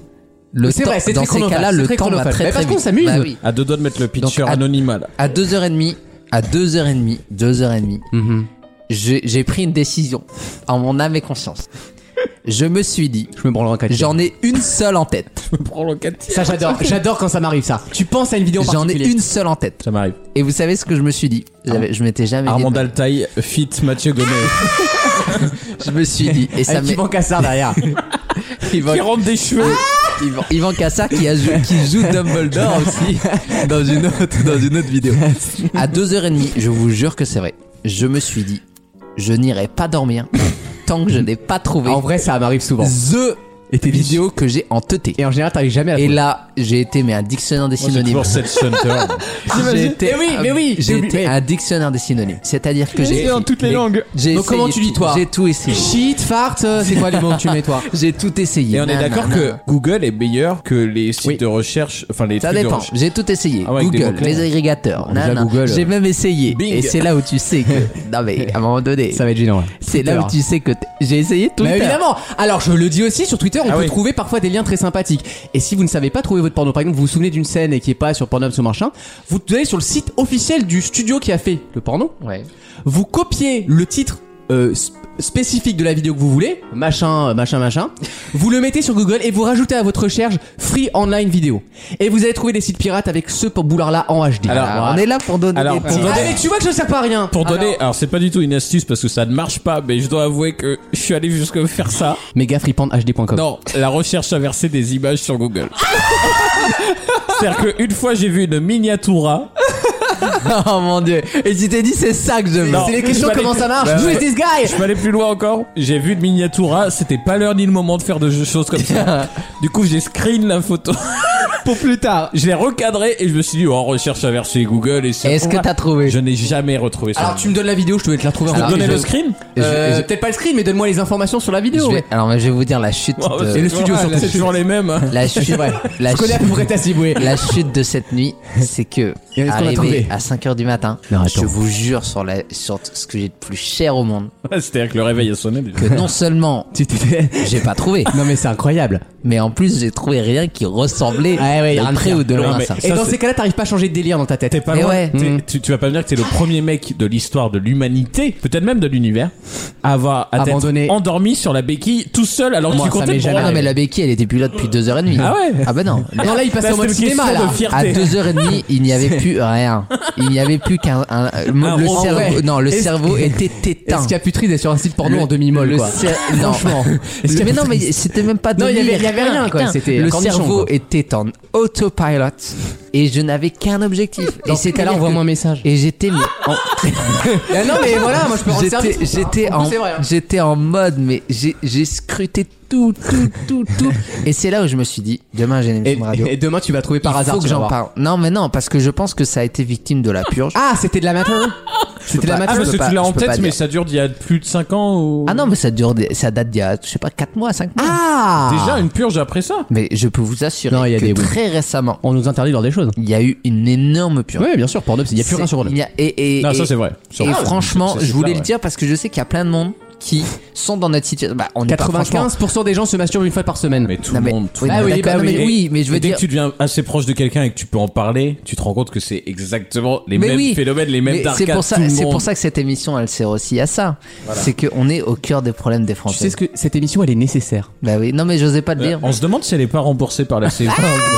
Speaker 18: Le
Speaker 2: Mais c'est
Speaker 18: temps-
Speaker 2: vrai, c'est
Speaker 18: dans
Speaker 2: très
Speaker 18: ces
Speaker 2: chronophage,
Speaker 18: cas-là,
Speaker 2: c'est
Speaker 18: le
Speaker 2: très
Speaker 18: temps va
Speaker 2: chronophage.
Speaker 18: très
Speaker 2: Mais
Speaker 18: très
Speaker 2: parce qu'on
Speaker 18: vite.
Speaker 2: s'amuse.
Speaker 18: Bah oui.
Speaker 3: À deux doigts de mettre le pitcher
Speaker 18: à-
Speaker 3: anonymat, là.
Speaker 18: À 2h30, à 2h30, 2h30, j'ai j'ai pris une décision en mon âme et conscience. Je me suis dit,
Speaker 2: Je me branle en quatre.
Speaker 18: j'en ai une seule en tête.
Speaker 2: Ça j'adore, j'adore quand ça m'arrive ça. Tu penses à une vidéo en
Speaker 18: J'en ai
Speaker 2: particulier. Ah.
Speaker 18: une seule en tête.
Speaker 3: Ça m'arrive.
Speaker 18: Et vous savez ce que je me suis dit J'avais- Je m'étais jamais dit de
Speaker 3: Armand
Speaker 18: ma-
Speaker 3: Altaï, fit Mathieu Gonnet.
Speaker 18: Je me suis dit. Et ça
Speaker 2: Avec
Speaker 18: m'est.
Speaker 2: Yvan Cassard derrière.
Speaker 18: Yvan,
Speaker 3: qui rentre des cheveux.
Speaker 18: Yvan- Yvan Cassard qui, a jou- qui joue Dumbledore aussi dans une autre, dans une autre vidéo. À 2h30, je vous jure que c'est vrai, je me suis dit, je n'irai pas dormir tant que je n'ai pas trouvé
Speaker 2: Ah, En vrai ça m'arrive souvent.
Speaker 18: the
Speaker 2: Et tes vidéos.
Speaker 18: vidéo que j'ai en teuté.
Speaker 2: Et en général t'arrives jamais à la
Speaker 18: Et
Speaker 2: faute.
Speaker 18: là, j'ai été mais un dictionnaire des
Speaker 3: J'ai
Speaker 18: synonymes.
Speaker 3: toujours cette shunter.
Speaker 2: J'imagine.
Speaker 18: J'ai été,
Speaker 2: Mais oui, mais oui, j'ai
Speaker 18: j'ai
Speaker 2: oublié.
Speaker 18: été un dictionnaire des synonymes. C'est-à-dire que
Speaker 4: C'est
Speaker 18: j'ai
Speaker 4: dans toutes les langues.
Speaker 18: j'ai
Speaker 2: Donc
Speaker 18: essayé
Speaker 2: comment tu dis,
Speaker 18: tout.
Speaker 2: toi
Speaker 18: J'ai tout essayé.
Speaker 2: Shit, fart, euh, c'est quoi les mots que tu mets toi
Speaker 18: J'ai tout essayé.
Speaker 3: Et on est
Speaker 18: Nanana.
Speaker 3: d'accord que Google est meilleur que les sites de recherche, enfin les
Speaker 18: Ça
Speaker 3: trucs de
Speaker 18: dépend,
Speaker 3: recherche.
Speaker 18: j'ai tout essayé.
Speaker 3: Ah ouais, avec des
Speaker 18: Google,
Speaker 3: mots-clés.
Speaker 18: les agrégateurs,
Speaker 2: déjà,
Speaker 18: nanana.
Speaker 2: Google,
Speaker 18: j'ai
Speaker 2: euh,
Speaker 18: même essayé.
Speaker 3: Bing.
Speaker 18: Et c'est là où tu sais que. Non mais à un moment donné,
Speaker 2: Ça va être gênant. ouais.
Speaker 18: c'est
Speaker 2: Twitter.
Speaker 18: là où tu sais que. t- J'ai essayé tout
Speaker 2: Bah évidemment. Alors je le dis aussi sur Twitter, on
Speaker 3: Ah
Speaker 2: peut
Speaker 3: oui.
Speaker 2: trouver parfois des liens très sympathiques. Et si vous ne savez pas trouver votre porno, par exemple, vous vous souvenez d'une scène et qui est pas sur Pornhub ou machin, vous allez sur le site officiel du studio qui a fait le porno.
Speaker 18: Ouais.
Speaker 2: vous copiez le titre euh, sp- spécifique de la vidéo que vous voulez, machin, euh, machin, machin, vous le mettez sur Google et vous rajoutez à votre recherche Free Online Vidéo. Et vous allez trouver des sites pirates avec ce boulard-là en HD.
Speaker 3: Alors,
Speaker 18: Alors, Ah, on est là pour donner
Speaker 3: Alors,
Speaker 18: des
Speaker 3: pour
Speaker 18: petits-
Speaker 3: donner-
Speaker 2: Ah, mais tu vois que je ne sers pas à rien
Speaker 3: Pour donner, alors c'est pas du tout une astuce parce que ça ne marche pas, mais je dois avouer que je suis allé jusque faire ça.
Speaker 2: MegaFreePandHD.com
Speaker 3: Non, la recherche inversée des images sur Google. C'est-à-dire qu'une fois j'ai vu une miniatura.
Speaker 18: Oh mon dieu. Et tu t'es dit, c'est ça que je veux.
Speaker 3: Non.
Speaker 2: C'est les questions
Speaker 3: Je vais
Speaker 2: comment
Speaker 3: aller-
Speaker 2: ça marche
Speaker 3: Bah,
Speaker 2: Who
Speaker 3: ouais.
Speaker 2: is this guy
Speaker 3: Je peux aller plus loin encore. J'ai vu une miniatura, c'était pas l'heure ni le moment de faire de choses comme ça. Du coup, j'ai screen la photo.
Speaker 28: pour plus tard.
Speaker 3: Je l'ai recadré et je me suis dit, oh, recherche inversée Google et ça.
Speaker 18: Est-ce que t'as trouvé
Speaker 3: Je n'ai jamais retrouvé ça.
Speaker 2: Alors tu me donnes la vidéo, je te vais te la retrouver.
Speaker 3: Je peux te
Speaker 2: en
Speaker 3: donner le screen
Speaker 2: Euh,
Speaker 18: Et je- et je-
Speaker 2: Peut-être pas le screen, mais donne-moi les informations sur la
Speaker 18: Je
Speaker 2: vidéo.
Speaker 18: vais-
Speaker 2: ouais.
Speaker 18: Alors, mais je vais vous dire la chute.
Speaker 2: Oh,
Speaker 18: de-
Speaker 2: c'est le studio, surtout.
Speaker 3: C'est toujours les mêmes. hein.
Speaker 18: La chute,
Speaker 2: Ouais.
Speaker 18: la
Speaker 2: Je connais à peu près ta cible, ouais.
Speaker 18: La chute de cette nuit, c'est que
Speaker 2: Et est-ce qu'on l'a trouvé
Speaker 18: arrivé à 5h du matin,
Speaker 3: Non, attends.
Speaker 18: je vous jure sur, la, sur ce que j'ai de plus cher au monde,
Speaker 3: C'est-à-dire que le réveil a sonné déjà.
Speaker 18: que non seulement j'ai pas trouvé,
Speaker 2: Non mais c'est incroyable.
Speaker 18: mais en plus j'ai trouvé rien qui ressemblait
Speaker 2: Ah ouais, il y a
Speaker 18: de
Speaker 2: rien de
Speaker 18: près
Speaker 2: bien.
Speaker 18: ou de loin
Speaker 3: Non,
Speaker 18: à
Speaker 3: mais
Speaker 18: ça.
Speaker 2: Et
Speaker 3: Ça,
Speaker 2: dans
Speaker 3: c'est-
Speaker 2: ces cas-là, t'arrives pas à changer de délire dans ta tête.
Speaker 3: T'es pas
Speaker 18: Eh
Speaker 3: loin.
Speaker 18: ouais.
Speaker 3: T'es-
Speaker 18: Mhm.
Speaker 3: tu, tu vas pas me dire que t'es le premier mec de l'histoire de l'humanité, peut-être même de l'univers, à avoir à t'être
Speaker 2: Abandonné.
Speaker 3: endormi sur la béquille tout seul alors que
Speaker 2: Moi,
Speaker 3: tu
Speaker 2: ça
Speaker 3: comptais
Speaker 2: m'est
Speaker 3: pour
Speaker 2: jamais
Speaker 18: Ah
Speaker 3: rien.
Speaker 18: non mais la béquille elle était plus là depuis 2h30.
Speaker 3: Ah ouais
Speaker 18: Ah bah non.
Speaker 2: Non là, il passe
Speaker 3: Là,
Speaker 2: en mode
Speaker 3: c'est une
Speaker 2: cinéma
Speaker 3: question
Speaker 2: là.
Speaker 3: de
Speaker 18: À
Speaker 3: fierté.
Speaker 18: 2h30 il n'y avait plus rien. Il n'y avait plus qu'un... un-
Speaker 3: Un
Speaker 18: le
Speaker 3: rond,
Speaker 18: cerveau,
Speaker 2: ouais.
Speaker 18: non, le
Speaker 2: Ah, Est-ce-
Speaker 18: cerveau était éteint.
Speaker 2: Est-ce qu'il y a putride est sur un site porno
Speaker 18: Le-
Speaker 2: en demi-molle
Speaker 18: le
Speaker 2: quoi.
Speaker 18: cer- non.
Speaker 2: Franchement. Est-ce qu'il y
Speaker 18: Le-
Speaker 2: a
Speaker 18: mais non,
Speaker 2: plus
Speaker 18: mais
Speaker 2: triste
Speaker 18: c'était même pas de
Speaker 2: Non, il y avait-
Speaker 18: délire,
Speaker 2: il y avait rien, quoi.
Speaker 18: rien.
Speaker 2: C'était
Speaker 18: le
Speaker 2: cornichon,
Speaker 18: cerveau
Speaker 2: quoi.
Speaker 18: était en autopilot et je n'avais qu'un objectif. et
Speaker 2: Dans ces
Speaker 18: c'était
Speaker 2: cas-là,
Speaker 18: là
Speaker 2: envoie-moi un message.
Speaker 18: Et j'étais mais en-
Speaker 2: Ah non mais voilà, moi je peux rendre
Speaker 18: j'étais
Speaker 2: service.
Speaker 18: j'étais
Speaker 2: En plus,
Speaker 18: en
Speaker 2: c'est vrai, hein.
Speaker 18: j'étais en mode mais j'ai j'ai scruté tout tout tout tout et c'est là où je me suis dit demain j'ai une
Speaker 2: Et,
Speaker 18: émission de radio.
Speaker 2: et demain tu vas trouver par
Speaker 18: Il
Speaker 2: hasard.
Speaker 18: faut que
Speaker 2: tu vas
Speaker 18: j'en
Speaker 2: voir.
Speaker 18: parle. Non mais non parce que je pense que ça a été victime de la purge.
Speaker 2: Ah, c'était de la matin. C'était de la
Speaker 18: pas-
Speaker 2: matin.
Speaker 3: Ah,
Speaker 18: je
Speaker 3: parce
Speaker 18: peux
Speaker 3: que
Speaker 18: pas-
Speaker 3: tu l'as en
Speaker 18: je peux
Speaker 3: tête,
Speaker 18: pas
Speaker 3: mais
Speaker 18: dire.
Speaker 3: ça dure d'il y a plus de 5 ans ou.
Speaker 18: Ah non mais ça dure des- ça date d'il y a je sais pas 4 mois 5 mois.
Speaker 2: Ah.
Speaker 3: Déjà une purge après ça
Speaker 18: Mais je peux vous assurer
Speaker 2: Non, il y a
Speaker 18: que
Speaker 2: des- oui.
Speaker 18: très récemment
Speaker 2: On nous interdit dans des choses.
Speaker 18: il y a eu une énorme purge.
Speaker 2: Oui, bien sûr, porno, il y a plus rien sur
Speaker 18: Il
Speaker 2: Pornhub.
Speaker 18: y a- et, et-
Speaker 3: Non, ça
Speaker 18: et-
Speaker 3: c'est vrai. Sur-
Speaker 18: Et
Speaker 3: Ah,
Speaker 18: franchement,
Speaker 3: c'est- c'est
Speaker 18: je voulais
Speaker 3: clair,
Speaker 18: le
Speaker 3: ouais.
Speaker 18: dire parce que je sais qu'il y a plein de monde qui sont dans notre situation. Bah, on est pas, franchement-
Speaker 2: 95% des gens se masturbent une fois par semaine.
Speaker 3: Mais tout
Speaker 18: Non, mais-
Speaker 3: le monde. tout
Speaker 18: oui,
Speaker 3: le
Speaker 18: non,
Speaker 2: Ah
Speaker 3: monde. eh,
Speaker 2: oui,
Speaker 18: d'accord,
Speaker 2: bah
Speaker 18: non, mais
Speaker 2: oui.
Speaker 18: oui, mais je veux
Speaker 3: Et dès
Speaker 18: dire.
Speaker 3: que tu deviens assez proche de quelqu'un et que tu peux en parler, tu te rends compte que c'est exactement les
Speaker 18: Mais
Speaker 3: mêmes
Speaker 18: oui.
Speaker 3: phénomènes, les mêmes
Speaker 18: mais c'est
Speaker 3: arcades.
Speaker 18: pour ça,
Speaker 3: tout le
Speaker 18: c'est
Speaker 3: monde.
Speaker 18: pour ça que cette émission, elle sert aussi à ça. C'est qu'on est au cœur des problèmes des
Speaker 2: Tu
Speaker 18: Français.
Speaker 2: sais ce que cette émission elle est nécessaire.
Speaker 18: Bah oui, non mais j'osais pas le
Speaker 3: Euh,
Speaker 18: dire. Ah,
Speaker 3: On se demande si elle est pas remboursée par la CEA.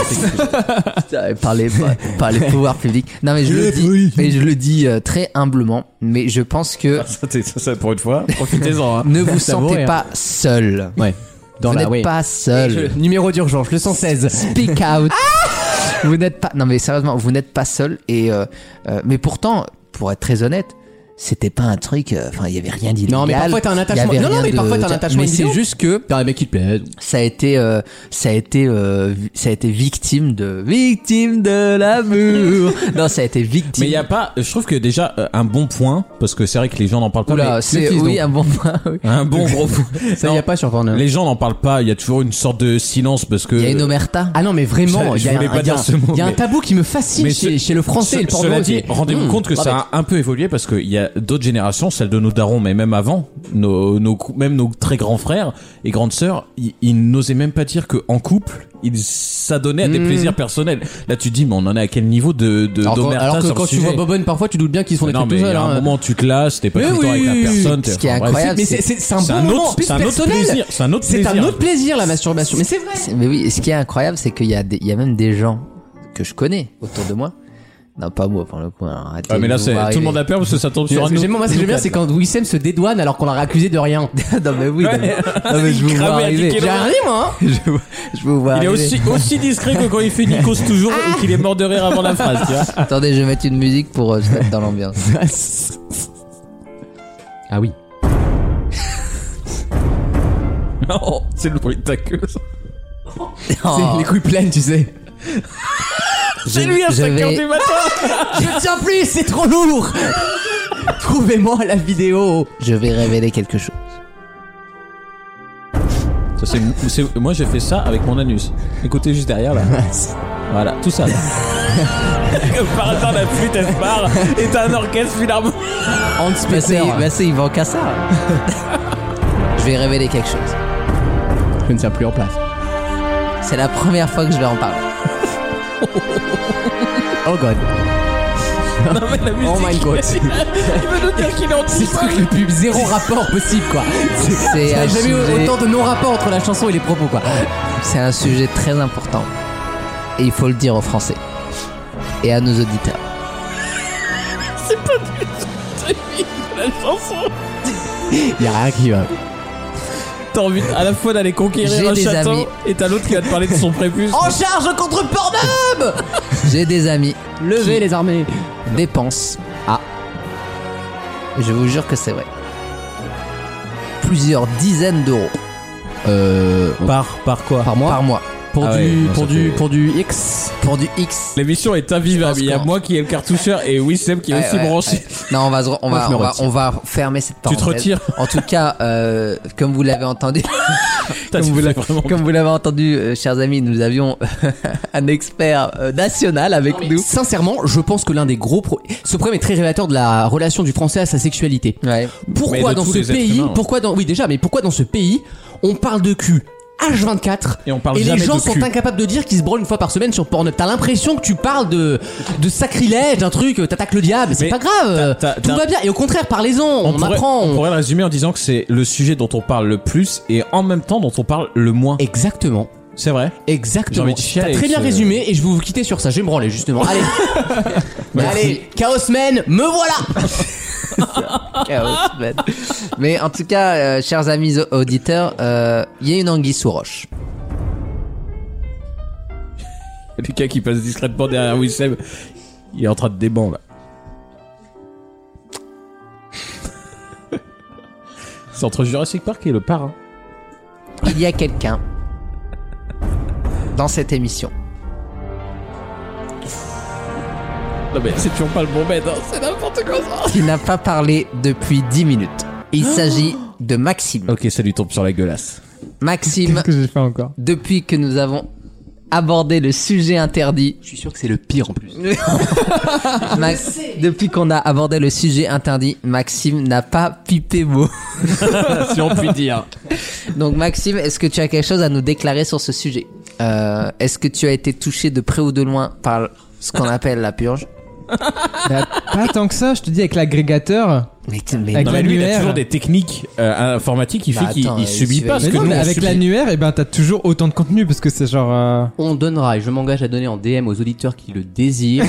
Speaker 18: Putain, par les par les pouvoirs publics. Non mais je le dis, mais je le dis euh, très humblement. Mais je pense que
Speaker 3: ça, t'es- ça, ça, pour une fois, profitez-en. hein.
Speaker 18: ne vous
Speaker 2: Ça vaut
Speaker 18: sentez
Speaker 2: rien.
Speaker 18: pas seul.
Speaker 2: Ouais. Dans
Speaker 18: vous
Speaker 2: la
Speaker 18: n'êtes
Speaker 2: ouais.
Speaker 18: pas seul.
Speaker 2: Je- Numéro d'urgence, le 116.
Speaker 18: Speak out.
Speaker 2: Ah
Speaker 18: vous n'êtes pas. Non mais sérieusement, vous n'êtes pas seul. Et euh, euh, mais pourtant, pour être très honnête, c'était pas un truc. euh, Enfin, il y avait rien d'illégal.
Speaker 2: Non, mais parfois t'as un
Speaker 18: Il y
Speaker 2: attachement.
Speaker 18: avait
Speaker 2: Non, non,
Speaker 18: rien
Speaker 2: mais
Speaker 18: de-
Speaker 2: parfois t'as un
Speaker 18: tiens,
Speaker 2: attachement.
Speaker 18: Mais c'est juste.
Speaker 2: que t'as un mec qui te plaît.
Speaker 18: Ça a été, euh, ça a été, euh, vi- ça a été victime de victime de l'amour. non, ça a été victime.
Speaker 3: Mais il y a pas, je trouve que déjà euh, un bon point parce que c'est vrai que les gens n'en parlent pas.
Speaker 18: Oula,
Speaker 3: mais-
Speaker 18: c'est
Speaker 3: mais qu'ils
Speaker 18: oui
Speaker 2: ah
Speaker 3: ont-
Speaker 18: un bon point. oui.
Speaker 3: un bon gros point.
Speaker 2: Ça y a pas sur Pornhub.
Speaker 3: Les gens n'en parlent pas. Il y a toujours une sorte de silence parce que.
Speaker 18: Il y a une omerta.
Speaker 2: Ah non, mais vraiment,
Speaker 3: Je- je
Speaker 2: il y a
Speaker 3: voulais
Speaker 2: un-
Speaker 3: pas
Speaker 2: il y a
Speaker 3: dire
Speaker 2: un-
Speaker 3: ce mot,
Speaker 2: il y a un
Speaker 3: mais-
Speaker 2: tabou qui me fascine
Speaker 3: Mais
Speaker 2: chez
Speaker 3: ce-
Speaker 2: chez le français et le
Speaker 3: ce-
Speaker 2: porno.
Speaker 3: Cela
Speaker 2: c'est-
Speaker 3: dit, rendez-vous
Speaker 2: Hmm,
Speaker 3: compte que
Speaker 2: pas
Speaker 3: ça
Speaker 2: bête.
Speaker 3: a un peu évolué parce qu'il y a d'autres générations, celle de nos darons, mais même avant, nos, nos cou- même nos très grands frères et grandes sœurs, ils, ils n'osaient même pas dire que en couple, ils s'adonnaient à des plaisirs personnels. Là, tu te dis, mais on en est à quel niveau de, de
Speaker 2: Mmh. Alors que,
Speaker 3: d'omerta
Speaker 2: alors que
Speaker 3: sur le
Speaker 2: quand tu
Speaker 3: sujet
Speaker 2: vois Bobonne, parfois tu doutes bien qu'ils se font des
Speaker 3: Non,
Speaker 2: trucs tout
Speaker 3: mais
Speaker 2: seuls.
Speaker 3: à un
Speaker 2: hein.
Speaker 3: moment, tu te lasses, t'es pas
Speaker 2: Mais
Speaker 3: tout le temps avec
Speaker 2: oui,
Speaker 3: la personne.
Speaker 18: ce
Speaker 3: t'es-
Speaker 18: qui est
Speaker 3: enfin, bref.
Speaker 18: incroyable,
Speaker 2: Mais c'est- c'est c'est un
Speaker 3: C'est
Speaker 2: bon
Speaker 3: un
Speaker 2: moment.
Speaker 3: autre, c'est un autre
Speaker 2: personnel.
Speaker 3: plaisir. C'est un autre
Speaker 2: C'est un
Speaker 3: plaisir.
Speaker 2: autre plaisir la masturbation. Mais c'est vrai.
Speaker 18: C'est- Mais oui, ce qui est incroyable, c'est qu'il y a des- il y a même des gens que je connais autour de moi. Non, pas moi pour le coup. alors, arrêtez,
Speaker 3: Ah, mais là,
Speaker 18: vous
Speaker 3: c'est,
Speaker 18: m'arrivez.
Speaker 3: tout le monde a peur parce que ça tombe sur un
Speaker 2: Ce que
Speaker 3: autre.
Speaker 2: J'aime moi, ce que j'aime bien, c'est quand Wissem se dédouane alors qu'on l'a accusé de rien. Ah,
Speaker 18: non mais oui, non, mais- non, mais je vous
Speaker 3: Il
Speaker 18: vois
Speaker 3: cramait à dix
Speaker 18: arriver.
Speaker 2: J'ai rien, moi. hein.
Speaker 18: Je, vous- je vous vois
Speaker 3: Il est
Speaker 18: arriver.
Speaker 3: aussi, aussi discret que quand il fait Nikos toujours et qu'il est mort de rire avant la phrase, tu vois.
Speaker 18: Attendez, je vais mettre une musique pour euh, se mettre dans l'ambiance.
Speaker 2: hein. Ah oui.
Speaker 3: Non, c'est le bruit de ta queue. ça.
Speaker 2: C'est Les couilles pleines, tu sais.
Speaker 3: C'est lui à
Speaker 18: je
Speaker 3: 5h
Speaker 18: vais-
Speaker 3: du matin.
Speaker 2: Je tiens plus, c'est trop lourd. Trouvez-moi la vidéo.
Speaker 18: Je vais révéler quelque chose.
Speaker 3: Ça, c'est- c'est- moi, j'ai fait ça avec mon anus. Écoutez juste derrière là. Voilà, tout ça. là. Comme par hasard, la flûte elle se barre et t'as un orchestre finalement.
Speaker 2: Hans
Speaker 18: Bah c'est,
Speaker 2: Peter.
Speaker 18: bah c'est Yvan Cassar. je vais révéler quelque chose.
Speaker 2: Je ne tiens plus en place.
Speaker 18: C'est la première fois que je vais en parler.
Speaker 2: Oh god.
Speaker 3: Non, mais la musique.
Speaker 2: Oh my god.
Speaker 3: Il veut nous dire qu'il est
Speaker 2: C'est le truc le plus zéro rapport possible quoi.
Speaker 18: C'est
Speaker 2: Il y a
Speaker 18: un
Speaker 2: jamais eu
Speaker 18: sujet-
Speaker 2: autant de non-rapport entre la chanson et les propos quoi.
Speaker 18: C'est un sujet très important. Et il faut le dire aux Français. Et à nos auditeurs.
Speaker 2: Il y a rien qui va.
Speaker 3: T'as envie à la fois d'aller
Speaker 18: J'ai
Speaker 3: conquérir un
Speaker 18: des
Speaker 3: chaton
Speaker 18: amis.
Speaker 3: et t'as l'autre qui va te parler de son prépuce.
Speaker 2: hein. En charge contre Pornhub
Speaker 18: J'ai des amis
Speaker 2: Levez les armées.
Speaker 18: dépensent à. Je vous jure que c'est vrai. Plusieurs dizaines d'euros
Speaker 2: Euh.
Speaker 3: Par, par quoi
Speaker 18: par mois. Pour
Speaker 3: Ah
Speaker 18: du,
Speaker 3: ouais, non,
Speaker 18: pour
Speaker 3: ça
Speaker 18: du,
Speaker 3: fait-
Speaker 18: pour du X, pour du X.
Speaker 3: L'émission est invivable. Il y a
Speaker 18: qu'on-
Speaker 3: moi qui ai le cartoucheur et Wissem qui est
Speaker 18: Ouais,
Speaker 3: aussi
Speaker 18: ouais,
Speaker 3: branché.
Speaker 18: ouais. Non, on va, se re- on
Speaker 3: Moi,
Speaker 18: va,
Speaker 3: je me
Speaker 18: on va,
Speaker 3: retire.
Speaker 18: on va fermer cette
Speaker 3: Tu te
Speaker 18: parenthèse.
Speaker 3: retires
Speaker 18: En tout cas, euh, comme vous l'avez entendu, comme,
Speaker 3: tu
Speaker 18: vous
Speaker 3: fais
Speaker 18: l'avez-
Speaker 3: vraiment
Speaker 18: comme vous l'avez entendu, euh, chers amis, nous avions un expert euh, national avec
Speaker 3: Ah
Speaker 18: nous.
Speaker 12: Sincèrement, je pense que l'un des gros pro- ce problème est très révélateur de la relation du français à sa sexualité.
Speaker 3: Mais
Speaker 12: Pourquoi
Speaker 3: de
Speaker 12: dans
Speaker 3: tous
Speaker 12: ce
Speaker 3: les êtres
Speaker 12: pays,
Speaker 3: humains, hein. ouais.
Speaker 12: pourquoi dans oui déjà, mais pourquoi dans ce pays on parle de cul H24
Speaker 3: Et on parle
Speaker 12: et les
Speaker 3: jamais
Speaker 12: gens
Speaker 3: de
Speaker 12: sont
Speaker 3: cul.
Speaker 12: incapables de dire qu'ils se branlent une fois par semaine sur Pornhub. T'as l'impression que tu parles de de sacrilège, d'un truc, t'attaques le diable, c'est pas grave.
Speaker 3: t'as-
Speaker 12: Tout
Speaker 3: t'as-
Speaker 12: va bien et au contraire, parlez-en, on,
Speaker 3: pourrait,
Speaker 12: apprend.
Speaker 3: on
Speaker 12: on-
Speaker 3: pourrait le résumer en disant que c'est le sujet dont on parle le plus et en même temps dont on parle le moins.
Speaker 12: Exactement.
Speaker 3: C'est vrai. J'ai
Speaker 12: Exactement.
Speaker 3: envie de chialer avec
Speaker 12: T'as très bien
Speaker 3: ce-
Speaker 12: résumé et je vais vous quitter sur ça. Je vais me branler justement. Allez, allez, Chaos Man, me voilà.
Speaker 18: Chaos, man. Mais en tout cas, euh, chers amis auditeurs, euh, il y a une anguille sous roche.
Speaker 3: Lucas qui passe discrètement derrière Wissem. Il est en train de déban là. C'est entre Jurassic Park et le parrain.
Speaker 18: Il y a quelqu'un dans cette émission.
Speaker 3: Non mais c'est toujours pas le bon bête, hein, c'est n'importe quoi ça.
Speaker 18: qui n'a pas parlé depuis 10 minutes. Il s'agit de Maxime.
Speaker 3: Ok, ça lui tombe sur la gueulasse.
Speaker 18: Maxime,
Speaker 4: J'ai fait encore.
Speaker 18: depuis que nous avons abordé le sujet interdit, je suis sûr que c'est le pire en plus. Max, depuis qu'on a abordé le sujet interdit, Maxime n'a pas pipé mot.
Speaker 3: si on peut dire.
Speaker 18: Donc Maxime, est-ce que tu as quelque chose à nous déclarer sur ce sujet Euh, Est-ce que tu as été touché de près ou de loin par ce qu'on appelle la purge
Speaker 4: Bah, pas tant que ça, je te dis avec l'agrégateur.
Speaker 18: Mais, t- mais
Speaker 4: Avec
Speaker 3: Non mais lui il a
Speaker 4: l'annuaire.
Speaker 3: toujours des techniques euh, informatiques qui
Speaker 18: Bah,
Speaker 3: fait qu'il
Speaker 18: attends,
Speaker 3: il
Speaker 18: euh,
Speaker 3: subit
Speaker 18: il
Speaker 3: pas ce
Speaker 18: se
Speaker 4: Mais
Speaker 3: que
Speaker 4: non,
Speaker 3: nous
Speaker 4: mais
Speaker 3: on
Speaker 4: avec
Speaker 3: subit.
Speaker 4: l'annuaire, et ben t'as toujours autant de contenu parce que c'est genre. euh,
Speaker 12: On donnera, et je m'engage à donner en DM aux auditeurs qui le désirent,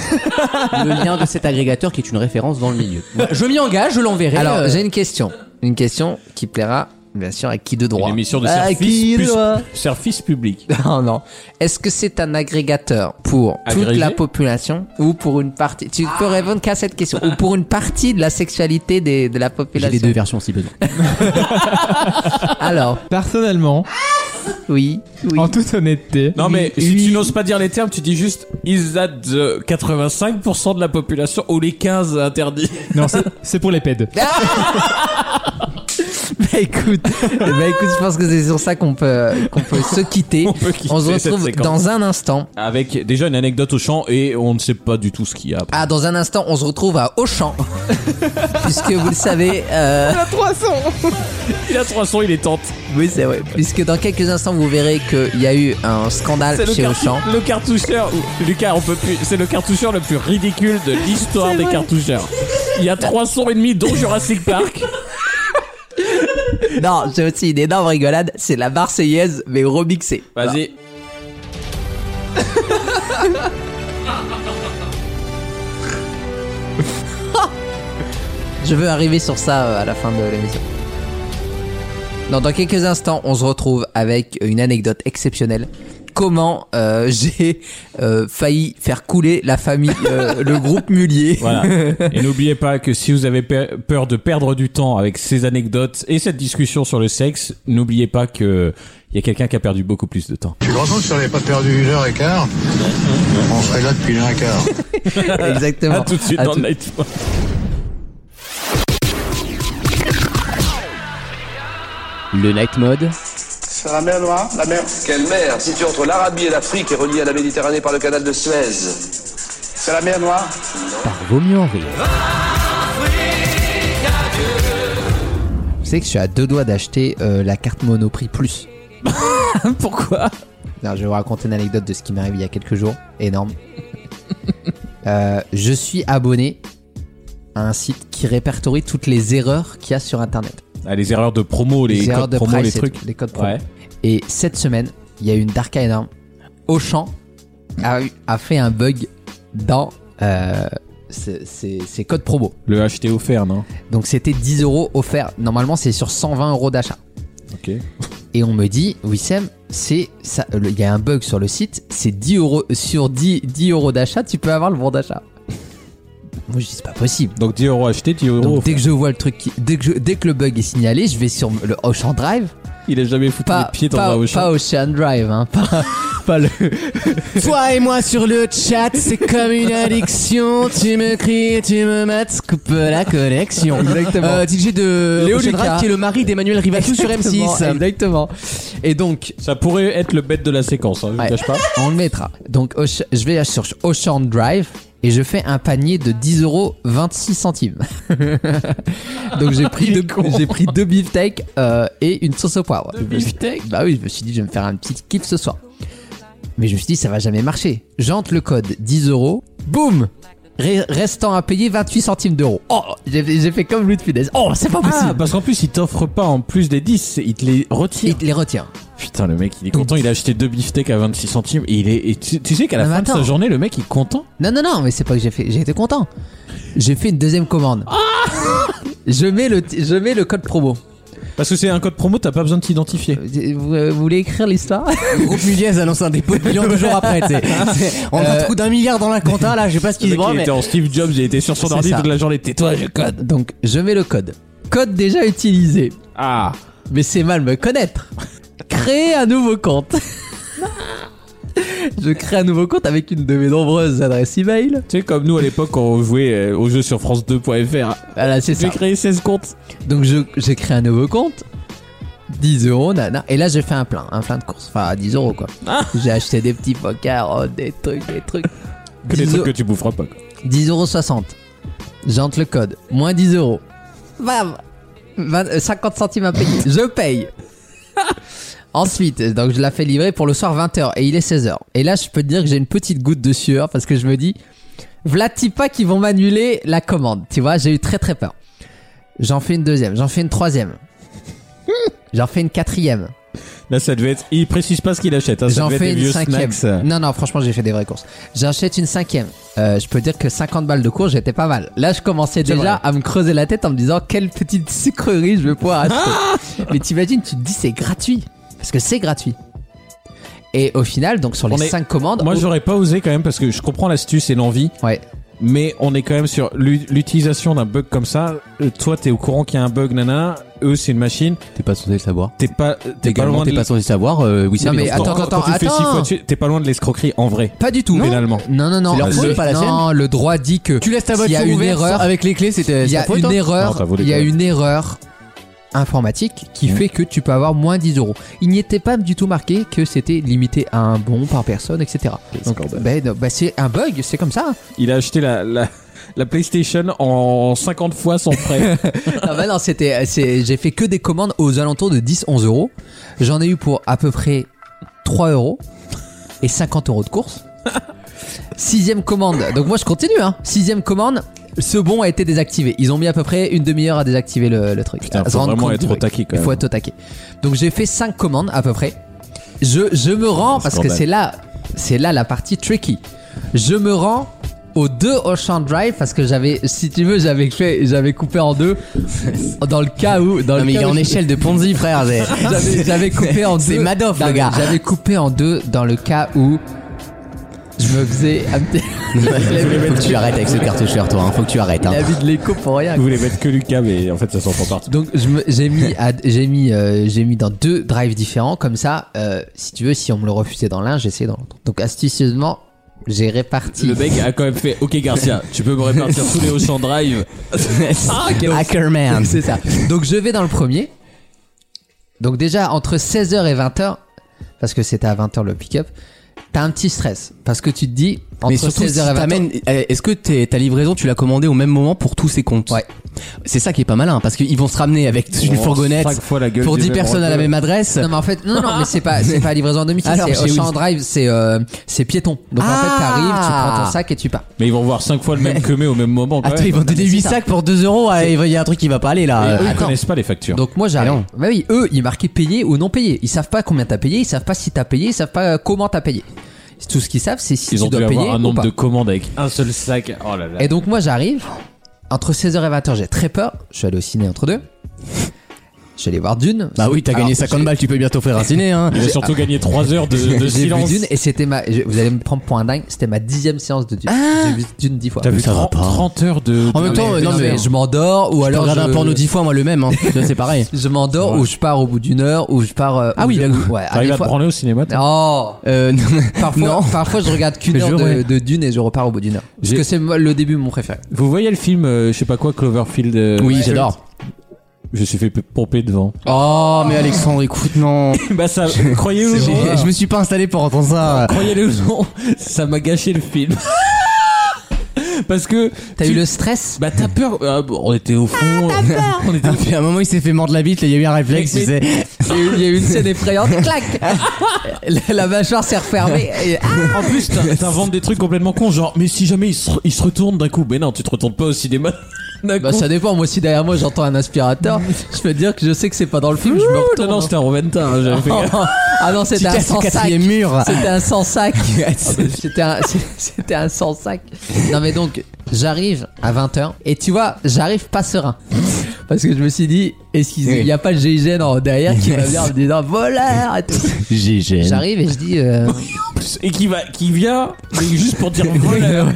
Speaker 12: le lien de cet agrégateur qui est une référence dans le milieu. Je m'y engage, je l'enverrai.
Speaker 18: Alors,
Speaker 12: euh,
Speaker 18: j'ai une question. Une question qui plaira, bien sûr, à qui de droit
Speaker 3: Une émission de
Speaker 18: À qui
Speaker 3: service,
Speaker 18: de
Speaker 3: pu-
Speaker 18: droit
Speaker 3: service public.
Speaker 18: Non, non. Est-ce que c'est un agrégateur pour toute
Speaker 3: Agrégé Ah.
Speaker 18: la population ou pour une partie Tu peux répondre qu'à cette question. Ou pour une partie de la sexualité des- de la
Speaker 12: J'ai
Speaker 18: population
Speaker 12: les deux versions si besoin.
Speaker 18: Alors,
Speaker 4: Personnellement,
Speaker 18: oui, oui.
Speaker 4: en toute honnêteté,
Speaker 3: Non mais si tu n'oses pas dire les termes, tu dis juste ils at euh, 85% de la population ou les 15 interdits.
Speaker 4: non, c'est- c'est pour les pèdes.
Speaker 18: Bah écoute, bah écoute, je pense que c'est sur ça qu'on peut, qu'on peut se quitter.
Speaker 3: On peut quitter
Speaker 18: On se
Speaker 3: cette
Speaker 18: retrouve
Speaker 3: séquence.
Speaker 18: dans un instant.
Speaker 3: Avec déjà une anecdote au champ et on ne sait pas du tout ce qu'il y a. après.
Speaker 18: Ah, dans un instant, on se retrouve à Auchan. Puisque vous le savez, euh,
Speaker 3: Il a 300, il est tente.
Speaker 18: Oui, c'est vrai. Puisque dans quelques instants, vous verrez qu'il y a eu un scandale
Speaker 3: C'est le,
Speaker 18: chez
Speaker 3: cartou-
Speaker 18: Auchan.
Speaker 3: le cartoucheur. Lucas, on peut plus. C'est le cartoucheur le plus ridicule de l'histoire des cartoucheurs. Il y a 300 et demi, dont Jurassic Park.
Speaker 18: Non, j'ai aussi une énorme rigolade. C'est la Marseillaise, mais remixée.
Speaker 3: Vas-y.
Speaker 18: Je veux arriver sur ça euh, à la fin de l'émission. Non, dans quelques instants, on se retrouve avec une anecdote exceptionnelle. Comment euh, j'ai euh, failli faire couler la famille, euh, le groupe Mulier.
Speaker 3: Voilà. Et n'oubliez pas que si vous avez pe- peur de perdre du temps avec ces anecdotes et cette discussion sur le sexe, n'oubliez pas que il y a quelqu'un qui a perdu beaucoup plus de temps.
Speaker 7: Tu te rends compte si on n'avait pas perdu une heure et quart On serait là depuis une heure et quart.
Speaker 18: Exactement.
Speaker 3: À tout de suite
Speaker 18: À
Speaker 3: dans
Speaker 18: tout-
Speaker 3: le Night Mode.
Speaker 12: Le night mode.
Speaker 25: C'est la mer Noire, la mer.
Speaker 26: Quelle mer située entre l'Arabie et l'Afrique et reliée à la Méditerranée par le canal de Suez.
Speaker 25: C'est la mer Noire.
Speaker 12: Vaut mieux en rire.
Speaker 18: Vous savez que je suis à deux doigts d'acheter euh, la carte Monoprix Plus.
Speaker 3: Pourquoi
Speaker 18: Non, je vais vous raconter une anecdote de ce qui m'est arrivé il y a quelques jours. Énorme. Euh, je suis abonné à un site qui répertorie toutes les erreurs qu'il y a sur Internet.
Speaker 3: Ah, les erreurs de promo, les,
Speaker 18: les erreurs
Speaker 3: codes
Speaker 18: de
Speaker 3: promo,
Speaker 18: price,
Speaker 3: les
Speaker 18: et
Speaker 3: trucs.
Speaker 18: tout, les codes promo.
Speaker 3: Ouais.
Speaker 18: Et cette semaine, il y a eu une darka énorme. Auchan a, eu- a fait un bug dans euh, ses- ses ses codes promo.
Speaker 3: Le acheté offert, non
Speaker 18: Donc c'était 10 euros offerts. Normalement, c'est sur 120 euros d'achat.
Speaker 3: Ok.
Speaker 18: Et on me dit, Wissem, c'est ça, le- il y a un bug sur le site, c'est 10 euros, sur 10, 10 euros d'achat, tu peux avoir le bon d'achat. Moi je dis, c'est pas possible.
Speaker 3: Donc 10 euros acheté, 10 euros
Speaker 18: Donc
Speaker 3: offert.
Speaker 18: dès que je vois le truc, qui- dès que, je- dès que le bug est signalé, je vais sur le Ocean Drive
Speaker 3: Il a jamais foutu
Speaker 18: Pas,
Speaker 3: les pieds dans
Speaker 18: pas,
Speaker 3: un Ocean.
Speaker 18: pas Ocean Drive, hein. Pas,
Speaker 29: pas le.
Speaker 18: Toi et moi sur le chat, c'est comme une addiction. Tu me cries, tu me mates, coupe la connexion.
Speaker 2: Exactement.
Speaker 18: Euh, DJ de
Speaker 2: Léo
Speaker 18: Ocean
Speaker 2: Lucas.
Speaker 18: Drive, qui est le mari d'Emmanuel Rivatou sur M6.
Speaker 2: Exactement,
Speaker 18: Exactement. Et donc.
Speaker 3: Ça pourrait être le bête de la séquence, hein, je vous cache pas.
Speaker 18: On le mettra. Donc Oce- je vais sur Ocean Drive et je fais un panier de 10 euros 26 centimes. Donc j'ai pris, deux, j'ai pris deux beefsteaks euh, et une sauce au poivre. Deux beefsteaks Bah oui, je me suis dit je vais me faire un petit kiff ce soir. Mais je me suis dit ça va jamais marcher. J'entre le code 10 euros, boum Re- Restant à payer 28 centimes d'euros. Oh, j'ai, j'ai fait comme Louis de Funès. Oh, c'est pas possible.
Speaker 3: Ah, parce qu'en plus, il t'offre pas en plus des 10, c'est- il te les retire. Il te
Speaker 18: les retire.
Speaker 3: Putain, le mec, il est content, il a acheté deux beefsteaks à 26 centimes et il est. et tu, tu sais qu'à la
Speaker 18: Non, mais
Speaker 3: fin de sa
Speaker 18: attends.
Speaker 3: journée, le mec, il est content.
Speaker 18: Non, non, non, mais c'est pas que j'ai fait. J'ai été content. J'ai fait une deuxième commande. je, mets le, je mets le code promo.
Speaker 3: Parce que c'est un code promo, t'as pas besoin de t'identifier.
Speaker 18: Vous, euh, vous voulez écrire l'histoire Le groupe Muliez annonce un dépôt de bilan deux jours après. tu sais. C'est- On a un trou d'un milliard dans la compta là, je sais pas ce
Speaker 3: Le
Speaker 18: qu'ils
Speaker 3: mec,
Speaker 18: voient.
Speaker 3: il
Speaker 18: mais-
Speaker 3: était en Steve Jobs, il était sur son
Speaker 18: C'est
Speaker 3: ordi
Speaker 18: ça.
Speaker 3: toute la journée, tais-toi, je code.
Speaker 18: Donc je mets le code. Code déjà utilisé.
Speaker 3: Ah.
Speaker 18: Mais c'est mal me connaître. Créer un nouveau compte. je crée un nouveau compte avec une de mes nombreuses adresses email.
Speaker 3: Tu sais, comme nous à l'époque, quand on jouait euh, au jeu sur France2.fr.
Speaker 18: Voilà, c'est ça.
Speaker 3: J'ai créé 16 comptes.
Speaker 18: Donc je, je crée un nouveau compte. 10 euros, nana. Et là, j'ai fait un plein, un plein de courses. Enfin, à 10 euros, quoi.
Speaker 3: Ah.
Speaker 18: J'ai acheté des petits pocards, oh, des trucs, des trucs.
Speaker 3: Que des
Speaker 18: 10
Speaker 3: trucs
Speaker 18: euros-
Speaker 3: que tu boufferas pas. quoi.
Speaker 18: 10 euros 60. J'entre le code. Moins 10 euros. Bam 20 euh, 50 centimes à payer. Je paye. Ensuite, donc je la fais livrer pour le soir 20h et il est 16h. Et là, je peux te dire que j'ai une petite goutte de sueur parce que je me dis, vlati pas qu'ils vont m'annuler la commande. Tu vois, j'ai eu très très peur. J'en fais une deuxième, j'en fais une troisième. J'en fais une quatrième.
Speaker 3: Là, ça devait être. Il précise pas ce qu'il achète, hein, ça
Speaker 18: J'en
Speaker 3: devait être
Speaker 18: fais
Speaker 3: des
Speaker 18: une
Speaker 3: vieux
Speaker 18: cinquième.
Speaker 3: snacks. euh.
Speaker 18: Non, non, franchement, j'ai fait des vraies courses. J'achète une cinquième. Euh, je peux dire que 50 balles de cours, j'étais pas mal. Là, je commençais
Speaker 2: C'est
Speaker 18: déjà
Speaker 2: vrai.
Speaker 18: à me creuser la tête en me disant quelle petite sucrerie je vais pouvoir
Speaker 3: Ah
Speaker 18: acheter. Mais t'imagines, tu te dis c'est gratuit. Parce que c'est gratuit. Et au final, donc sur les
Speaker 3: On est-
Speaker 18: 5 commandes.
Speaker 3: Moi,
Speaker 18: au-
Speaker 3: j'aurais pas osé quand même parce que je comprends l'astuce et l'envie.
Speaker 18: Ouais.
Speaker 3: Mais on est quand même sur l'u- l'utilisation d'un bug comme ça. Euh, Toi, t'es au courant qu'il y a un bug, nana. Eux, c'est une machine. T'es pas censé le savoir. T'es pas. euh, T'es pas
Speaker 2: Légalement,
Speaker 3: loin.
Speaker 2: t'es pas censé euh,
Speaker 3: savoir.
Speaker 2: oui,
Speaker 18: c'est Non, mais légal. attends,
Speaker 3: quand,
Speaker 18: attends,
Speaker 3: quand tu fais six
Speaker 18: attends.
Speaker 3: fois dessus, t'es pas loin de l'escroquerie en vrai.
Speaker 18: Pas du tout. Non.
Speaker 3: Pénalement.
Speaker 18: Non, non, non.
Speaker 3: C'est leur faute,
Speaker 18: le,
Speaker 3: pas la
Speaker 18: non, le droit dit que.
Speaker 2: Tu laisses ta
Speaker 18: s'il y a
Speaker 2: voiture
Speaker 18: une
Speaker 2: ouverte
Speaker 18: erreur,
Speaker 2: avec les clés, c'était-
Speaker 18: Il y
Speaker 2: c'est
Speaker 18: a
Speaker 2: ta faute,
Speaker 18: une
Speaker 2: hein
Speaker 18: erreur.
Speaker 2: Non, t'as volé
Speaker 18: Il y a
Speaker 2: toi.
Speaker 18: une erreur informatique qui
Speaker 3: Mmh.
Speaker 18: fait que tu peux avoir moins 10 euros. Il n'y était pas du tout marqué que c'était limité à un bon par personne, etc. Donc, ben, non, ben, c'est un bug, c'est comme ça.
Speaker 3: Il a acheté la, la, la PlayStation en 50 fois son prêt.
Speaker 18: non, bah non, c'était, c'est- j'ai fait que des commandes aux alentours de 10-11 euros. J'en ai eu pour à peu près 3 euros et 50 euros de course. Sixième commande. Donc moi je continue. Hein. Sixième commande. Ce bon a été désactivé. Ils ont mis à peu près une demi-heure à désactiver le, le truc.
Speaker 3: Putain,
Speaker 18: À se
Speaker 3: faut
Speaker 18: rendre
Speaker 3: vraiment
Speaker 18: compte
Speaker 3: être
Speaker 18: du
Speaker 3: au
Speaker 18: truc.
Speaker 3: taquet, quand
Speaker 18: Il faut
Speaker 3: même.
Speaker 18: être au taquet. Donc j'ai fait cinq commandes à peu près. Je, je me rends parce que
Speaker 3: scandale.
Speaker 18: c'est là c'est là la partie tricky. Je me rends aux deux Ocean Drive parce que j'avais si tu veux j'avais fait j'avais coupé en deux dans le cas où dans
Speaker 2: Non,
Speaker 18: le
Speaker 2: mais
Speaker 18: cas
Speaker 2: il est
Speaker 18: où
Speaker 2: en
Speaker 18: je-
Speaker 2: échelle de Ponzi, frère, c'est-
Speaker 18: J'avais- j'avais coupé en deux
Speaker 2: c'est Madoff,
Speaker 18: Non,
Speaker 2: le
Speaker 18: mais
Speaker 2: gars.
Speaker 18: j'avais coupé en deux dans le cas où je me faisais un petit-
Speaker 2: Faut que tu arrêtes avec ce cartoucheur, toi. hein. Faut que tu arrêtes. hein.
Speaker 18: la vie de l'écho pour rien
Speaker 3: Vous voulez mettre que Lucas, mais en fait, ça s'en prend partout.
Speaker 18: Donc je me- j'ai mis, à- j'ai mis, euh, j'ai mis dans deux drives différents comme ça. euh, si tu veux, si on me le refusait dans l'un, j'essayais dans l'autre. Donc astucieusement, j'ai réparti.
Speaker 3: Le mec a quand même fait Ok, Garcia, tu peux me répartir tous les Ocean Drive.
Speaker 18: ah, Ackerman, c'est ça. Donc je vais dans le premier. Donc déjà entre 16h et 20h, parce que c'était à 20h le pick-up, t'as un petit stress parce que tu te dis entre
Speaker 2: mais surtout,
Speaker 18: 16h
Speaker 2: si
Speaker 18: et 20h.
Speaker 2: t'amènes- euh, est-ce que t'es- ta livraison, tu l'as commandée au même moment pour tous ces comptes
Speaker 18: Ouais.
Speaker 2: C'est ça qui est pas malin, parce qu'ils vont se ramener avec une
Speaker 18: Oh,
Speaker 2: fourgonnette
Speaker 18: cinq fois la gueule
Speaker 2: pour
Speaker 18: du
Speaker 2: 10
Speaker 18: même
Speaker 2: personnes à la
Speaker 18: rangeur.
Speaker 2: même adresse.
Speaker 18: Non mais en fait non non mais c'est pas c'est pas livraison à domicile
Speaker 2: Alors,
Speaker 18: c'est
Speaker 2: chez
Speaker 18: Auchan
Speaker 2: Wiz.
Speaker 18: Drive c'est euh, c'est piéton donc en fait t'arrives tu
Speaker 2: Ah.
Speaker 18: prends ton sac et tu pars
Speaker 3: Mais ils vont voir 5 fois le même que mais au même moment. quand
Speaker 2: Attends,
Speaker 3: même.
Speaker 2: Ah, ils vont te donner 8 sacs pour 2 euros. ah, Il va- il y a un truc qui va pas aller
Speaker 3: Et
Speaker 2: là.
Speaker 3: eux, ils
Speaker 2: Attends.
Speaker 3: connaissent pas les factures.
Speaker 18: Donc moi j'arrive. Bah oui, eux ils marquaient payé ou non payé. Ils savent pas combien t'as payé, ils savent pas si t'as payé, ils savent pas euh, comment t'as payé. Tout ce qu'ils savent c'est si
Speaker 3: ils
Speaker 18: tu
Speaker 3: ont dû
Speaker 18: dois payer
Speaker 3: avoir un
Speaker 18: ou
Speaker 3: nombre
Speaker 18: pas.
Speaker 3: de commandes avec un seul sac. Oh là là.
Speaker 18: Et donc moi j'arrive. Entre 16h et 20h j'ai très peur. Je suis allé au ciné entre deux. J'allais voir Dune.
Speaker 2: Bah oui, t'as
Speaker 18: Alors,
Speaker 2: gagné 50
Speaker 18: j'ai-
Speaker 2: balles, tu peux bientôt faire un ciné. Hein.
Speaker 3: J'ai surtout gagné 3 heures de, de
Speaker 18: J'ai vu
Speaker 3: silence.
Speaker 18: Dune et c'était ma. je- vous allez me prendre pour un dingue. C'était ma dixième séance de Dune. J'ai vu Dune dix fois.
Speaker 3: T'as vu 30, 30 heures de.
Speaker 2: En même
Speaker 18: Non,
Speaker 2: temps,
Speaker 18: mais-
Speaker 2: euh, non,
Speaker 18: non,
Speaker 2: mais
Speaker 18: mais je m'endors ou
Speaker 2: Je peux
Speaker 18: alors.
Speaker 2: regarder
Speaker 18: je-
Speaker 2: un porno 10 fois, moi le même. Hein. Tu vois, C'est pareil.
Speaker 18: Je m'endors ou je pars au bout d'une heure ou je pars. euh,
Speaker 2: Ah
Speaker 18: ou
Speaker 2: oui,
Speaker 18: je-
Speaker 2: d'accord.
Speaker 18: ouais,
Speaker 2: T'arrives
Speaker 18: des
Speaker 2: à te
Speaker 18: fois-
Speaker 3: branler au cinéma, toi
Speaker 18: Non.
Speaker 2: Euh, non.
Speaker 18: Parfois,
Speaker 2: Non.
Speaker 18: parfois, je regarde qu'une
Speaker 2: Je
Speaker 18: heure de,
Speaker 2: jure,
Speaker 18: de Dune et je repars au bout d'une heure. Parce
Speaker 3: J'ai-
Speaker 18: que c'est mo- le début mon préféré.
Speaker 3: Vous voyez le film, euh, je sais pas quoi, Cloverfield euh,
Speaker 2: Oui, j'adore.
Speaker 3: Je me suis fait p- pomper devant.
Speaker 2: Oh, mais Alexandre, écoute, non.
Speaker 3: bah ça, croyez-le ou
Speaker 2: J'ai-
Speaker 3: non,
Speaker 2: Je me suis pas installé pour entendre ça.
Speaker 3: croyez-le ou non, ça m'a gâché le film. Parce que
Speaker 18: t'as
Speaker 3: tu-
Speaker 18: eu le stress.
Speaker 3: bah t'as peur. Ah, bon, on était au fond. on était.
Speaker 2: Ah, puis à un moment, il s'est fait mordre la bite, là, il y a eu un réflexe, tu
Speaker 18: Mais-
Speaker 2: sais.
Speaker 18: Il y a eu- il y a eu une scène effrayante. Clac. Bah, la, la mâchoire s'est refermée. et- ah
Speaker 3: En plus, t'in- t'inventes des trucs complètement cons, genre mais si jamais il se, il se retourne d'un coup, mais non, tu te retournes pas au cinéma. d'un
Speaker 18: Bah
Speaker 3: coup.
Speaker 18: ça dépend, moi si derrière moi j'entends un aspirateur, je peux te dire que je sais que c'est pas dans le film, je me
Speaker 3: non,
Speaker 18: retourne.
Speaker 3: non, c'était un Roventin. hein, j'avais fait
Speaker 18: Oh,
Speaker 3: gaffe.
Speaker 18: oh. ah non, c'était
Speaker 2: Tu
Speaker 18: un
Speaker 2: casses le
Speaker 18: sans sac.
Speaker 2: quatrième mur.
Speaker 18: C'était un sans sac. C'était un, c'est- c'était un sans sac. Non mais donc j'arrive à 20h et tu vois, j'arrive pas serein. Parce que je me suis dit, est-ce qu'il
Speaker 2: Oui.
Speaker 18: n'y a pas le GIGN en derrière qui va venir me dire voleur et tout.
Speaker 2: GG.
Speaker 18: J'arrive et je dis euh,
Speaker 3: Et qui va, qui vient mais juste pour dire voleur.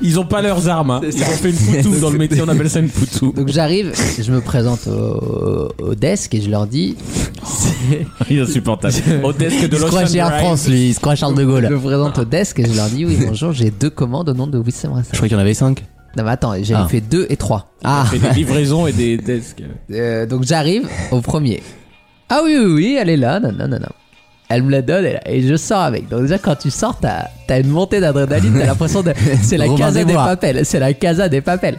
Speaker 3: Ils ont pas leurs armes. hein. Ils ont fait une foutouf dans le métier. On appelle ça une foutouf.
Speaker 18: donc j'arrive, je me présente au, au desk et je leur dis
Speaker 3: Il est insupportable. Au desk de
Speaker 2: Il se croit
Speaker 3: l'Ocean
Speaker 2: chez Air
Speaker 3: Drive.
Speaker 2: France, lui, il se croit Charles de
Speaker 18: Je
Speaker 2: Gaulle.
Speaker 18: me présente au desk et je leur dis oui bonjour j'ai deux commandes au nom de Wissem
Speaker 2: Je
Speaker 18: Rassam.
Speaker 2: croyais qu'il y en avait 5.
Speaker 18: Non mais attends j'ai
Speaker 2: Ah.
Speaker 18: fait deux et trois.
Speaker 2: Ah,
Speaker 3: fait des livraisons et des desks.
Speaker 18: Euh, donc j'arrive au premier. Ah oui oui oui elle est là non non non non. Elle me la donne et, et je sors avec. Donc déjà quand tu sors t'as as une montée d'adrénaline t'as l'impression de c'est la
Speaker 2: Robin
Speaker 18: casa
Speaker 2: des
Speaker 18: des
Speaker 2: Bois.
Speaker 18: papels c'est la casa des papels.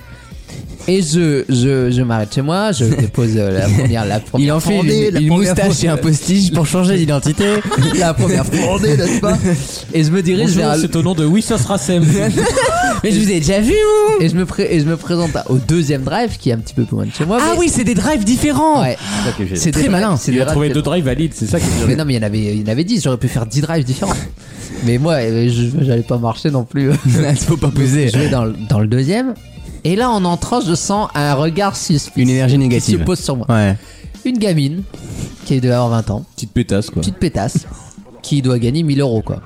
Speaker 18: Et je je, je m'arrête chez moi je dépose euh, la première la première
Speaker 2: il en fait
Speaker 18: fondée,
Speaker 2: une,
Speaker 18: la
Speaker 2: une
Speaker 18: première
Speaker 2: moustache et un postiche pour changer d'identité.
Speaker 18: la première fondée n'est-ce pas Et je me dirige
Speaker 3: Bonjour,
Speaker 18: vers
Speaker 3: c'est au nom de Wissos Rassem.
Speaker 2: Mais je vous ai déjà vu, vous
Speaker 18: et je me pré- et je me présente à- au deuxième drive qui est un petit peu plus loin de chez moi.
Speaker 2: Ah
Speaker 18: mais-
Speaker 2: oui, c'est des drives différents.
Speaker 18: Ouais. C'est
Speaker 2: Très
Speaker 18: des-
Speaker 2: malin.
Speaker 18: c'est
Speaker 3: Il
Speaker 18: des
Speaker 3: a trouvé
Speaker 18: drives
Speaker 3: deux drives valides. C'est ça qui
Speaker 18: Mais non, mais il y en avait, il y en avait 10, j'aurais pu faire 10 drives différents. mais moi, euh, je- j'allais pas marcher non plus.
Speaker 2: Il faut pas poser. euh,
Speaker 18: je vais dans, le- dans le deuxième. Et là, en entrant, je sens un regard suspicieux.
Speaker 2: Une énergie
Speaker 18: qui se
Speaker 2: négative.
Speaker 18: pose sur moi.
Speaker 2: Ouais.
Speaker 18: Une gamine, qui devait avoir 20 ans,
Speaker 3: Petite pétasse quoi.
Speaker 18: petite pétasse, qui doit gagner 1000 euros quoi.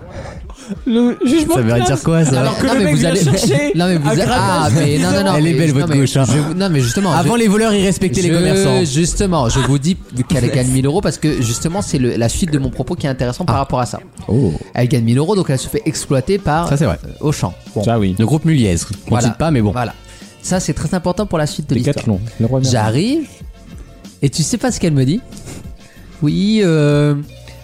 Speaker 4: Le jugement
Speaker 2: Ça
Speaker 4: de
Speaker 2: veut
Speaker 4: classe.
Speaker 2: dire quoi, ça
Speaker 18: non, mais vous allez... Non, mais vous allez... Ah, mais non, non, non.
Speaker 2: Elle est
Speaker 18: mais-
Speaker 2: belle,
Speaker 18: non,
Speaker 2: votre
Speaker 18: mais
Speaker 2: gauche, hein.
Speaker 18: je- Non, mais justement. je-
Speaker 2: Avant, les voleurs, ils respectaient les
Speaker 18: Je-
Speaker 2: commerçants.
Speaker 18: Justement, je vous dis qu'elle gagne 1000 euros parce que justement, c'est le- la suite de mon propos qui est intéressant
Speaker 2: Ah.
Speaker 18: par rapport à ça. Elle gagne 1000 euros, donc elle se fait exploiter par
Speaker 2: Ça, c'est vrai.
Speaker 18: euh, Auchan. Bon,
Speaker 3: Ça oui.
Speaker 2: Le groupe Muliez. On ne
Speaker 18: Voilà.
Speaker 2: cite pas, mais bon.
Speaker 18: voilà. Ça, c'est très important pour la suite de l'histoire.
Speaker 3: Décathlon. Le roi merlin.
Speaker 18: J'arrive et tu sais pas ce qu'elle me dit Oui, euh,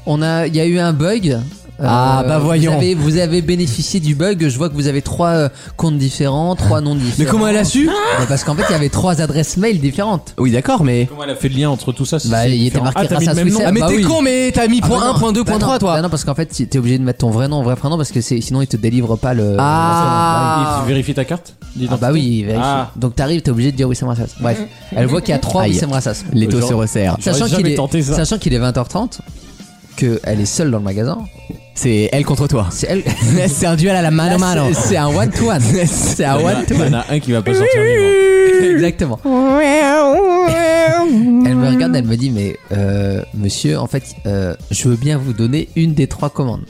Speaker 18: on a, il y a eu un bug. Euh,
Speaker 2: Ah, bah voyons.
Speaker 18: Vous avez, vous avez bénéficié du bug. Je vois que vous avez trois euh, comptes différents, trois noms différents.
Speaker 2: Mais comment elle a su
Speaker 18: Bah, Parce qu'en fait, il y avait trois adresses mail différentes.
Speaker 2: Oui, d'accord, mais.
Speaker 3: Comment elle a fait le lien entre tout ça si
Speaker 18: Bah,
Speaker 3: c'est
Speaker 18: il était
Speaker 3: différent
Speaker 18: marqué
Speaker 3: Ah, t'as mis
Speaker 18: Rassa
Speaker 3: le même nom.
Speaker 18: Swissel.
Speaker 2: Ah, mais
Speaker 18: bah
Speaker 2: t'es
Speaker 18: oui.
Speaker 2: con, mais t'as mis
Speaker 18: Ah,
Speaker 2: point
Speaker 18: bah
Speaker 2: 1,
Speaker 18: non,
Speaker 2: point 2,
Speaker 18: bah
Speaker 2: point
Speaker 18: non,
Speaker 2: 3,
Speaker 18: bah
Speaker 2: toi.
Speaker 18: non, parce qu'en fait, si- t'es obligé de mettre ton vrai nom, vrai prénom, parce que c'est- sinon, il te délivre pas le. Bah,
Speaker 3: Ah, il vérifie ta carte
Speaker 18: Ah bah oui, il vérifie.
Speaker 3: Ah.
Speaker 18: Donc t'arrives, t'es obligé de dire Wissem Rassas. Bref, elle voit qu'il y a trois
Speaker 2: Aïe.
Speaker 18: Wissem Rassas.
Speaker 2: Les taux
Speaker 3: Genre-
Speaker 2: se resserrent.
Speaker 3: J'aurais
Speaker 18: Sachant qu'il
Speaker 3: jamais
Speaker 18: est,
Speaker 3: tenté ça.
Speaker 18: sachant qu'il est 20h30, qu'elle est seule dans le magasin,
Speaker 2: C'est elle contre toi.
Speaker 18: c'est elle.
Speaker 2: C'est un duel à la mano mano.
Speaker 18: C'est- C'est un one to one. C'est un
Speaker 3: Il y en a-
Speaker 18: one to
Speaker 3: Il y
Speaker 18: one.
Speaker 3: en a un qui va pas sortir vivant.
Speaker 18: Exactement. Elle me regarde, elle me dit mais euh, monsieur, en fait, euh, je veux bien vous donner une des trois commandes.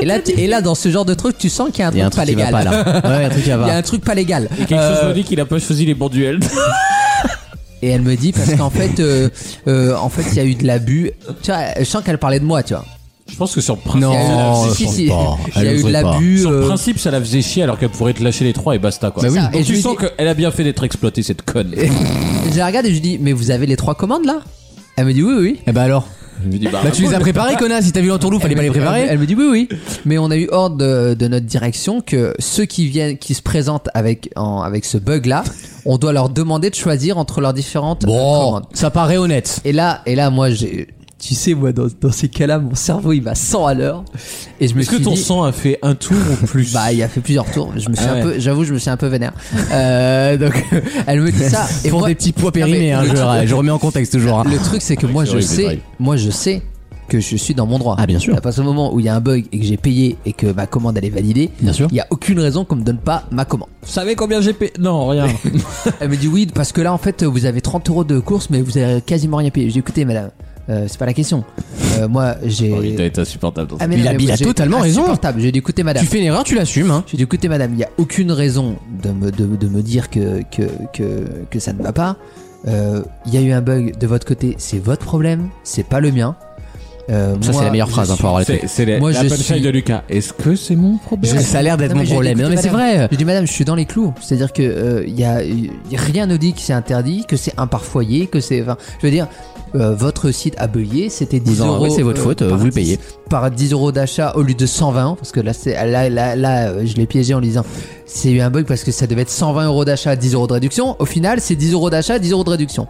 Speaker 18: Et là, tu- et là, dans ce genre de truc, tu sens qu'il y a un
Speaker 2: Il
Speaker 18: truc,
Speaker 2: y a un truc
Speaker 18: pas
Speaker 2: qui va pas là.
Speaker 18: légal.
Speaker 2: Ouais, il y a un truc qui va
Speaker 18: Il y a
Speaker 2: pas.
Speaker 18: un truc pas légal.
Speaker 3: Et quelque
Speaker 18: Euh.
Speaker 3: chose me dit qu'il a pas choisi les bons duels.
Speaker 18: Et elle me dit parce qu'en fait, euh, euh, en fait, il y a eu de l'abus. Tu vois, je sens qu'elle parlait de moi, tu vois.
Speaker 3: Je pense que sur le principe, ça la
Speaker 2: Non,
Speaker 3: faisait
Speaker 18: si,
Speaker 2: je
Speaker 18: si,
Speaker 2: pense pas.
Speaker 18: si. Il y a
Speaker 2: Elle
Speaker 18: eu de
Speaker 2: oserait pas.
Speaker 18: l'abus.
Speaker 3: Sur
Speaker 18: euh,
Speaker 3: le principe, ça la faisait chier alors qu'elle pourrait te lâcher les trois et basta quoi.
Speaker 18: Bah oui. Ça, et
Speaker 3: Donc
Speaker 18: je lui
Speaker 3: tu sens
Speaker 18: dis-
Speaker 3: qu'elle a bien fait d'être exploitée cette conne.
Speaker 18: Je la regarde et je lui dis Mais vous avez les trois commandes là Elle me dit Oui, oui.
Speaker 2: Eh bah alors
Speaker 3: Je me dis, bah,
Speaker 2: Bah tu les as préparés, connasse. Si t'as vu l'entourloupe, fallait pas les
Speaker 18: Elle,
Speaker 2: préparer.
Speaker 18: elle me dit Oui, oui. Mais on a eu ordre de, de notre direction que ceux qui viennent, qui se présentent avec, en- avec ce bug là, on doit leur demander de choisir entre leurs différentes euh,
Speaker 2: Bon,
Speaker 18: commandes.
Speaker 2: ça paraît honnête.
Speaker 18: Et là, et là moi, j'ai. Tu sais, moi, dans, dans ces cas-là, mon cerveau il va 100 à l'heure. Et je me
Speaker 3: Est-ce que
Speaker 18: suis
Speaker 3: ton
Speaker 18: dit,
Speaker 3: sang a fait un tour ou plus
Speaker 18: Bah, il a fait plusieurs tours. Je me suis
Speaker 3: Ah ouais.
Speaker 18: un peu, j'avoue, je me suis un peu vénère. Euh, donc, elle me dit ça. Et
Speaker 2: Pour
Speaker 18: moi-
Speaker 2: des petits pois
Speaker 18: Non, mais
Speaker 2: périmés, hein,
Speaker 18: le
Speaker 2: je
Speaker 18: truc-
Speaker 2: je remets en contexte toujours. hein.
Speaker 18: Le truc, c'est que moi, je
Speaker 3: horrible, les
Speaker 18: sais,
Speaker 3: drives.
Speaker 18: moi, je sais que je suis dans mon droit.
Speaker 2: Ah, bien sûr.
Speaker 18: À partir du moment où il y a un bug et que j'ai payé et que ma commande elle est validée,
Speaker 2: Bien sûr.
Speaker 18: il n'y a aucune raison qu'on me donne pas ma commande.
Speaker 3: Vous savez combien j'ai payé Non, rien.
Speaker 18: Elle me dit oui, parce que là, en fait, vous avez 30 euros de course, mais vous avez quasiment rien payé. J'ai dit, écoutez, madame, euh, c'est pas la question. Euh, moi, j'ai.
Speaker 3: Oh,
Speaker 2: Oh,
Speaker 3: Il doit être insupportable. dans
Speaker 18: Ah,
Speaker 3: ce
Speaker 18: mais
Speaker 3: cas.
Speaker 18: non, mais
Speaker 2: il a
Speaker 18: j'ai-
Speaker 2: totalement raison.
Speaker 18: insupportable. J'ai dit, écoutez, madame.
Speaker 2: Tu fais une erreur, tu l'assumes. Hein.
Speaker 18: J'ai dit, écoutez, madame, il n'y a aucune raison de me, de, de me dire que, que, que, que ça ne va pas. Euh, Il y a eu un bug de votre côté, c'est votre problème, c'est pas le mien. Euh,
Speaker 2: Ça,
Speaker 18: moi,
Speaker 2: c'est la meilleure
Speaker 18: je
Speaker 2: phrase hein,
Speaker 18: suis-
Speaker 2: pour avoir les
Speaker 3: C'est-
Speaker 2: trucs.
Speaker 3: C'est la,
Speaker 18: Moi,
Speaker 3: la
Speaker 18: je
Speaker 3: punchline
Speaker 18: suis-
Speaker 3: de Lucas. Est-ce que c'est mon problème
Speaker 2: Je- ça a l'air d'être mon
Speaker 18: j'ai dit,
Speaker 2: problème. Non, mais
Speaker 18: écoutez,
Speaker 2: c'est
Speaker 18: madame,
Speaker 2: vrai.
Speaker 18: J'ai dit, madame, je suis dans les clous. C'est-à-dire que euh, il y a, y- rien ne dit que c'est interdit, que c'est un par foyer, que c'est. Enfin, je veux dire, euh, votre site a bugué, c'était 10
Speaker 2: Vous en-
Speaker 18: euros.
Speaker 2: ouais, c'est votre faute, euh,
Speaker 18: par
Speaker 2: vous le
Speaker 18: 10
Speaker 2: payez.
Speaker 18: Par 10 euros d'achat au lieu de 120, parce que là, c'est, là, là, là, euh, je l'ai piégé en lui disant c'est eu un bug parce que ça devait être 120 euros d'achat, 10 euros de réduction. Au final, c'est 10 euros d'achat, 10 euros de réduction.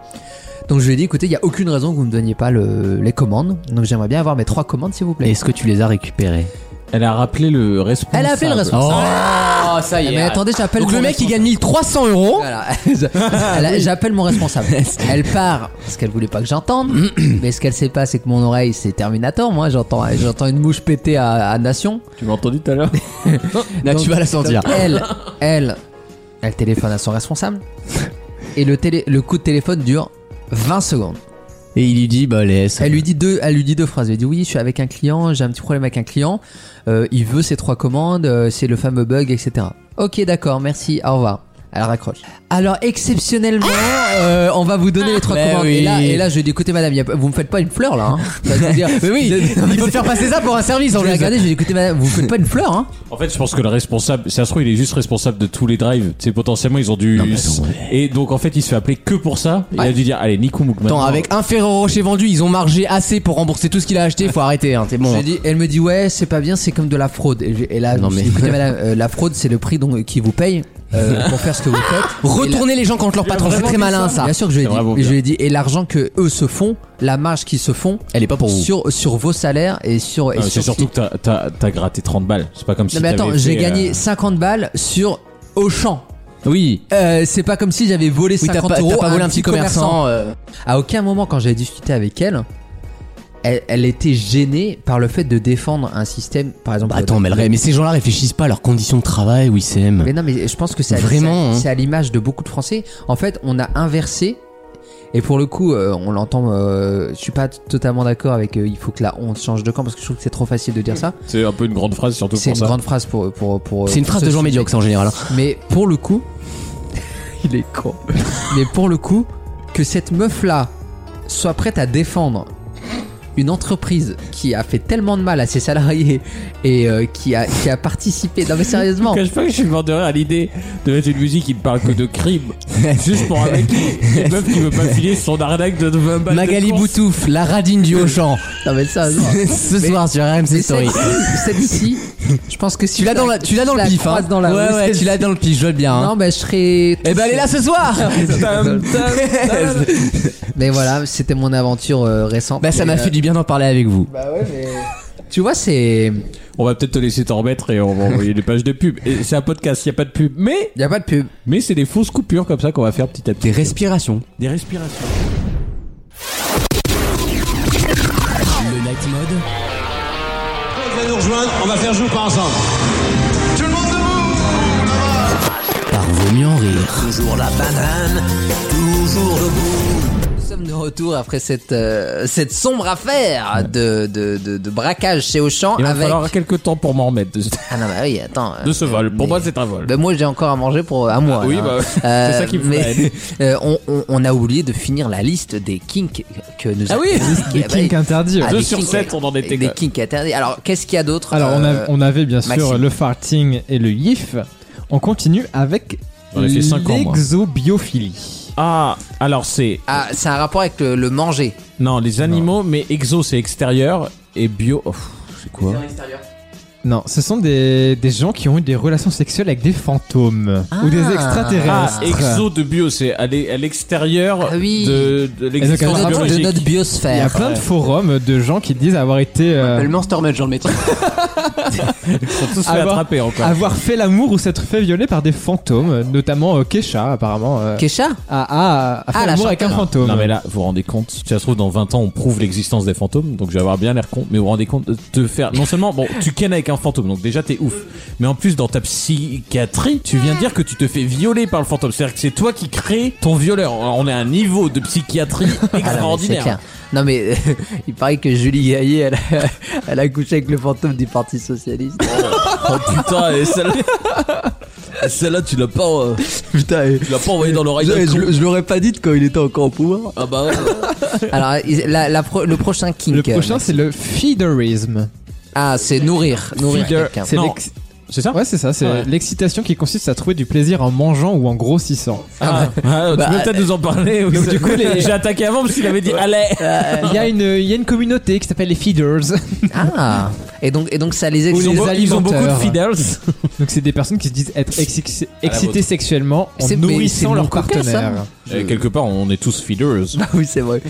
Speaker 18: Donc je lui ai dit écoutez, il n'y a aucune raison que vous ne me donniez pas le- les commandes. Donc j'aimerais bien avoir mes trois commandes, s'il vous plaît.
Speaker 2: Est-ce que tu les as récupérés
Speaker 3: Elle a rappelé le responsable.
Speaker 18: Elle a appelé le responsable.
Speaker 2: Oh, ça y est.
Speaker 18: Ah, Mais attendez, j'appelle
Speaker 2: Donc
Speaker 18: mon
Speaker 2: le mec, il
Speaker 18: responsable.
Speaker 2: gagne 1300 euros.
Speaker 18: Voilà. Elle a- J'appelle mon responsable. Elle part parce qu'elle voulait pas que j'entende. mais ce qu'elle sait pas, c'est que mon oreille, c'est Terminator. Moi, j'entends, j'entends une mouche péter à, à Nation.
Speaker 3: Tu m'as entendu tout à l'heure
Speaker 2: Là,
Speaker 18: Donc-
Speaker 2: tu vas la sentir.
Speaker 18: donc elle, elle, elle téléphone à son responsable. Et le, télé, le coup de téléphone dure 20 secondes.
Speaker 2: Et il lui dit, bah, laisse.
Speaker 18: Elle lui dit deux, elle lui dit deux phrases. Elle dit oui, je suis avec un client, j'ai un petit problème avec un client. Euh, il veut ses trois commandes, euh, c'est le fameux bug, etc. Ok, d'accord, merci, au revoir. Elle raccroche. Alors exceptionnellement, euh, on va vous donner les trois
Speaker 2: Mais
Speaker 18: commandes.
Speaker 2: oui.
Speaker 18: Et, là, et là, je lui dis écoutez madame, y a pas- vous me faites pas une fleur là. Hein. Ça veut dire-
Speaker 2: Mais oui, il faut te faire passer ça pour un service
Speaker 18: Je
Speaker 2: en
Speaker 18: l'ai
Speaker 2: plus.
Speaker 18: regardé, je lui ai dit écoutez madame, vous me faites pas une fleur. Hein.
Speaker 3: En fait, je pense que le responsable, ça se trouve, il est juste responsable de tous les drives. C'est potentiellement, ils ont dû. Et donc, en fait, il se fait appeler que pour ça. Il a dû dire, allez, Nico Moukman.
Speaker 2: Attends, avec un Ferrero Rocher vendu, ils ont margé assez pour rembourser tout ce qu'il a acheté. Faut arrêter, hein, c'est
Speaker 18: Je
Speaker 2: bon.
Speaker 18: lui ai dit, elle me dit ouais, c'est pas bien, c'est comme de la fraude. Et, je- et là, je
Speaker 2: Non,
Speaker 18: me suis
Speaker 2: mais-
Speaker 18: dit, écoutez madame, euh, la fraude c'est le prix donc qui vous paye euh, pour faire ce que vous faites.
Speaker 2: Retourner les gens contre leur patron, c'est très malin ça.
Speaker 18: Bien sûr que je lui ai
Speaker 3: C'est vraiment
Speaker 18: dit.
Speaker 3: bien.
Speaker 18: Je lui ai dit et l'argent que eux se font, la marge qu'ils se font,
Speaker 2: Elle est pas pour vous.
Speaker 18: sur sur vos salaires et sur. et
Speaker 3: Ah, c'est
Speaker 18: sur-
Speaker 3: surtout que t'as- t'as t'as gratté 30 balles. C'est pas comme si.
Speaker 18: Non mais attends,
Speaker 3: t'avais
Speaker 18: j'ai
Speaker 3: fait,
Speaker 18: gagné
Speaker 3: euh,
Speaker 18: 50 balles sur Auchan.
Speaker 2: Oui.
Speaker 18: Euh, c'est pas comme si j'avais volé
Speaker 2: Oui, t'as
Speaker 18: 50
Speaker 2: pas, t'as
Speaker 18: euros
Speaker 2: pas
Speaker 18: à
Speaker 2: volé un petit commerçant. euh,
Speaker 18: À aucun moment quand j'ai discuté avec elle. Elle, elle était gênée par le fait de défendre un système, par exemple.
Speaker 2: Bah attends, mais,
Speaker 18: de-
Speaker 2: le ré- mais ces gens-là réfléchissent pas à leurs conditions de travail, Wissem.
Speaker 18: Mais non, mais je pense que c'est à-
Speaker 2: Vraiment,
Speaker 18: c'est à-
Speaker 2: hein.
Speaker 18: c'est à l'image de beaucoup de Français. En fait, on a inversé. Et pour le coup, euh, on l'entend. euh, je suis pas t- totalement d'accord avec. euh, il faut que la honte change de camp parce que je trouve que c'est trop facile de dire ça.
Speaker 3: C'est un peu une grande phrase, surtout
Speaker 18: C'est
Speaker 3: pour
Speaker 18: une
Speaker 3: ça.
Speaker 18: grande phrase pour pour pour.
Speaker 2: C'est une
Speaker 18: pour
Speaker 2: phrase
Speaker 18: ce
Speaker 2: de gens
Speaker 18: sujet.
Speaker 2: médiocres en général. hein.
Speaker 18: Mais pour le coup, il est con. Mais pour le coup, que cette meuf là soit prête à défendre une entreprise qui a fait tellement de mal à ses salariés et euh, qui a qui a participé. Non mais sérieusement.
Speaker 3: Je cache pas que je suis mort de rire à l'idée de mettre une musique qui ne parle que de crime. juste pour un mec qui, une meuf qui veut pas filer son arnaque de 20 balles. de
Speaker 2: Magali
Speaker 3: course.
Speaker 2: Boutouf, la radine du Auchan.
Speaker 18: Non mais ça. Ah non.
Speaker 2: Ce soir sur RMC
Speaker 18: Mais
Speaker 2: Story.
Speaker 18: celle-ci- Celle-ci, je pense que si
Speaker 2: Tu l'as dans, la, tu l'as dans le
Speaker 18: la
Speaker 2: pif, hein.
Speaker 18: croise dans la
Speaker 2: ouais,
Speaker 18: rue,
Speaker 2: ouais, tu
Speaker 18: celle-ci-
Speaker 2: l'as dans le pif, je vois bien. hein.
Speaker 18: Non, mais je serais.
Speaker 2: Eh ben, elle est là ce soir
Speaker 18: Mais voilà, c'était mon aventure euh, récente.
Speaker 2: Bah, ça
Speaker 18: Et,
Speaker 2: m'a
Speaker 18: euh,
Speaker 2: fait du bien d'en parler avec vous.
Speaker 15: Bah ouais, mais.
Speaker 18: Tu vois, c'est.
Speaker 3: On va peut-être te laisser t'en remettre et on va envoyer des pages de pub. Et C'est un podcast, il n'y a pas de pub. Mais,
Speaker 18: Y a pas de pub.
Speaker 3: mais c'est des fausses coupures comme ça qu'on va faire petit à petit.
Speaker 2: Des respirations.
Speaker 3: Des respirations.
Speaker 23: Le Night Mode
Speaker 6: va nous rejoindre, on va faire jouer pas ensemble.
Speaker 23: par Vaut mieux en rire.
Speaker 1: Toujours la banane, toujours debout.
Speaker 18: Nous sommes de retour après cette, euh, cette sombre affaire de, de, de, de braquage chez Auchan
Speaker 3: Il va
Speaker 18: avec.
Speaker 3: falloir quelques temps pour m'en remettre de,
Speaker 18: Ah non, bah oui, attends.
Speaker 3: de ce
Speaker 18: euh,
Speaker 3: vol. Pour
Speaker 18: mais-
Speaker 3: moi, c'est un vol.
Speaker 18: Ben moi j'ai encore à manger pour à moi.
Speaker 3: oui,
Speaker 18: là.
Speaker 3: bah, c'est ça qui me freine.
Speaker 18: euh, on, on- on a oublié de finir la liste des kinks que nous
Speaker 2: Ah oui,
Speaker 18: Eh bah
Speaker 4: Des kinks interdits. ouais.
Speaker 18: Ah,
Speaker 3: Deux sur sept, on en était
Speaker 18: Des
Speaker 3: quoi.
Speaker 18: kinks interdits. Alors qu'est-ce qu'il y a d'autre
Speaker 4: Alors, on, a-
Speaker 18: euh,
Speaker 4: on avait bien sûr
Speaker 18: Maxime.
Speaker 4: le farting et le yif. On continue avec
Speaker 3: J'en ai fait cinq ans, moi.
Speaker 4: l'exobiophilie.
Speaker 3: Ah, alors c'est.
Speaker 18: Ah, c'est un rapport avec le, le manger.
Speaker 3: Non, les animaux, mais exo c'est extérieur et bio. oh, c'est quoi
Speaker 4: Non, ce sont des, des gens qui ont eu des relations sexuelles avec des fantômes ou des extraterrestres.
Speaker 3: Ah, exo de bio, c'est à l'e- à l'extérieur
Speaker 4: oui.
Speaker 3: de, de l'existence Ah, biologique.
Speaker 4: Il y a plein de forums de gens qui disent avoir été. euh,
Speaker 2: Le Monster Mage dans le métier.
Speaker 3: tous fait attraper encore.
Speaker 4: avoir fait l'amour ou s'être fait violer par des fantômes, euh, notamment euh, Kesha apparemment. euh,
Speaker 18: Kesha
Speaker 4: a, a- a fait
Speaker 18: Ah, la
Speaker 4: l'amour avec un
Speaker 18: chanteuse.
Speaker 4: fantôme.
Speaker 3: Non mais là, vous vous rendez compte, si ça se trouve dans 20 ans on prouve l'existence des fantômes, donc je vais avoir bien l'air con, mais vous vous rendez compte de te faire... Non seulement, bon, tu kennes avec un fantôme, donc déjà t'es ouf, mais en plus dans ta psychiatrie, tu viens de dire que tu te fais violer par le fantôme, c'est-à-dire que c'est toi qui crée ton violeur. Alors, on est à un niveau de psychiatrie
Speaker 18: C'est clair.
Speaker 3: extraordinaire.
Speaker 18: Non mais il paraît que Julie Gaillet elle a, elle a couché avec le fantôme du Parti Socialiste.
Speaker 3: oh putain, et celle-là... et Celle-là, tu l'as pas... euh,
Speaker 18: Putain,
Speaker 3: tu l'as pas envoyé dans l'oreille
Speaker 18: je,
Speaker 3: d'un con.
Speaker 18: je- je l'aurais pas dit quand il était encore au pouvoir.
Speaker 3: Ah bah ouais.
Speaker 18: Alors il- la- la pro- le prochain kink.
Speaker 4: Le prochain, c'est le feederisme.
Speaker 18: Ah, c'est nourrir, nourrir
Speaker 4: Feeder-
Speaker 18: quelqu'un.
Speaker 4: c'est
Speaker 18: Non.
Speaker 4: l'ex-
Speaker 3: C'est ça
Speaker 4: Ouais, c'est ça. C'est
Speaker 18: Ouais.
Speaker 4: l'excitation qui consiste à trouver du plaisir en mangeant ou en grossissant.
Speaker 3: Ah, ah, tu
Speaker 4: Bah,
Speaker 3: peux peut-être nous en parler
Speaker 4: donc du coup, les-
Speaker 3: J'ai attaqué avant parce qu'il avait dit allez
Speaker 4: Il y, a une, il y a une communauté qui s'appelle les feeders.
Speaker 18: Ah Et donc, et donc ça les
Speaker 4: Ou
Speaker 18: excite.
Speaker 4: les alimenteurs.
Speaker 3: feeders.
Speaker 4: Donc c'est des personnes qui se disent être exci- excités
Speaker 3: vôtre.
Speaker 4: sexuellement en
Speaker 18: C'est- mais c'est
Speaker 4: nourrissant
Speaker 18: mon
Speaker 4: leur
Speaker 18: coca, ça.
Speaker 4: partenaire.
Speaker 3: Et Eh, quelque part, on est tous feeders.
Speaker 18: Ah oui, c'est vrai.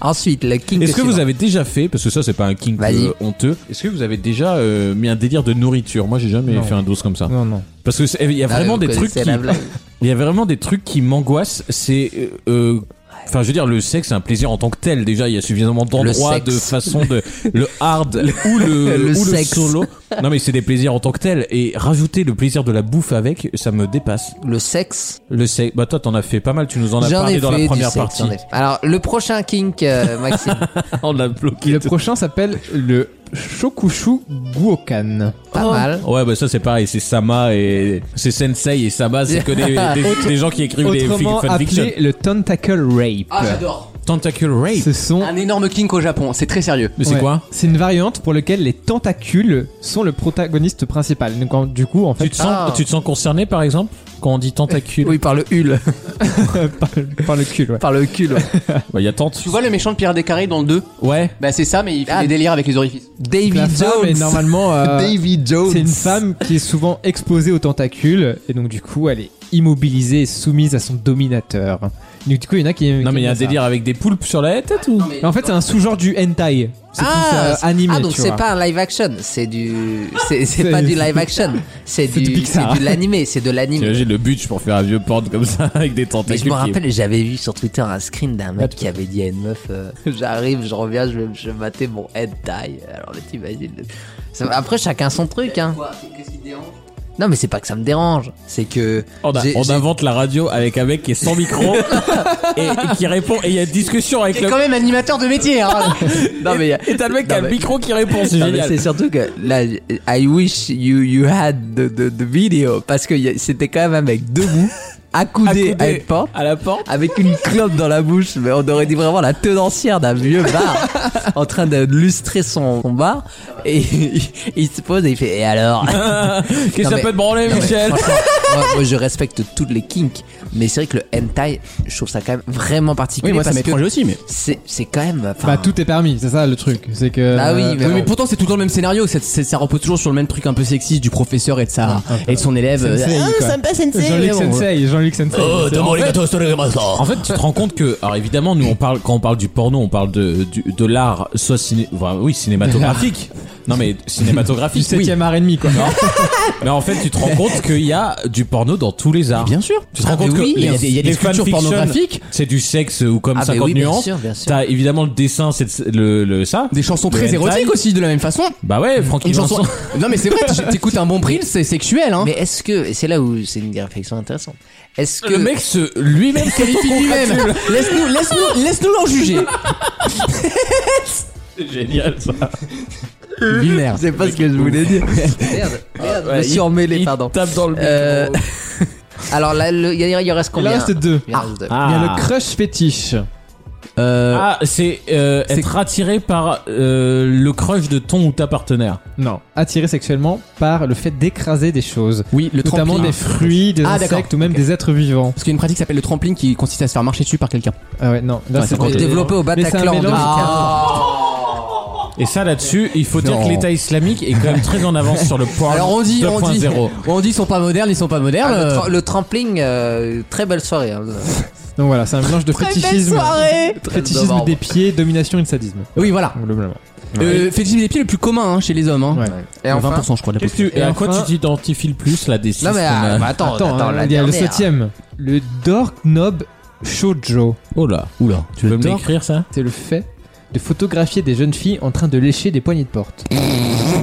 Speaker 18: Ensuite, le kink.
Speaker 3: Est-ce que vous
Speaker 18: suivant.
Speaker 3: avez déjà fait, parce que ça c'est pas un kink
Speaker 18: Vas-y.
Speaker 3: euh, honteux, est-ce que vous avez déjà euh, mis un délire de nourriture Moi j'ai jamais
Speaker 4: Non.
Speaker 3: fait un dose comme ça.
Speaker 4: Non, non.
Speaker 3: Parce que c'est- il y a
Speaker 18: Ah,
Speaker 3: vraiment
Speaker 18: vous
Speaker 3: des trucs
Speaker 18: connaissez
Speaker 3: qui,
Speaker 18: la blague.
Speaker 3: il y a vraiment des trucs qui m'angoissent. C'est, euh, euh, enfin je veux dire le sexe c'est un plaisir en tant que tel. Déjà il y a suffisamment d'endroits,
Speaker 18: sexe.
Speaker 3: de façon de le hard ou le,
Speaker 18: Le
Speaker 3: ou
Speaker 18: sexe.
Speaker 3: solo. Non mais c'est des plaisirs en tant que tel et rajouter le plaisir de la bouffe avec, ça me dépasse.
Speaker 18: Le sexe.
Speaker 3: Le sexe. Bah toi t'en as fait pas mal. Tu nous en as
Speaker 18: J'en
Speaker 3: parlé
Speaker 18: ai
Speaker 3: dans
Speaker 18: fait
Speaker 3: la
Speaker 18: du
Speaker 3: première
Speaker 18: sexe,
Speaker 3: partie.
Speaker 18: j'en ai fait. Alors, le prochain kink, euh, Maxime.
Speaker 3: On a bloqué.
Speaker 4: Le prochain s'appelle le Shokushu Guokan.
Speaker 18: Pas
Speaker 2: Oh.
Speaker 18: mal.
Speaker 3: Ouais, bah ça c'est pareil, c'est Sama et. C'est Sensei et Sama, c'est que des, des, des gens qui écrivent des
Speaker 4: Autrement
Speaker 3: fi- fanfictions.
Speaker 4: appelé le Tentacle Rape.
Speaker 2: Ah, j'adore.
Speaker 3: Tentacle Rape.
Speaker 4: Ce sont
Speaker 18: Ah,
Speaker 2: Un énorme kink au Japon, c'est très sérieux.
Speaker 3: Mais c'est
Speaker 4: Ouais.
Speaker 3: quoi
Speaker 4: C'est une variante pour laquelle les tentacules sont le protagoniste principal. Donc, en- du coup, en fait,
Speaker 3: tu te, sens, tu te sens concerné par exemple quand on dit tentacule
Speaker 18: Oui, par le hul.
Speaker 4: par, par le cul, ouais.
Speaker 18: par le cul. ouais.
Speaker 3: Bah il y a tente.
Speaker 2: Tu vois le méchant de Pierre Descarrés dans le 2
Speaker 3: Ouais.
Speaker 2: Bah c'est ça, mais il fait
Speaker 18: Ah.
Speaker 2: des délires avec les orifices.
Speaker 4: La
Speaker 18: David
Speaker 4: femme
Speaker 18: Jones.
Speaker 4: est normalement. euh,
Speaker 18: David Jones.
Speaker 4: c'est une femme qui est souvent exposée aux tentacules et donc du coup elle est immobilisée et soumise à son dominateur. Donc du coup il y en a qui.
Speaker 3: Non, mais il y a un délire avec des poulpes sur la tête ou
Speaker 4: En fait c'est un sous-genre du hentai. C'est plus euh,
Speaker 18: Ah, c'est-
Speaker 4: animé.
Speaker 18: ah, donc
Speaker 4: tu
Speaker 18: c'est
Speaker 4: vois.
Speaker 18: pas un live action, c'est du, c'est, c'est
Speaker 4: C'est-
Speaker 18: pas du live action, c'est
Speaker 4: C'est
Speaker 18: du,
Speaker 4: du Pixar.
Speaker 18: c'est de l'animé, c'est de l'animé.
Speaker 3: T'imagines le butch pour faire un vieux porte comme ça avec des
Speaker 18: Mais
Speaker 3: tentacules.
Speaker 18: je me
Speaker 3: qui-
Speaker 18: rappelle, j'avais vu sur Twitter un screen d'un mec qui avait dit à une meuf, euh, j'arrive, je reviens, je vais je vais mater mon head tie. Alors là, t'imagines. le- Ça- Après, chacun son truc, hein. Non, mais c'est pas que ça me dérange, c'est que.
Speaker 3: On, a-
Speaker 18: j'ai-
Speaker 3: on
Speaker 18: j'ai-
Speaker 3: invente la radio avec un mec qui est sans micro et, et qui répond. Et il y a une discussion avec
Speaker 2: Qui est
Speaker 3: le.
Speaker 2: quand même animateur de métier, hein
Speaker 18: Non, mais y a-
Speaker 3: Et t'as le mec qui a
Speaker 18: Non,
Speaker 3: le
Speaker 18: mais-
Speaker 3: micro qui répond, c'est
Speaker 18: Non, mais
Speaker 3: génial.
Speaker 18: C'est surtout que là, I wish you, you had the, the, the video parce que y a- c'était quand même un mec debout, accoudé, à
Speaker 3: Accoudé
Speaker 18: une porte,
Speaker 3: À la porte.
Speaker 18: avec une clope dans la bouche. Mais on aurait dit vraiment la tenancière d'un vieux bar en train de lustrer son, son bar. Et il, il se pose et il fait Et alors
Speaker 3: Qu'est-ce que
Speaker 18: Non,
Speaker 3: ça
Speaker 18: mais-
Speaker 3: peut te branler,
Speaker 18: Non, mais
Speaker 3: Michel
Speaker 18: franchement, moi, moi, je respecte toutes les kinks, mais c'est vrai que le hentai, je trouve ça quand même vraiment particulier.
Speaker 2: Oui, moi, ça
Speaker 18: parce
Speaker 2: m'est
Speaker 18: que
Speaker 2: étranger aussi, mais-
Speaker 18: C'est c'est quand même. enfin,
Speaker 4: Bah tout est permis, c'est ça le truc. C'est que.
Speaker 18: Bah oui,
Speaker 2: mais
Speaker 4: euh,
Speaker 2: bon.
Speaker 18: mais
Speaker 2: pourtant c'est tout le temps le même scénario, ça, c'est- ça repose toujours sur le même truc un peu sexiste du professeur et de, sa,
Speaker 18: Ah,
Speaker 2: et de son élève.
Speaker 4: Sensei,
Speaker 2: Ah,
Speaker 4: quoi.
Speaker 2: sympa, sensei,
Speaker 4: Jean-Luc
Speaker 2: mais bon.
Speaker 4: Sensei, Jean-Luc Sensei.
Speaker 2: Oh,
Speaker 4: C'est-
Speaker 3: En fait, tu te rends compte que, alors évidemment, nous on parle quand on parle du porno, on parle de du- de l'art, soit ciné, enfin, oui cinématographique. Non mais
Speaker 4: du
Speaker 3: cinématographique. oui.
Speaker 4: 7ème art et demi quoi.
Speaker 3: Mais en fait, tu te rends compte qu'il y a du porno dans tous les arts.
Speaker 2: Bien sûr.
Speaker 3: Tu te rends
Speaker 2: Ah, mais
Speaker 3: compte
Speaker 2: oui,
Speaker 3: que
Speaker 2: il y a des- il y a des
Speaker 3: les
Speaker 2: sculptures
Speaker 3: fanfictions,
Speaker 2: pornographiques.
Speaker 3: C'est du sexe ou comme
Speaker 18: Ah, mais
Speaker 3: 50
Speaker 18: oui, bien
Speaker 3: nuances.
Speaker 18: sûr, bien sûr.
Speaker 3: T'as évidemment le dessin, c'est le, le- ça.
Speaker 2: Des chansons
Speaker 3: Le
Speaker 2: très
Speaker 3: hentai.
Speaker 2: érotiques aussi de la même façon.
Speaker 3: Bah ouais, Francky
Speaker 2: Une chanson.
Speaker 3: Vincent.
Speaker 2: non mais c'est vrai, tu- t'écoutes un bon prix, c'est sexuel hein.
Speaker 18: Mais est-ce que, et c'est là où c'est une réflexion intéressante, est-ce que.
Speaker 3: Le mec se lui-même qualifie
Speaker 2: lui-même. Laisse-nous, laisse-nous, laisse-nous l'en juger.
Speaker 3: Génial ça.
Speaker 18: Je sais pas ce que je voulais dire. Merde, merde, je me suis emmêlé, pardon.
Speaker 3: Tape dans le micro.
Speaker 18: Euh, Alors là, le- il y, il y en reste
Speaker 4: Il en
Speaker 18: combien
Speaker 4: reste deux.
Speaker 18: Il en reste deux.
Speaker 4: Il y a le crush fétiche.
Speaker 2: Euh,
Speaker 3: Ah, c'est euh, être attiré par euh, le crush de ton ou ta partenaire.
Speaker 4: Non, attiré sexuellement par le fait d'écraser des choses.
Speaker 2: oui, le
Speaker 4: notamment
Speaker 2: trampling.
Speaker 4: des fruits, des
Speaker 2: Ah, d'accord.
Speaker 4: insectes ou même des êtres vivants.
Speaker 2: Parce qu'il y a une pratique qui s'appelle le trampling qui consiste à se faire marcher dessus par quelqu'un.
Speaker 4: Ah ouais, non. Là,
Speaker 2: Ouais,
Speaker 4: c'est
Speaker 2: c'est encore
Speaker 4: des-
Speaker 18: développé au
Speaker 2: Ah.
Speaker 4: Mais c'est un
Speaker 18: Bataclan en
Speaker 4: mélange-
Speaker 18: 2004.
Speaker 3: Et ça, là-dessus, il faut dire
Speaker 2: Non.
Speaker 3: que l'État islamique est quand même très en avance sur le porn
Speaker 2: Alors on dit, on dit,
Speaker 3: 2.0.
Speaker 2: on dit, ils sont pas modernes, ils sont pas modernes.
Speaker 18: Ah, le,
Speaker 2: euh,
Speaker 18: tra- le trampling, euh, très belle soirée. hein.
Speaker 4: Donc voilà, c'est un mélange de
Speaker 18: Très belle
Speaker 4: fétichisme,
Speaker 18: soirée
Speaker 4: fétichisme des pieds, domination et de sadisme.
Speaker 2: Oui, voilà.
Speaker 4: Globalement.
Speaker 2: Euh, fétichisme des pieds le plus commun hein, chez les hommes. Hein.
Speaker 3: Et
Speaker 2: Le
Speaker 3: enfin-
Speaker 2: 20% je crois de la
Speaker 3: Qu'est-ce que tu-
Speaker 2: population.
Speaker 3: et à quoi tu t'identifies le plus là des six
Speaker 2: Non, mais,
Speaker 18: euh,
Speaker 3: qu'on
Speaker 2: ah,
Speaker 3: a-
Speaker 2: bah, attends,
Speaker 4: hein,
Speaker 2: la
Speaker 4: il y a le
Speaker 2: dernière.
Speaker 4: septième, le Dork Knob Shoujo.
Speaker 3: Oh là,
Speaker 4: oula,
Speaker 3: tu veux me décrire ça
Speaker 4: C'est le fait de photographier des jeunes filles en train de lécher des poignées de porte.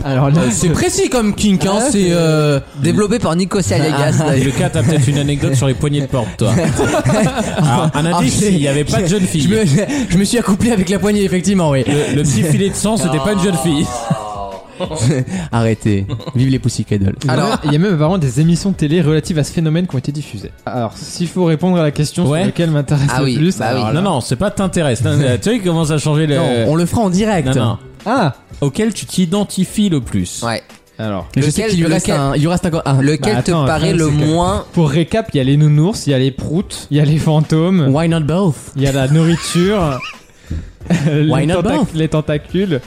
Speaker 4: Alors là,
Speaker 2: Euh, c'est précis comme kink, hein,
Speaker 18: Ouais,
Speaker 2: c'est
Speaker 18: c'est-
Speaker 2: euh,
Speaker 18: Développé par Nikos Aliagas.
Speaker 3: Et
Speaker 18: d'ailleurs.
Speaker 3: le cas, t'as peut-être une anecdote sur les poignées de porte, toi. Alors, un indice,
Speaker 2: Ah, j'ai-
Speaker 3: il n'y avait pas de jeune fille.
Speaker 2: Je me, je me suis accouplé avec la poignée effectivement, oui.
Speaker 3: Le, le petit filet de sang, c'était pas une jeune fille.
Speaker 2: Arrêtez, vive les Pussycat Dolls.
Speaker 4: Alors, il y a même apparemment des émissions de télé relatives à ce phénomène qui ont été diffusées. Alors, s'il faut répondre à la question
Speaker 3: Ouais.
Speaker 4: sur laquelle m'intéresse le plus, alors
Speaker 2: Ah
Speaker 4: là-
Speaker 3: Non, non, c'est pas t'intéresse. Non, non, Tu vois, il commence à changer le.
Speaker 2: Non, on le fera en direct.
Speaker 3: Euh, Non, non.
Speaker 4: Ah
Speaker 3: Auquel tu t'identifies le plus.
Speaker 18: Ouais.
Speaker 4: Alors,
Speaker 2: Je sais qu'il lui reste un- il lui reste encore un.
Speaker 18: Lequel
Speaker 4: Bah, attends,
Speaker 18: te paraît
Speaker 4: après,
Speaker 18: le
Speaker 4: c'est que-
Speaker 18: moins.
Speaker 4: Pour récap, il y a les nounours, il y a les proutes, il y a les fantômes.
Speaker 2: Euh, Why not both
Speaker 4: Il y a la nourriture. les,
Speaker 2: Why not both
Speaker 4: les tentacules.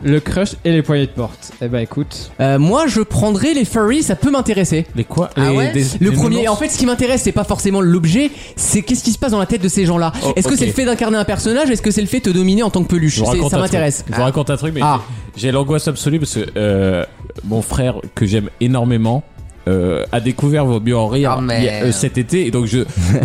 Speaker 4: Le crush et les poignées de porte. Eh ben écoute.
Speaker 2: Euh, moi, je prendrais les furries, ça peut m'intéresser.
Speaker 3: Les quoi
Speaker 2: Ah
Speaker 3: Les-
Speaker 2: ouais
Speaker 3: des-
Speaker 2: le
Speaker 3: des
Speaker 2: premier.
Speaker 3: nounours
Speaker 2: En fait, ce qui m'intéresse, c'est pas forcément l'objet, c'est qu'est-ce qui se passe dans la tête de ces gens-là.
Speaker 3: Oh,
Speaker 2: est-ce que
Speaker 3: ok.
Speaker 2: c'est le fait d'incarner un personnage, est-ce que c'est le fait de te dominer en tant que peluche
Speaker 3: Je vous
Speaker 2: C'est-
Speaker 3: raconte
Speaker 2: Ça
Speaker 3: un
Speaker 2: m'intéresse.
Speaker 3: truc. Je vous raconte un truc, mais
Speaker 2: Ah.
Speaker 3: j'ai j'ai l'angoisse absolue parce que euh, mon frère, que j'aime énormément, euh, a découvert Vos mieux en rire
Speaker 2: Ah, merde.
Speaker 3: il y a- euh, cet été. Et donc, je,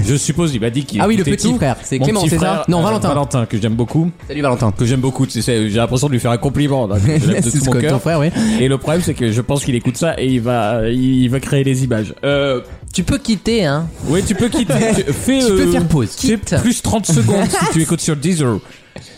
Speaker 3: je suppose, il m'a dit qu'il.
Speaker 2: Ah oui, le
Speaker 3: écoutait
Speaker 2: petit
Speaker 3: tout.
Speaker 2: frère. C'est
Speaker 3: Mon
Speaker 2: Clément,
Speaker 3: petit
Speaker 2: c'est ça
Speaker 3: frère,
Speaker 2: Non,
Speaker 3: euh,
Speaker 2: Valentin.
Speaker 3: Valentin, que j'aime beaucoup.
Speaker 2: Salut Valentin.
Speaker 3: Que j'aime beaucoup. tu sais, J'ai l'impression de lui faire un compliment. là, que je l'aime de
Speaker 2: C'est
Speaker 3: tout
Speaker 2: ce
Speaker 3: mon
Speaker 2: que
Speaker 3: cœur.
Speaker 2: ton frère, oui.
Speaker 3: Et le problème, c'est que je pense qu'il écoute ça et il va, il va créer les images. Euh,
Speaker 18: Tu peux quitter, hein.
Speaker 3: oui, tu peux quitter. tu- Fais,
Speaker 2: Tu peux
Speaker 3: euh,
Speaker 2: faire pause.
Speaker 3: fais
Speaker 2: Quitte.
Speaker 3: plus 30 secondes si tu écoutes sur Deezer.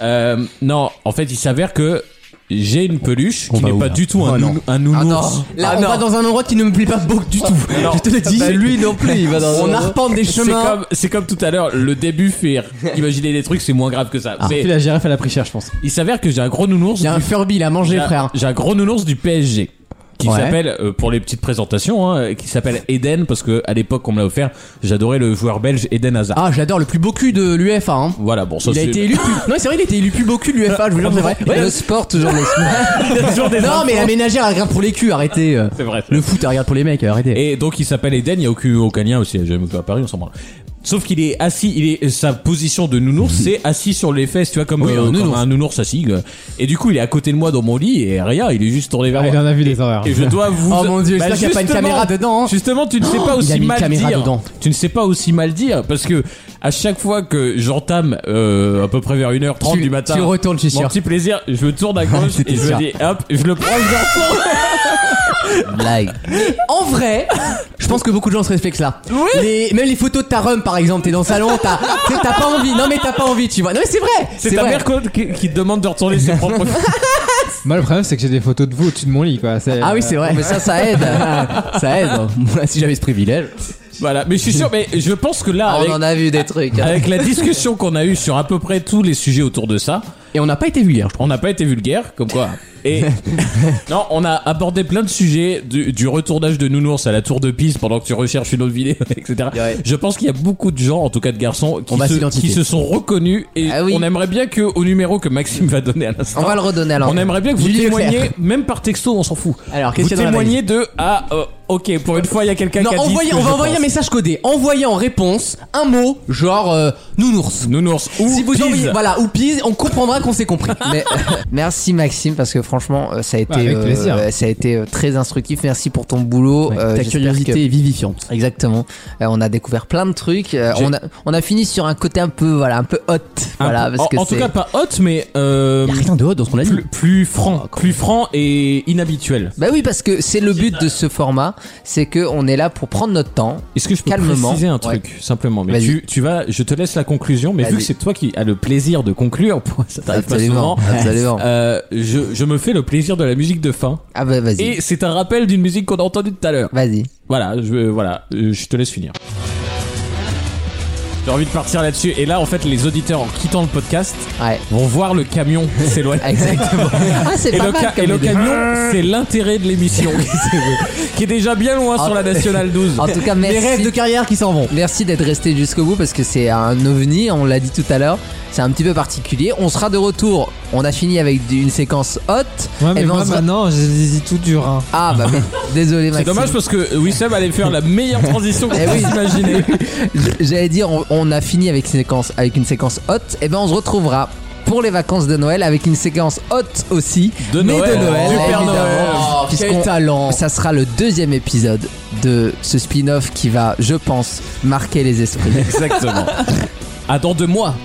Speaker 3: Euh, non, en fait, il s'avère que j'ai une peluche qui
Speaker 2: va
Speaker 3: n'est
Speaker 2: où,
Speaker 3: pas
Speaker 2: là
Speaker 3: du tout un,
Speaker 2: Oh, non.
Speaker 3: nounou- un nounours.
Speaker 2: Là,
Speaker 18: Ah
Speaker 2: on
Speaker 18: non.
Speaker 2: va dans un endroit qui ne me plaît pas beaucoup du tout.
Speaker 3: Ah. Non.
Speaker 2: Je te le dis.
Speaker 18: Bah, lui non plus, il va dans
Speaker 2: on arpente des
Speaker 3: C'est
Speaker 2: chemins.
Speaker 3: comme, c'est comme tout à l'heure, le début fait imaginer des trucs, c'est moins grave que ça.
Speaker 4: Ah,
Speaker 3: Mais
Speaker 4: puis la girafe, elle a pris cher, je pense.
Speaker 3: il s'avère que j'ai un gros nounours.
Speaker 2: Il y a un
Speaker 3: du-
Speaker 2: Furby, il a mangé,
Speaker 3: j'ai un-
Speaker 2: frère.
Speaker 3: J'ai un gros nounours du PSG qui
Speaker 2: Ouais.
Speaker 3: s'appelle, euh, pour les petites présentations, hein, qui s'appelle Eden parce que à l'époque on me l'a offert, j'adorais le joueur belge Eden Hazard.
Speaker 2: Ah, j'adore le plus beau cul de l'UEFA. Hein.
Speaker 3: Voilà, bon,
Speaker 2: Il
Speaker 3: ça
Speaker 2: a
Speaker 3: c'est- Ah,
Speaker 2: été élu plus. Non, c'est vrai, il a été élu plus beau cul de l'UEFA. Je vous jure, c'est vrai. Ouais.
Speaker 18: Le sport, toujours le
Speaker 3: toujours des
Speaker 2: Non,
Speaker 3: infos.
Speaker 2: mais la ménagère, elle regarde pour les culs. Arrêtez. euh.
Speaker 3: C'est vrai. c'est
Speaker 2: Le
Speaker 3: vrai.
Speaker 2: foot, elle regarde pour les mecs. euh, Arrêtez.
Speaker 3: Et donc il s'appelle Eden, il n'y a aucun, aucun lien aussi, j'aime pas à Paris, on s'en branle. Sauf qu'il est assis, il est sa position de nounours, c'est assis sur les fesses, tu vois comme,
Speaker 2: Mhm. Oui,
Speaker 3: euh,
Speaker 2: un
Speaker 3: comme
Speaker 2: nounours.
Speaker 3: un nounours assis. euh. Et du coup, il est à côté de moi dans mon lit et rien, il est juste tourné vers
Speaker 4: Ah,
Speaker 3: moi.
Speaker 4: il en a vu des horreurs.
Speaker 3: Et je dois vous.
Speaker 2: Oh mon dieu,
Speaker 3: Bah,
Speaker 2: j'espère qu'il n'y a pas une
Speaker 3: justement,
Speaker 2: caméra dedans. hein.
Speaker 3: Justement, tu ne sais pas
Speaker 2: il a
Speaker 3: aussi
Speaker 2: mis une
Speaker 3: mal
Speaker 2: caméra
Speaker 3: dire.
Speaker 2: dedans.
Speaker 3: Tu ne sais pas aussi mal dire parce que à chaque fois que j'entame euh, à peu près vers 1h30
Speaker 2: Tu-
Speaker 3: du matin,
Speaker 2: tu retournes, je suis
Speaker 3: mon
Speaker 2: sûr.
Speaker 3: petit plaisir, je me tourne à gauche
Speaker 2: C'était
Speaker 3: et je
Speaker 2: sûr.
Speaker 3: me dis hop, je le prends, je le retourne.
Speaker 18: blague.
Speaker 2: En vrai, je pense que beaucoup de gens se respectent ça. Les- même les photos de ta rhum, par exemple, t'es dans le salon, t'as t'sais, t'as pas envie. Non, mais t'as pas envie, tu vois. Non, mais c'est vrai.
Speaker 3: C'est ta
Speaker 2: vrai.
Speaker 3: mère quoi, qui, qui te demande de retourner ses propres.
Speaker 4: Moi, le problème, c'est que j'ai des photos de vous au-dessus de mon lit, quoi.
Speaker 2: Ah oui, c'est vrai.
Speaker 18: Mais ça, ça aide.
Speaker 2: ça aide. hein. Moi, si j'avais ce privilège.
Speaker 3: voilà, mais je suis sûr, mais je pense que là,
Speaker 18: Ah,
Speaker 3: avec,
Speaker 18: on en a vu des trucs.
Speaker 2: Ah,
Speaker 18: hein.
Speaker 3: avec la discussion qu'on a eue sur à peu près tous les sujets autour de ça,
Speaker 2: Et on n'a pas été vulgaire, je
Speaker 3: on n'a pas été vulgaire, comme quoi. Et non, on a abordé plein de sujets, du, du retournage de nounours à la tour de Pise pendant que tu recherches une autre vidéo, etc.
Speaker 18: Ouais.
Speaker 3: Je pense qu'il y a beaucoup de gens, en tout cas de garçons, qui,
Speaker 2: On va
Speaker 3: se,
Speaker 2: s'identifier.
Speaker 3: qui se sont reconnus et
Speaker 18: Ah oui.
Speaker 3: on aimerait bien que au numéro que Maxime va donner à l'instant.
Speaker 18: On va le redonner alors.
Speaker 3: On aimerait bien que vous
Speaker 2: Julie Leclerc.
Speaker 3: témoigniez, même par texto, on s'en fout.
Speaker 2: Ah, Alors, qu'est-ce
Speaker 3: vous
Speaker 2: qu'il y a dans la
Speaker 3: témoignez de ah euh, ok pour une fois il y a quelqu'un
Speaker 2: Non,
Speaker 3: qui a dit
Speaker 2: envoyez-
Speaker 3: ce
Speaker 2: on
Speaker 3: que je
Speaker 2: va envoyer
Speaker 3: pense.
Speaker 2: un message codé. Envoyez en réponse un mot, genre euh, nounours.
Speaker 3: nounours ou
Speaker 2: si vous
Speaker 3: pise.
Speaker 2: envoyez, voilà, ou pise, on comprendra qu'on s'est compris.
Speaker 18: Mais, merci Maxime parce que franchement euh, ça a été
Speaker 4: Bah, avec
Speaker 18: euh,
Speaker 4: plaisir.
Speaker 18: euh, ça a été euh, très instructif. Merci pour ton boulot.
Speaker 2: Ouais,
Speaker 18: Euh,
Speaker 2: ta
Speaker 18: j'espère
Speaker 2: curiosité
Speaker 18: que-
Speaker 2: est vivifiante.
Speaker 18: Exactement. Euh, on a découvert plein de trucs. Euh,
Speaker 3: J'ai-
Speaker 18: on, a, on a fini sur un côté un peu voilà un peu hot.
Speaker 3: Un
Speaker 18: Voilà
Speaker 3: peu-
Speaker 18: parce
Speaker 3: en,
Speaker 18: que
Speaker 3: en tout
Speaker 18: c'est-
Speaker 3: cas pas haute mais euh,
Speaker 2: Y a rien de haut dans ce qu'on a dit.
Speaker 3: plus, plus franc
Speaker 18: Oh,
Speaker 3: plus franc et inhabituel
Speaker 18: Bah oui parce que c'est le but de ce format, c'est que on est là pour prendre notre temps.
Speaker 3: est-ce que je peux
Speaker 18: Calmement.
Speaker 3: préciser un truc simplement mais
Speaker 18: Vas-y.
Speaker 3: tu, tu vas je te laisse la conclusion mais vu
Speaker 18: Vas-y.
Speaker 3: que c'est toi qui as le plaisir de conclure pour- ça t'arrive pas souvent
Speaker 18: Absolument. Absolument.
Speaker 3: euh, je, je me fais le plaisir de la musique de fin
Speaker 18: Ah bah vas-y.
Speaker 3: et c'est un rappel d'une musique qu'on a entendue tout à l'heure
Speaker 18: Vas-y.
Speaker 3: voilà je voilà euh, je te laisse finir J'ai envie de partir là-dessus. Et là, en fait, les auditeurs, en quittant le podcast, vont voir le camion s'éloigner.
Speaker 18: Exactement. Ah, c'est
Speaker 3: et
Speaker 18: pas
Speaker 3: le,
Speaker 18: mal
Speaker 3: ca-
Speaker 18: comme
Speaker 3: et le
Speaker 18: idée. Ah.
Speaker 3: camion, c'est l'intérêt de l'émission. qui est déjà bien loin sur la
Speaker 18: Ah.
Speaker 3: Nationale 12.
Speaker 2: En tout cas, merci.
Speaker 3: Les rêves de
Speaker 2: carrière qui s'en vont. Merci d'être resté jusqu'au bout parce que c'est un ovni, on l'a dit tout à l'heure. C'est un petit peu particulier. On sera de retour. On a fini avec d- une séquence Eh haute.
Speaker 4: Ouais, mais euh, moi, maintenant, je les ai tout dur. hein.
Speaker 2: Ah, bah oui. Désolé,
Speaker 3: C'est
Speaker 2: Maxime.
Speaker 3: dommage parce que euh, Wissem allait faire la meilleure transition que
Speaker 2: Eh
Speaker 3: vous
Speaker 2: oui.
Speaker 3: imaginez.
Speaker 2: J- J'allais dire, on, on a fini avec, une séquence, avec une séquence haute. Et ben, on se retrouvera pour les vacances de Noël avec une séquence haute aussi.
Speaker 3: De
Speaker 2: Mais
Speaker 3: Noël.
Speaker 2: de Noël.
Speaker 3: Du Père
Speaker 2: évidemment.
Speaker 3: Noël. Oh, quel
Speaker 2: Puisqu'on- Ça sera le deuxième épisode de ce spin-off qui va, je pense, marquer les esprits.
Speaker 3: Exactement. À dans deux mois.